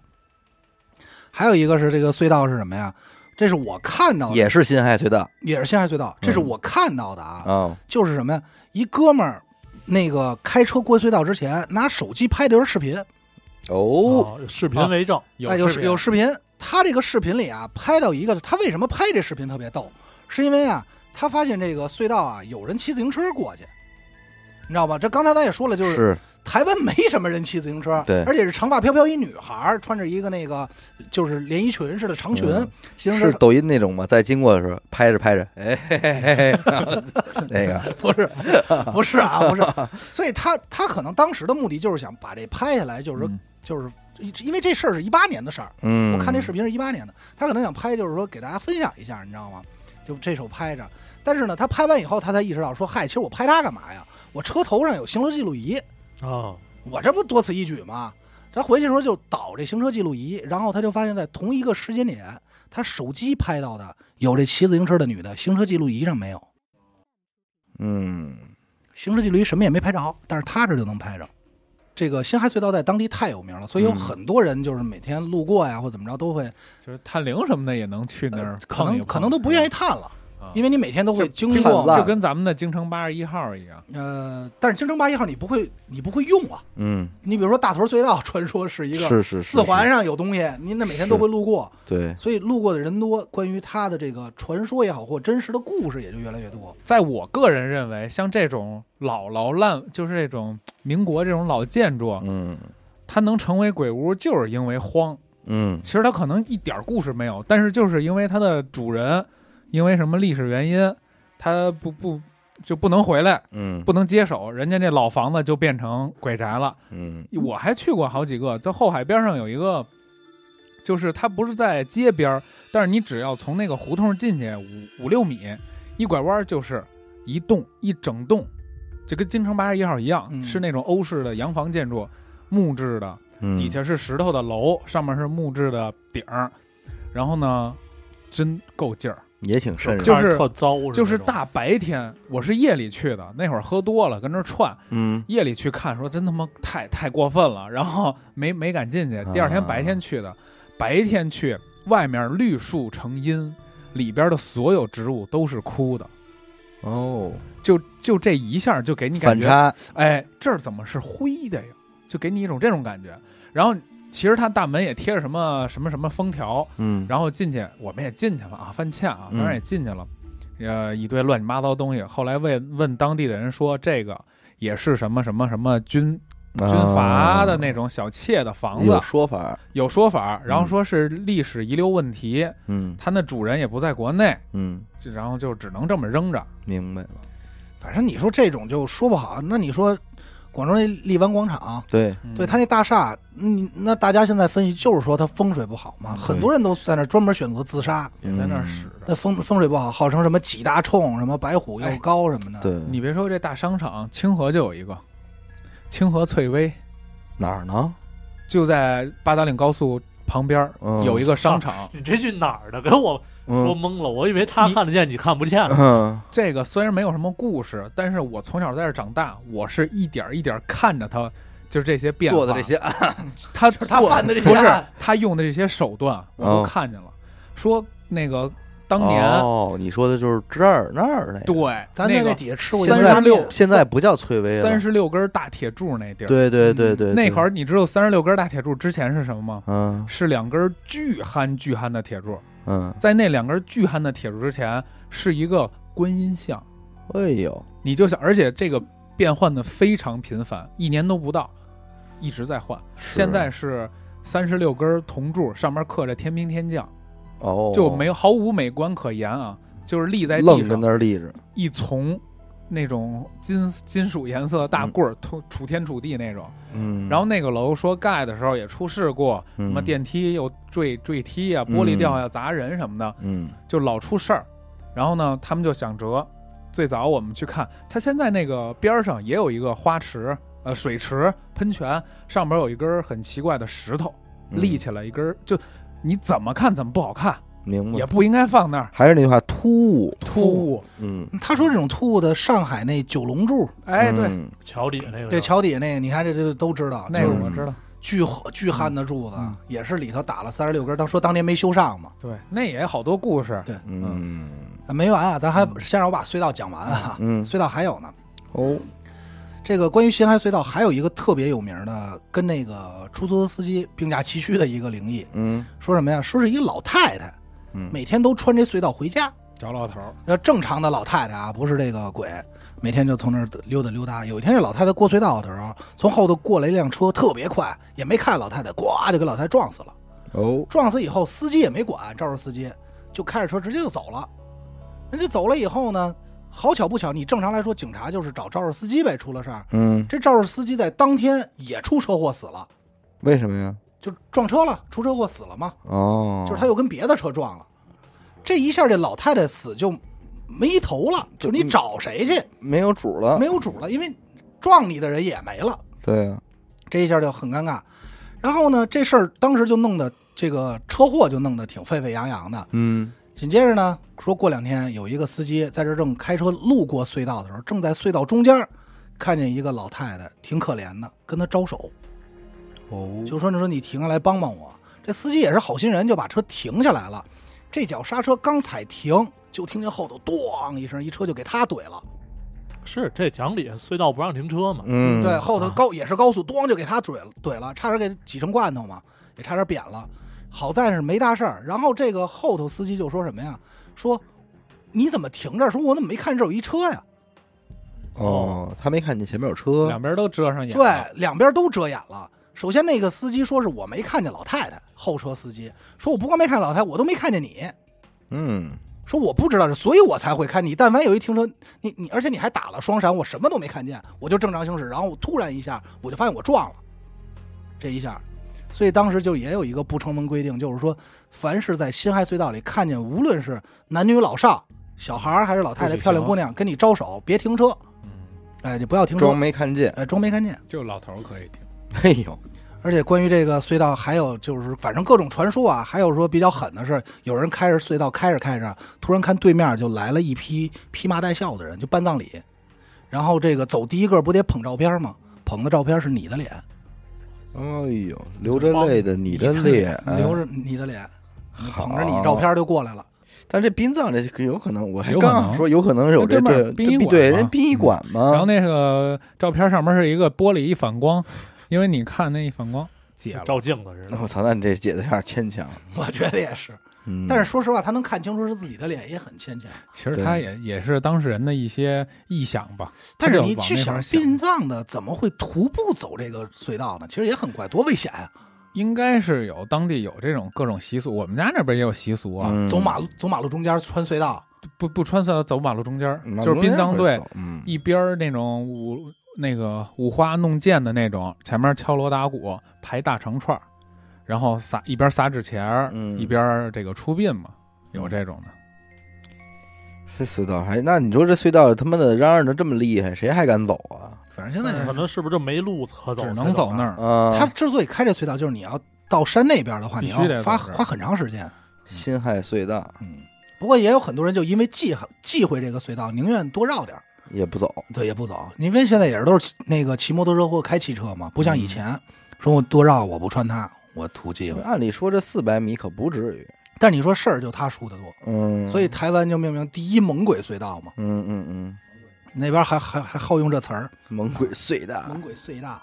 Speaker 2: 还有一个是这个隧道是什么呀？这是我看到的，
Speaker 1: 也是辛亥隧道
Speaker 2: 也是辛亥隧道，这是
Speaker 1: 嗯
Speaker 2: 我看到的啊，
Speaker 1: 啊，
Speaker 2: 就是什么呀？一哥们儿，那个开车过隧道之前，拿手机拍了一段视频，
Speaker 1: 哦，
Speaker 2: 啊
Speaker 4: 哦视频为证，
Speaker 2: 哎，有
Speaker 3: 视频
Speaker 2: 有视频，他这个视频里啊，拍到一个，他为什么拍这视频特别逗，是因为啊，他发现这个隧道啊，有人骑自行车过去，你知道吧？这刚才咱也说了，就是
Speaker 1: 是
Speaker 2: 台湾没什么人骑自行车，
Speaker 1: 对
Speaker 2: 而且是长发飘飘一女孩儿，穿着一个那个就是连衣裙似的长裙，
Speaker 1: 嗯
Speaker 2: 骑自行
Speaker 1: 是
Speaker 2: 车
Speaker 1: 抖音那种吗？在经过的时候拍着拍着，哎嘿嘿嘿，嘿 那个
Speaker 2: 不是不是啊， 不是，所以他他可能当时的目的就是想把这拍下来，就是说、
Speaker 3: 嗯
Speaker 2: 就是因为这事儿是一八年的事儿。
Speaker 1: 嗯，
Speaker 2: 我看这视频是一八年的，他可能想拍，就是说给大家分享一下，你知道吗？就这手拍着，但是呢，他拍完以后，他才意识到说，嗨，其实我拍它干嘛呀？我车头上有行车记录仪，
Speaker 4: 啊，
Speaker 2: 我这不多此一举吗？他回去的时候就导这行车记录仪，然后他就发现，在同一个时间点，他手机拍到的有这骑自行车的女的，行车记录仪上没有，
Speaker 1: 嗯，
Speaker 2: 行车记录仪什么也没拍着，但是他这就能拍着。这个辛亥隧道在当地太有名了，所以有
Speaker 1: 嗯
Speaker 2: 很多人就是每天路过呀，或怎么着都会，
Speaker 3: 就是探灵什么的也能去那
Speaker 2: 呃
Speaker 3: 儿
Speaker 2: 可
Speaker 3: 碰一碰，
Speaker 2: 能可能都不愿意探了。因为你每天都会
Speaker 3: 啊就
Speaker 2: 经
Speaker 1: 就
Speaker 2: 过
Speaker 1: 看
Speaker 2: 嘛
Speaker 1: 烂
Speaker 3: 就跟咱们的京城八十一号一样，
Speaker 2: 呃，但是京城八一号你不会，你不会用啊。
Speaker 1: 嗯，
Speaker 2: 你比如说大屯隧道，传说是一个
Speaker 1: 是是是
Speaker 2: 四环
Speaker 1: 是
Speaker 2: 上有东西，您那每天都
Speaker 1: 是
Speaker 2: 会路过，
Speaker 1: 对，
Speaker 2: 所以路过的人多，关于它的这个传说也好，或真实的故事也就越来越多。
Speaker 3: 在我个人认为，像这种老老烂，就是这种民国这种老建筑，
Speaker 1: 嗯
Speaker 3: 它能成为鬼屋，就是因为荒。
Speaker 1: 嗯
Speaker 3: 其实它可能一点故事没有，但是就是因为它的主人，因为什么历史原因，他不不就不能回来，
Speaker 1: 嗯
Speaker 3: 不能接手，人家这老房子就变成鬼宅了。
Speaker 1: 嗯
Speaker 3: 我还去过好几个，在后海边上有一个，就是它不是在街边儿，但是你只要从那个胡同进去五五六米，一拐弯就是一栋一整栋，就跟京城八十一号一样，
Speaker 2: 嗯
Speaker 3: 是那种欧式的洋房建筑，木质的，
Speaker 1: 嗯，
Speaker 3: 底下是石头的楼，上面是木质的顶儿，然后呢，真够劲儿。
Speaker 1: 也挺瘆人，
Speaker 3: 就是
Speaker 4: 特糟，
Speaker 3: 就是
Speaker 4: 大。
Speaker 3: 大白天，我是夜里去的，那会儿喝多了，跟那儿串，
Speaker 1: 嗯
Speaker 3: 夜里去看，说真他妈太太过分了， 然后没没敢进去。第二天
Speaker 1: 啊
Speaker 3: 白天去的，白天去，外面绿树成荫，里边的所有植物都是枯的，
Speaker 1: 哦，
Speaker 3: 就就这一下就嗯给你感
Speaker 1: 反
Speaker 3: 觉，
Speaker 1: 差，
Speaker 3: 哎，这儿怎么是灰的呀？就给你一种这种感觉。然后其实它大门也贴着什么什么什么封条，
Speaker 1: 嗯，
Speaker 3: 然后进去，我们也进去了啊，犯欠啊，
Speaker 1: 嗯
Speaker 3: 当然也进去了，呃，一堆乱七八糟东西。后来问问当地的人说，这个也是什么什么什么军军阀的那种小妾的
Speaker 1: 啊
Speaker 3: 房子
Speaker 1: 有，说法，
Speaker 3: 有说法，然后
Speaker 1: 嗯
Speaker 3: 说是历史遗留问题，
Speaker 1: 嗯
Speaker 3: 它那主人也不在国内，
Speaker 1: 嗯，
Speaker 3: 就然后就只能这么扔着。
Speaker 1: 明白了，
Speaker 2: 反正你说这种就说不好，那你说广州那荔湾广场，
Speaker 1: 对，
Speaker 3: 嗯
Speaker 2: 对他那大厦，你那大家现在分析就是说它风水不好嘛，很多人都在那儿专门选择自杀。
Speaker 3: 也在那儿使
Speaker 1: 嗯
Speaker 3: 着。
Speaker 2: 那风风水不好，号称什么几大冲，什么白虎又高什么的。
Speaker 1: 对，
Speaker 3: 你别说这大商场，清河就有一个，清河翠微
Speaker 1: 哪儿呢？
Speaker 3: 就在八达岭高速旁边儿
Speaker 1: 嗯
Speaker 3: 有一个商场。
Speaker 4: 你这句哪儿的？给我说
Speaker 1: 嗯
Speaker 4: 懵了，我以为他看得见，你看不见了。
Speaker 1: 嗯
Speaker 3: 这个虽然没有什么故事，但是我从小在这儿长大，我是一点儿一点儿看着他，就是这些变化，
Speaker 1: 做的这，些案，
Speaker 3: 他
Speaker 2: 他
Speaker 3: 做
Speaker 2: 犯的这些
Speaker 3: 不是
Speaker 2: 案
Speaker 3: 他用的这些手段，我
Speaker 1: 哦
Speaker 3: 都看见了。说那个当年、
Speaker 1: 哦，你说的就是这儿那儿那个，
Speaker 3: 对，
Speaker 2: 咱在
Speaker 3: 那
Speaker 2: 那
Speaker 3: 个
Speaker 2: 底下吃过
Speaker 3: 三
Speaker 2: 一
Speaker 3: 十
Speaker 2: 顿
Speaker 3: 六
Speaker 2: 面
Speaker 1: 现在不叫翠微了，
Speaker 3: 三十六根大铁柱那地儿，
Speaker 1: 对对对对，
Speaker 3: 那
Speaker 1: 对
Speaker 3: 会儿你知道三十六根大铁柱之前是什么吗？
Speaker 1: 嗯
Speaker 3: 是两根巨憨巨憨的铁柱，
Speaker 1: 嗯，
Speaker 3: 在那两根巨憨的铁柱之前是一个观音像。
Speaker 1: 哎呦，
Speaker 3: 你就想，而且这个变换的非常频繁，一年都不到，一直在换。
Speaker 1: 是
Speaker 3: 现在是三十六根铜柱，上面刻着天兵天将，
Speaker 1: 哦
Speaker 3: 就没有毫无美观可言啊，就是立在
Speaker 1: 愣
Speaker 3: 地
Speaker 1: 跟
Speaker 3: 上
Speaker 1: 那儿立着，
Speaker 3: 一丛那种金金属颜色的大棍儿，通杵天杵地那种。
Speaker 1: 嗯，
Speaker 3: 然后那个楼说盖的时候也出事故，
Speaker 1: 嗯
Speaker 3: 什么电梯又坠坠梯呀、玻璃掉呀、砸人什么的，
Speaker 1: 嗯
Speaker 3: 就老出事儿。然后呢，他们就想辙。最早我们去看，它现在那个边儿上也有一个花池，呃，水池、喷泉，上边有一根儿很奇怪的石头，
Speaker 1: 嗯
Speaker 3: 立起来一根儿，就你怎么看怎么不好看，
Speaker 1: 明
Speaker 3: 也
Speaker 1: 白，
Speaker 3: 不应该放那儿，
Speaker 1: 还是那句话，突兀，
Speaker 3: 突兀。
Speaker 1: 嗯，
Speaker 2: 他说这种突兀的上海那九龙柱，
Speaker 3: 哎，对，
Speaker 1: 嗯
Speaker 4: 桥底下那个，
Speaker 2: 对，桥底下那个，你看这这都知道，
Speaker 3: 那个
Speaker 2: 啊就是
Speaker 3: 我知道，
Speaker 2: 巨巨憨的柱子
Speaker 3: 嗯，
Speaker 2: 也是里头打了三十六根，当说当年没修上嘛，
Speaker 3: 对，那也好多故事。
Speaker 1: 嗯
Speaker 2: 啊没完啊，咱还
Speaker 3: 嗯
Speaker 2: 先让我把隧道讲完啊，
Speaker 1: 嗯
Speaker 2: 隧道还有呢。
Speaker 1: 哦，
Speaker 2: 这个关于新海隧道还有一个特别有名的，跟那个出租车司机并驾齐驱的一个灵异，
Speaker 1: 嗯
Speaker 2: 说什么呀？说是一老太太
Speaker 1: 嗯，
Speaker 2: 每天都穿这隧道回家，
Speaker 3: 找老头儿，
Speaker 2: 要正常的老太太啊，不是这个鬼，每天就从那儿溜达溜达。有一天，这老太太过隧道的时候，从后头过来一辆车，特别快，也没看老太太，呱就给老太太撞死了。
Speaker 1: 哦，
Speaker 2: 撞死以后，司机也没管，照着司机就开着车直接就走了。人家走了以后呢，好巧不巧，你正常来说，警察就是找肇事司机呗，出了事儿。
Speaker 1: 嗯，
Speaker 2: 这肇事司机在当天也出车祸死了，
Speaker 1: 为什么呀？
Speaker 2: 就撞车了，出车祸死了嘛，
Speaker 1: 哦，
Speaker 2: 就是他又跟别的车撞了。这一下，这老太太死就没头了，就
Speaker 1: 就嗯
Speaker 2: 你找谁去？
Speaker 1: 没有主了
Speaker 2: 没，有主了，因为撞你的人也没了，
Speaker 1: 对啊，
Speaker 2: 这一下就很尴尬。然后呢，这事儿当时就弄得这个车祸就弄得挺沸沸扬扬的。
Speaker 1: 嗯
Speaker 2: 紧接着呢，说过两天有一个司机在这正开车路过隧道的时候，正在隧道中间儿看见一个老太太挺可怜的，跟他招手，
Speaker 1: 哦，
Speaker 2: 就说：“你说你停下来帮帮我。”这司机也是好心人，就把车停下来了，这脚刹车刚踩停，就听见后头咣一声，一车就给他怼了。
Speaker 4: 是这讲理，隧道不让停车嘛。
Speaker 1: 嗯，
Speaker 2: 对，后头
Speaker 4: 啊
Speaker 2: 高也是高速，咣就给他怼了，怼了，差点给挤成罐头嘛，也差点扁了。好在是没大事儿。然后这个后头司机就说什么呀？说你怎么停这儿？说我怎么没看这儿有一车呀？
Speaker 1: 哦，他没看见前面有车，
Speaker 3: 两边都遮上眼
Speaker 2: 对
Speaker 3: 了，，
Speaker 2: 两边都遮掩了。首先，那个司机说是我没看见老太太，后车司机说我不光没看见老太太，我都没看见你，
Speaker 1: 嗯，
Speaker 2: 说我不知道这，所以我才会开你。但凡有一停车，你你，而且你还打了双闪，我什么都没看见，我就正常行驶，然后我突然一下，我就发现我撞了，这一下，所以当时就也有一个不成文规定，就是说，凡是在辛亥隧道里看见，无论是男女老少、小孩儿还是老太
Speaker 3: 不
Speaker 2: 太、
Speaker 3: 许
Speaker 2: 漂亮
Speaker 3: 停
Speaker 2: 姑娘，跟你招手别停车，
Speaker 3: 嗯，
Speaker 2: 哎，你不要停车
Speaker 1: 装，没看见。
Speaker 2: 哎，装没看见。
Speaker 3: 就老头儿可以停。
Speaker 1: 哎呦，
Speaker 2: 而且关于这个隧道，还有就是反正各种传说啊，还有说比较狠的是，有人开着隧道开着开着，突然看对面就来了一批披麻戴孝的人，就办葬礼，然后这个走第一个不得捧照片吗？捧的照片是你的脸，
Speaker 1: 哎呦，流着泪的你的脸， 啊嗯
Speaker 2: 留着你的脸，你
Speaker 1: 好
Speaker 2: 捧着你照。片就过来了。
Speaker 1: 但这殡葬这可有可能，我还
Speaker 3: 有可
Speaker 1: 刚
Speaker 3: 能
Speaker 1: 想说有可能是有这
Speaker 3: 那对面
Speaker 1: 这
Speaker 3: 殡仪
Speaker 1: 这
Speaker 3: 馆嗯
Speaker 1: 对
Speaker 3: 嘛
Speaker 1: 人殡仪馆
Speaker 3: 然
Speaker 1: 嘛，
Speaker 3: 后那个照片上面是一个玻璃一反光，因为你看那一反光解了，
Speaker 4: 照镜子似
Speaker 1: 那
Speaker 4: 的，
Speaker 1: 我操，那你这解的有点牵强。
Speaker 2: 我觉得也是，
Speaker 1: 嗯，
Speaker 2: 但是说实话，他能看清楚是自己的脸，也很牵强。
Speaker 3: 其实
Speaker 1: 对
Speaker 3: 他也也是当事人的一些臆想吧。
Speaker 2: 但是
Speaker 3: 他就
Speaker 2: 你
Speaker 3: 往
Speaker 2: 去
Speaker 3: 那边
Speaker 2: 想，殡葬的怎么会徒步走这个隧道呢？其实也很怪，多危险啊！
Speaker 3: 应该是有当地有这种各种习俗，我们家那边也有习俗啊，
Speaker 1: 嗯
Speaker 2: 走马路走马路中间穿隧道，
Speaker 3: 不不穿梭走马路中间儿
Speaker 1: 马，路
Speaker 3: 就是殡葬
Speaker 1: 中间
Speaker 3: 队
Speaker 1: 会走，嗯，
Speaker 3: 一边儿那种舞那个舞花弄剑的那种，前面敲锣打鼓排大长串儿，然后撒一边撒纸钱儿，
Speaker 1: 嗯
Speaker 3: 一边儿这个出殡嘛，有这种的。
Speaker 1: 这隧道还那你说这隧道他妈的嚷嚷的这么厉害，谁还敢走啊？
Speaker 2: 反正现在也是
Speaker 4: 可能是不是就没路可走，
Speaker 3: 只能走那
Speaker 4: 儿。
Speaker 3: 儿。
Speaker 1: 啊，
Speaker 2: 他之所以开这隧道，就是你要到山那边的话，
Speaker 3: 必
Speaker 2: 你
Speaker 3: 须
Speaker 2: 要
Speaker 3: 得
Speaker 2: 花
Speaker 3: 走这儿
Speaker 2: 花很长时间。
Speaker 1: 辛亥隧道
Speaker 2: 嗯，不过也有很多人就因为忌忌讳这个隧道，宁愿多绕点儿，
Speaker 1: 也不走，
Speaker 2: 对，也不走。因为现在也是都是骑那个骑摩托车或开汽车嘛，不像以前、说我多绕，我不穿它，我图忌讳。
Speaker 1: 按理说这四百米可不至于，
Speaker 2: 但是你说事儿就他出的多，
Speaker 1: 嗯，
Speaker 2: 所以台湾就命名第一猛鬼隧道嘛，
Speaker 1: 嗯嗯嗯，
Speaker 2: 那边还还还好用这词儿，
Speaker 1: 猛鬼隧道，
Speaker 3: 嗯
Speaker 2: 猛鬼隧道。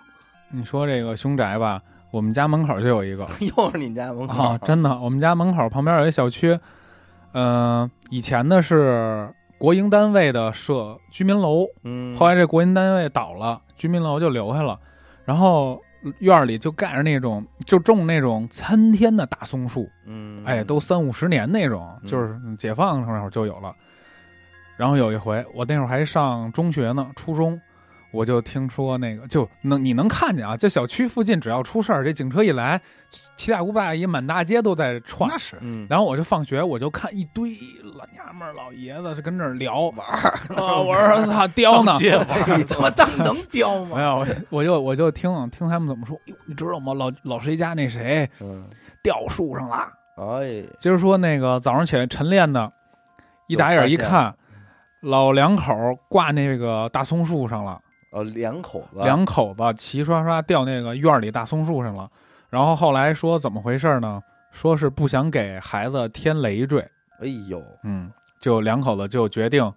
Speaker 3: 你说这个凶宅吧，我们家门口就有 一个
Speaker 1: 又是你家门口
Speaker 3: 啊，真的，我们家门口旁边有一小区，嗯，以前呢是国营单位的设居民楼，
Speaker 1: 嗯，
Speaker 3: 后来这国营单位倒了，居民楼就留下了，然后院儿里就盖着那种就种那种参天的大松树，
Speaker 1: 嗯，
Speaker 3: 哎，都三五十年那种，
Speaker 1: 嗯
Speaker 3: 就是解放那会儿就有了。然后有一回，我那会儿还上中学呢，初中，我就听说那个就能你能看见啊，这小区附近只要出事儿，这警车一来，七大姑八大姨满大街都在窜
Speaker 2: 那。是
Speaker 1: 嗯，
Speaker 3: 然后我就放学，我就看一堆老娘们儿、老爷子是跟这儿聊玩儿啊，我说操刁呢
Speaker 4: 当，街坊
Speaker 2: 你 他妈当能雕
Speaker 3: 没
Speaker 2: 吗？
Speaker 3: 有，我我就我就听听他们怎么说，哟，你知道吗？老老谁家那谁
Speaker 1: 嗯，
Speaker 3: 掉树上了。
Speaker 1: 哎，
Speaker 3: 今儿说那个早上起来晨练的，一打眼一看，老两口挂那个大松树上了，
Speaker 1: 哦，两口子，
Speaker 3: 两口子齐刷刷掉那个院里大松树上了。然后后来说怎么回事呢？说是不想给孩子添累赘，
Speaker 1: 哎呦，
Speaker 3: 嗯，就两口子就决定，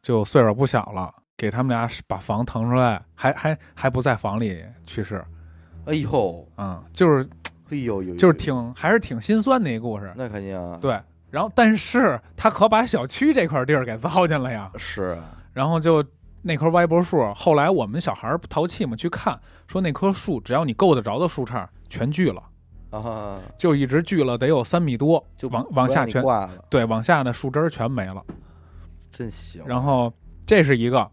Speaker 3: 就岁数不小了，给他们俩把房腾出来，还还还不在房里去世，
Speaker 1: 哎呦，
Speaker 3: 嗯，就是
Speaker 1: 哎呦呦，
Speaker 3: 就是
Speaker 1: 挺。
Speaker 3: 挺还是挺心酸的一故事，
Speaker 1: 那肯定啊，，
Speaker 3: 对。然后，但是他可把小区这块地儿给糟践了呀，
Speaker 1: 是啊，
Speaker 3: 然后就那棵歪脖树，后来我们小孩儿不淘气嘛，去看说那棵树只要你够得着的树杈儿全锯了，
Speaker 1: 啊，
Speaker 3: 就一直锯了得有三米多，
Speaker 1: 就
Speaker 3: 往
Speaker 1: 不
Speaker 3: 往
Speaker 1: 让
Speaker 3: 下
Speaker 1: 你
Speaker 3: 全
Speaker 1: 挂了，
Speaker 3: 对往下的树枝儿全没了。
Speaker 1: 真行。
Speaker 3: 然后这是一个，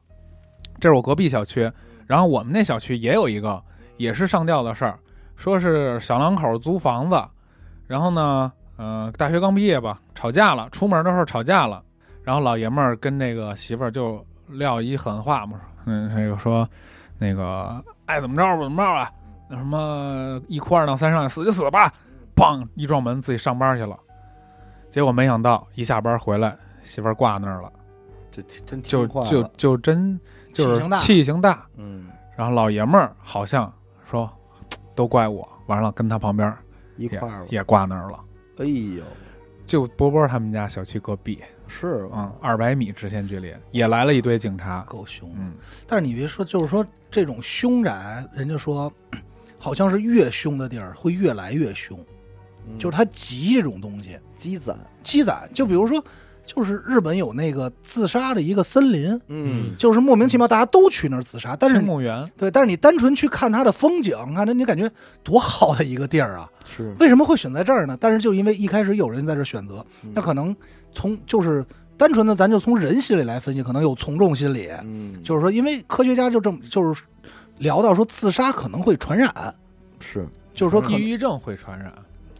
Speaker 3: 这是我隔壁小区，然后我们那小区也有一个，也是上吊的事儿，说是小两口租房子，然后呢，呃，大学刚毕业吧，吵架了，出门的时候吵架了，然后老爷们儿跟那个媳妇儿就撂一狠话嘛，嗯，那个说，那个爱怎么着吧怎么着啊，那什么一哭二闹三上死就死吧，砰一撞门自己上班去了，结果没想到一下班回来媳妇儿挂那儿了。
Speaker 1: 就真
Speaker 3: 就
Speaker 1: 听话
Speaker 3: 就
Speaker 1: 了
Speaker 3: 就真就是
Speaker 2: 气性大
Speaker 3: 气性大。
Speaker 1: 嗯，
Speaker 3: 然后老爷们儿好像说，嘖都怪我。完了，跟他旁边
Speaker 1: 一块儿吧，
Speaker 3: 也挂那儿了。
Speaker 1: 哎呦，
Speaker 3: 就波波他们家小区隔壁，
Speaker 2: 是吧？
Speaker 3: 嗯，二百米直线距离也来了一堆警察，
Speaker 2: 够凶的。
Speaker 3: 嗯，
Speaker 2: 但是你别说，就是说这种凶宅，人家说好像是越凶的地儿会越来越凶，
Speaker 1: 嗯
Speaker 2: 就是它急这种东西
Speaker 1: 积攒，
Speaker 2: 积攒。就比如说，就是日本有那个自杀的一个森林，
Speaker 1: 嗯
Speaker 2: 就是莫名其妙大家都去那儿自杀，但是
Speaker 3: 青木园
Speaker 2: 对，但是你单纯去看它的风景，看它你感觉多好的一个地儿啊！
Speaker 1: 是，
Speaker 2: 为什么会选在这儿呢？但是就因为一开始有人在这儿选择，那可能从就是单纯的，咱就从人心里来分析，可能有从众心理，
Speaker 1: 嗯
Speaker 2: 就是说，因为科学家就这么就是聊到说自杀可能会传染，
Speaker 1: 是
Speaker 2: 就是说可
Speaker 3: 抑
Speaker 1: 嗯
Speaker 3: 郁症会传染，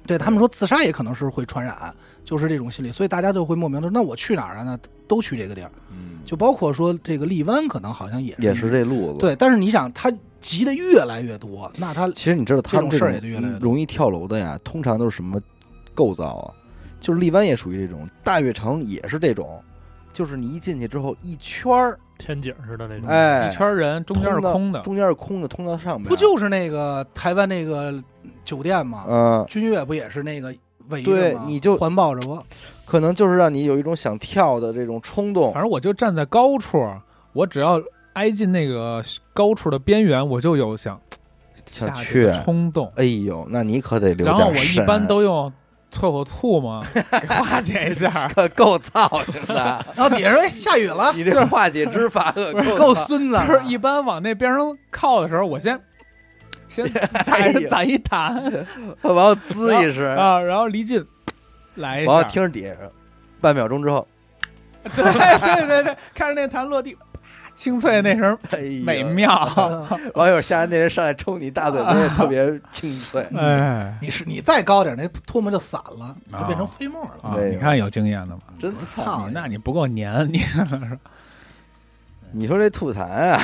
Speaker 2: 对他们说自杀也可能是会传染，就是这种心理，所以大家就会莫名的，那我去哪儿啊？那都去这个地儿，
Speaker 1: 嗯
Speaker 2: 就包括说这个荔湾可能好像也
Speaker 1: 也是这路子。，
Speaker 2: 对，但是你想，他急的越来越多，那他
Speaker 1: 其实你知道他们
Speaker 2: 这种事儿也就越来越
Speaker 1: 种
Speaker 2: 多
Speaker 1: 容易跳楼的呀，通常都是什么构造啊？就是荔湾也属于这种，大悦城也是这种，就是你一进去之后一圈儿，
Speaker 4: 天井似的那种。
Speaker 1: 哎，
Speaker 3: 一圈人中间是
Speaker 1: 通到
Speaker 3: 空的，
Speaker 1: 中间是空的，通到上面
Speaker 2: 不就是那个台湾那个酒店吗？
Speaker 1: 嗯，
Speaker 2: 君悦不也是那个围着
Speaker 1: 对
Speaker 2: 吗
Speaker 1: 你就
Speaker 2: 环抱着我，
Speaker 1: 可能就是让你有一种想跳的这种冲动
Speaker 3: 反。正我就站在高处，我只要挨近那个高处的边缘，我就有想
Speaker 1: 想
Speaker 3: 下去
Speaker 1: 去
Speaker 3: 的冲动。
Speaker 1: 哎呦，那你可得留
Speaker 3: 然
Speaker 1: 点
Speaker 3: 后我一
Speaker 1: 神。
Speaker 3: 般都用凑合醋嘛，给化解一下
Speaker 1: 可够操心 的，
Speaker 2: 然后底下说哎下雨 了，
Speaker 1: 你这化解之法可
Speaker 2: 够
Speaker 1: 够 操
Speaker 2: 孙子
Speaker 3: 就
Speaker 2: 了，
Speaker 3: 是一般往那边上靠的时候，我先先
Speaker 1: 哎
Speaker 3: 攒
Speaker 1: 呦
Speaker 3: 攒一弹
Speaker 1: 我要滋一声，
Speaker 3: 啊，然后哎离近来一
Speaker 1: 我要
Speaker 3: 下。
Speaker 1: 听着底下声，半秒钟之后，
Speaker 3: 对对对对，看着那弹落地，啪清脆那声
Speaker 1: 哎呦
Speaker 3: 美。妙。
Speaker 1: 网友下来那人上来抽你一大嘴巴，也特别清 脆。
Speaker 3: 哎
Speaker 2: 你是你再高点，那唾沫就散了，
Speaker 3: 啊
Speaker 2: 就变成飞沫了。
Speaker 3: 啊，
Speaker 1: 哎呦哦
Speaker 3: 你看有经验的吗？
Speaker 1: 真操！
Speaker 2: 操
Speaker 3: 那你不够粘，你
Speaker 1: 你说这吐痰 啊，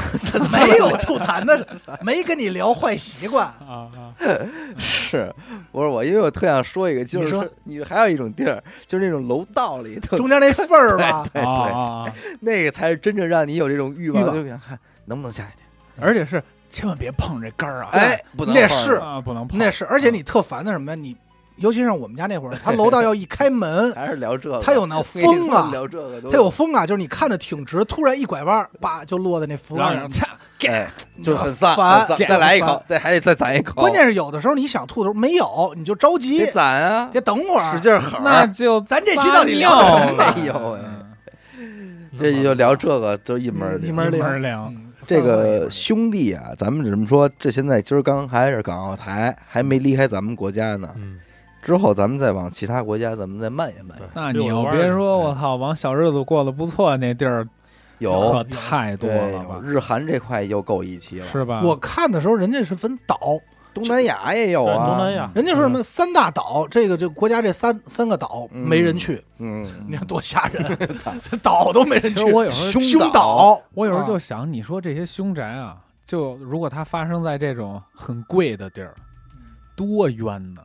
Speaker 2: 没有吐痰的，没跟你聊坏习惯。
Speaker 3: 啊啊。
Speaker 4: 嗯
Speaker 1: 是我说我，因为我特想说一个，就是
Speaker 2: 你说
Speaker 1: 你还有一种地儿，就是那种楼道里特
Speaker 2: 中间那缝儿吧，
Speaker 1: 对
Speaker 3: 啊
Speaker 1: 对，
Speaker 3: 啊啊
Speaker 1: 那个才是真正让你有这种欲望，
Speaker 3: 欲望
Speaker 1: 就想看能不能下一点。
Speaker 3: 而且是千万别碰这杆儿啊！
Speaker 2: 哎，
Speaker 1: 不能
Speaker 2: 那
Speaker 1: 碰，
Speaker 2: 是
Speaker 3: 啊，不能碰。
Speaker 2: 那是，而且你特烦的什么呀？你尤其像我们家那会儿，他楼道要一开门
Speaker 1: 还是聊这个，
Speaker 2: 他有那风啊，
Speaker 1: 聊这个都
Speaker 2: 他有风啊，就是你看的挺直，突然一拐弯，叭就落在那扶
Speaker 3: 然后
Speaker 2: 杆
Speaker 3: 人
Speaker 2: 上。
Speaker 3: 掐，
Speaker 1: 哎， 就很丧，
Speaker 2: 烦
Speaker 1: 很丧
Speaker 3: 脸
Speaker 1: 再来一口
Speaker 2: 烦，
Speaker 1: 再还得再攒一口，
Speaker 2: 关键是有的时候你想吐的时候没有，你就着急
Speaker 1: 哦得，攒啊，
Speaker 2: 得等会儿
Speaker 1: 使。劲儿啊吼。
Speaker 3: 那就
Speaker 2: 咱这期到底聊
Speaker 1: 的是
Speaker 3: 撒
Speaker 1: 什
Speaker 3: 尿
Speaker 1: 么哎呦
Speaker 3: 了。
Speaker 1: 喂
Speaker 3: 嗯
Speaker 1: 这就聊这个，就一门儿
Speaker 2: 一
Speaker 1: 灵。
Speaker 2: 门儿
Speaker 3: 一
Speaker 2: 聊
Speaker 3: 门儿聊。
Speaker 2: 嗯
Speaker 1: 这个兄弟啊，咱们怎么说？这现在今儿刚还是港澳台，还没离开咱们国家呢。
Speaker 4: 嗯，
Speaker 1: 之后咱们再往其他国家，咱们再蔓延蔓延。
Speaker 3: 那你要别
Speaker 4: 哎
Speaker 3: 说，我操，往小日子过得不错，那地儿
Speaker 1: 有
Speaker 3: 可太多
Speaker 1: 对
Speaker 3: 了吧，？
Speaker 1: 日韩这块又够一期了，
Speaker 3: 是吧？
Speaker 2: 我看的时候，人家是分岛，
Speaker 1: 东南亚也有
Speaker 4: 对
Speaker 1: 啊，
Speaker 4: 东南亚，
Speaker 2: 人家说什么三大岛，这个这国家这三三个岛
Speaker 1: 嗯
Speaker 2: 没人去，
Speaker 1: 嗯，
Speaker 2: 你看多吓人，啊岛都没人
Speaker 3: 其
Speaker 2: 去
Speaker 3: 实。我有时候，
Speaker 2: 凶
Speaker 1: 岛
Speaker 2: 岛，
Speaker 3: 我有时候就
Speaker 2: 啊
Speaker 3: 想，你说这些凶宅啊，就如果它发生在这种很贵的地儿，多冤呐！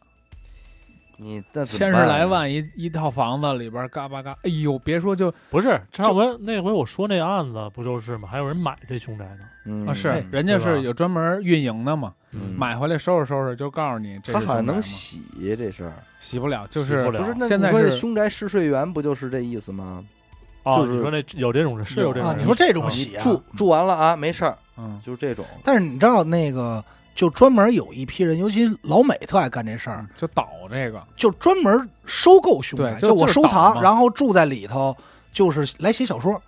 Speaker 1: 你那怎么
Speaker 3: 千十
Speaker 1: 办啊
Speaker 3: 来，万一一套房子里边，嘎巴嘎，哎呦，别说就
Speaker 4: 不是上回那回我说那案子不就是吗？还有人买这凶宅呢。
Speaker 1: 嗯
Speaker 3: 啊，是
Speaker 2: 哎
Speaker 3: 人家
Speaker 4: 对吧
Speaker 3: 是有专门运营的嘛，
Speaker 1: 嗯
Speaker 3: 买回来收拾收拾，就告诉你这
Speaker 1: 他
Speaker 3: 是
Speaker 1: 好像
Speaker 3: 凶宅
Speaker 1: 能
Speaker 3: 嘛
Speaker 1: 洗这事儿，
Speaker 3: 洗不了，就
Speaker 4: 洗
Speaker 3: 是
Speaker 4: 不了
Speaker 1: 不是？那
Speaker 3: 现在
Speaker 1: 你说这
Speaker 3: 是
Speaker 1: 凶宅试睡员不就是这意思吗？
Speaker 4: 啊，
Speaker 1: 就是
Speaker 4: 你说那有这种人是有这种
Speaker 2: 啊，
Speaker 4: 人，
Speaker 2: 你说这
Speaker 4: 啊
Speaker 2: 种喜啊，
Speaker 1: 住住完了啊，没事儿，
Speaker 3: 嗯
Speaker 1: 就是这种。
Speaker 2: 但是你知道那个，就专门有一批人，尤其老美特爱干这事
Speaker 1: 啊
Speaker 2: 儿，
Speaker 3: 就倒这个，
Speaker 2: 就专门收购凶宅，
Speaker 3: 嗯对就
Speaker 2: 我
Speaker 3: 就
Speaker 2: 收
Speaker 3: 是倒
Speaker 2: 藏，
Speaker 3: 嘛
Speaker 2: 然后住在里头，就是来写小说，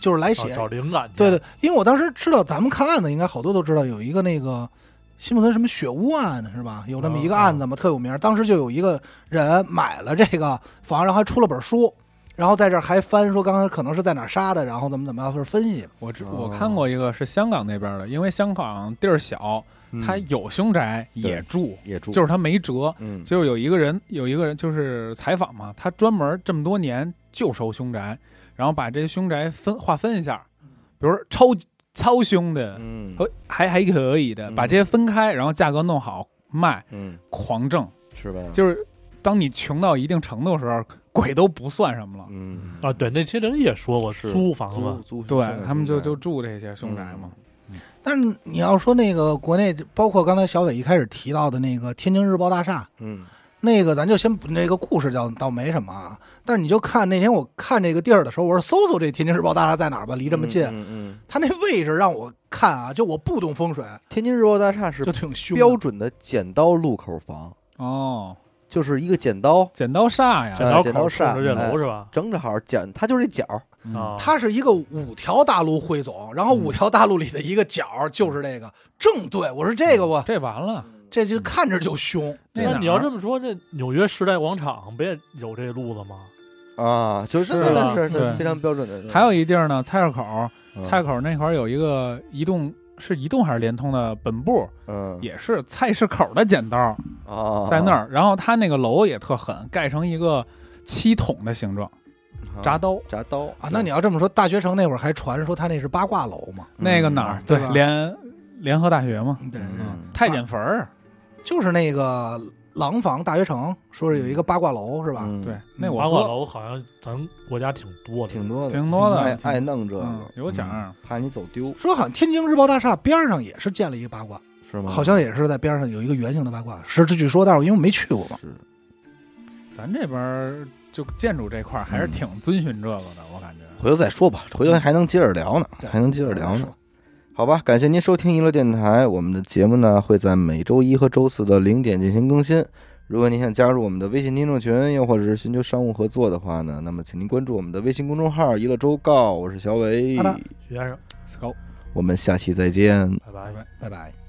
Speaker 2: 就是来
Speaker 4: 哦找
Speaker 2: 写。
Speaker 4: 啊找灵感去，
Speaker 2: 对对，因为我当时知道，咱们看案子应该好多都知道，有一个那个西木森什么雪屋案是吧？有那么一个案子嘛，特有名。当时就有一个人买了这个房，然后还出了本书，然后在这儿还翻说刚才可能是在哪儿杀的，然后怎么怎么样，就是分析。
Speaker 3: 我只
Speaker 1: 哦
Speaker 3: 我看过一个是香港那边的，因为香港地儿小，他有凶宅也住，
Speaker 1: 也嗯住，
Speaker 3: 就是他没辙。
Speaker 1: 嗯，
Speaker 3: 就是有一个人，有一个人就是采访嘛，他专门这么多年就收凶宅，然后把这些凶宅分划分一下，比如说超超凶的，
Speaker 1: 嗯
Speaker 3: 和还还可以的，
Speaker 1: 嗯
Speaker 3: 把这些分开，然后价格弄好卖，
Speaker 1: 嗯，
Speaker 3: 狂挣。
Speaker 1: 是吧？
Speaker 3: 就是当你穷到一定程度的时候，鬼都不算什么了。
Speaker 1: 嗯
Speaker 4: 啊，对，那些人也说过
Speaker 1: 是
Speaker 4: 租房
Speaker 1: 租
Speaker 4: 子，
Speaker 1: 租
Speaker 3: 对他们就就住这些凶宅嘛，
Speaker 1: 嗯
Speaker 2: 但是你要说那个国内，包括刚才小伟一开始提到的那个天津日报大厦，
Speaker 1: 嗯
Speaker 2: 那个咱就先不那个故事倒倒没什么啊，但是你就看那天我看这个地儿的时候，我说搜搜这天津日报大厦在哪儿吧，离这么近，
Speaker 1: 嗯嗯，
Speaker 2: 它那位置让我看啊，就我不懂风水，
Speaker 1: 天津日报大厦是
Speaker 2: 就挺凶的。
Speaker 1: 标准的剪刀路口房，
Speaker 3: 哦，
Speaker 1: 就是一个剪刀，
Speaker 3: 呃剪刀煞呀，
Speaker 1: 嗯
Speaker 4: 然后
Speaker 1: 剪
Speaker 4: 口
Speaker 1: 刀
Speaker 4: 冲
Speaker 1: 煞
Speaker 4: 着这
Speaker 1: 哎
Speaker 4: 楼是吧？
Speaker 1: 正正好剪，它就是这角儿，
Speaker 3: 嗯
Speaker 4: 啊，
Speaker 2: 它是一个五条大路汇总，然后五条大路里的一个角儿就是这个正对，我说这个我
Speaker 3: 这完了，
Speaker 1: 嗯
Speaker 2: 这就看着就凶，
Speaker 3: 那
Speaker 4: 那
Speaker 3: 哪
Speaker 4: 你要
Speaker 3: 儿
Speaker 4: 这么说，这纽约时代广场不也有这路子吗？
Speaker 1: 啊，就是
Speaker 3: 是
Speaker 1: 那那
Speaker 4: 吧
Speaker 1: 是那
Speaker 3: 对
Speaker 1: 非常标准的。
Speaker 3: 还有一地儿呢，菜市口，
Speaker 1: 嗯
Speaker 3: 菜市口那块儿有一个移动。是移动还是联通的本部？
Speaker 1: 嗯
Speaker 3: 也是菜市口的剪刀
Speaker 1: 啊，
Speaker 3: 在那儿，然后它那个楼也特狠，盖成一个七筒的形状，
Speaker 1: 啊
Speaker 3: 铡刀。
Speaker 1: 铡刀
Speaker 2: 啊，那你要这么说，大学城那会儿还传说它那是八卦楼嘛？
Speaker 3: 那个哪儿？对
Speaker 2: 对吧，
Speaker 3: 联联合大学嘛，
Speaker 2: 对
Speaker 1: 嗯
Speaker 3: 太监坟儿
Speaker 2: 就是那个廊坊大学城，说是有一个八卦楼是吧？
Speaker 1: 嗯
Speaker 3: 对，那
Speaker 4: 八
Speaker 3: 我
Speaker 4: 卦
Speaker 3: 哥
Speaker 4: 楼好像咱国家挺多的，
Speaker 1: 挺多的，
Speaker 3: 挺多
Speaker 1: 爱
Speaker 3: 的，
Speaker 1: 爱弄这
Speaker 3: 嗯
Speaker 1: 个，
Speaker 3: 有奖
Speaker 1: 嗯，
Speaker 3: 儿。
Speaker 1: 怕你走丢
Speaker 2: 说好像天津日报大厦边儿上也是建了一个八卦，
Speaker 1: 是吗？
Speaker 2: 好像也是在边上有一个圆形的八卦，是据说，但是因为我没去过嘛。
Speaker 1: 是
Speaker 3: 咱这边儿就建筑这块儿还是
Speaker 1: 嗯
Speaker 3: 挺遵循这个的，我感觉。
Speaker 1: 回头再说吧，回头还能接着聊呢，
Speaker 2: 对
Speaker 1: 还能接着聊呢
Speaker 2: 说。
Speaker 1: 好吧，感谢您收听娱乐电台，我们的节目呢会在每周一和周四的零点进行更新。如果您想加入我们的微信听众群，又或者是寻求商务合作的话呢，那么请您关注我们的微信公众号“娱乐周告”，我是小伟
Speaker 2: 好，的
Speaker 4: 徐先生，
Speaker 3: Scout，
Speaker 1: 我们下期再见。
Speaker 4: 拜拜
Speaker 3: 拜。拜。
Speaker 2: 拜拜。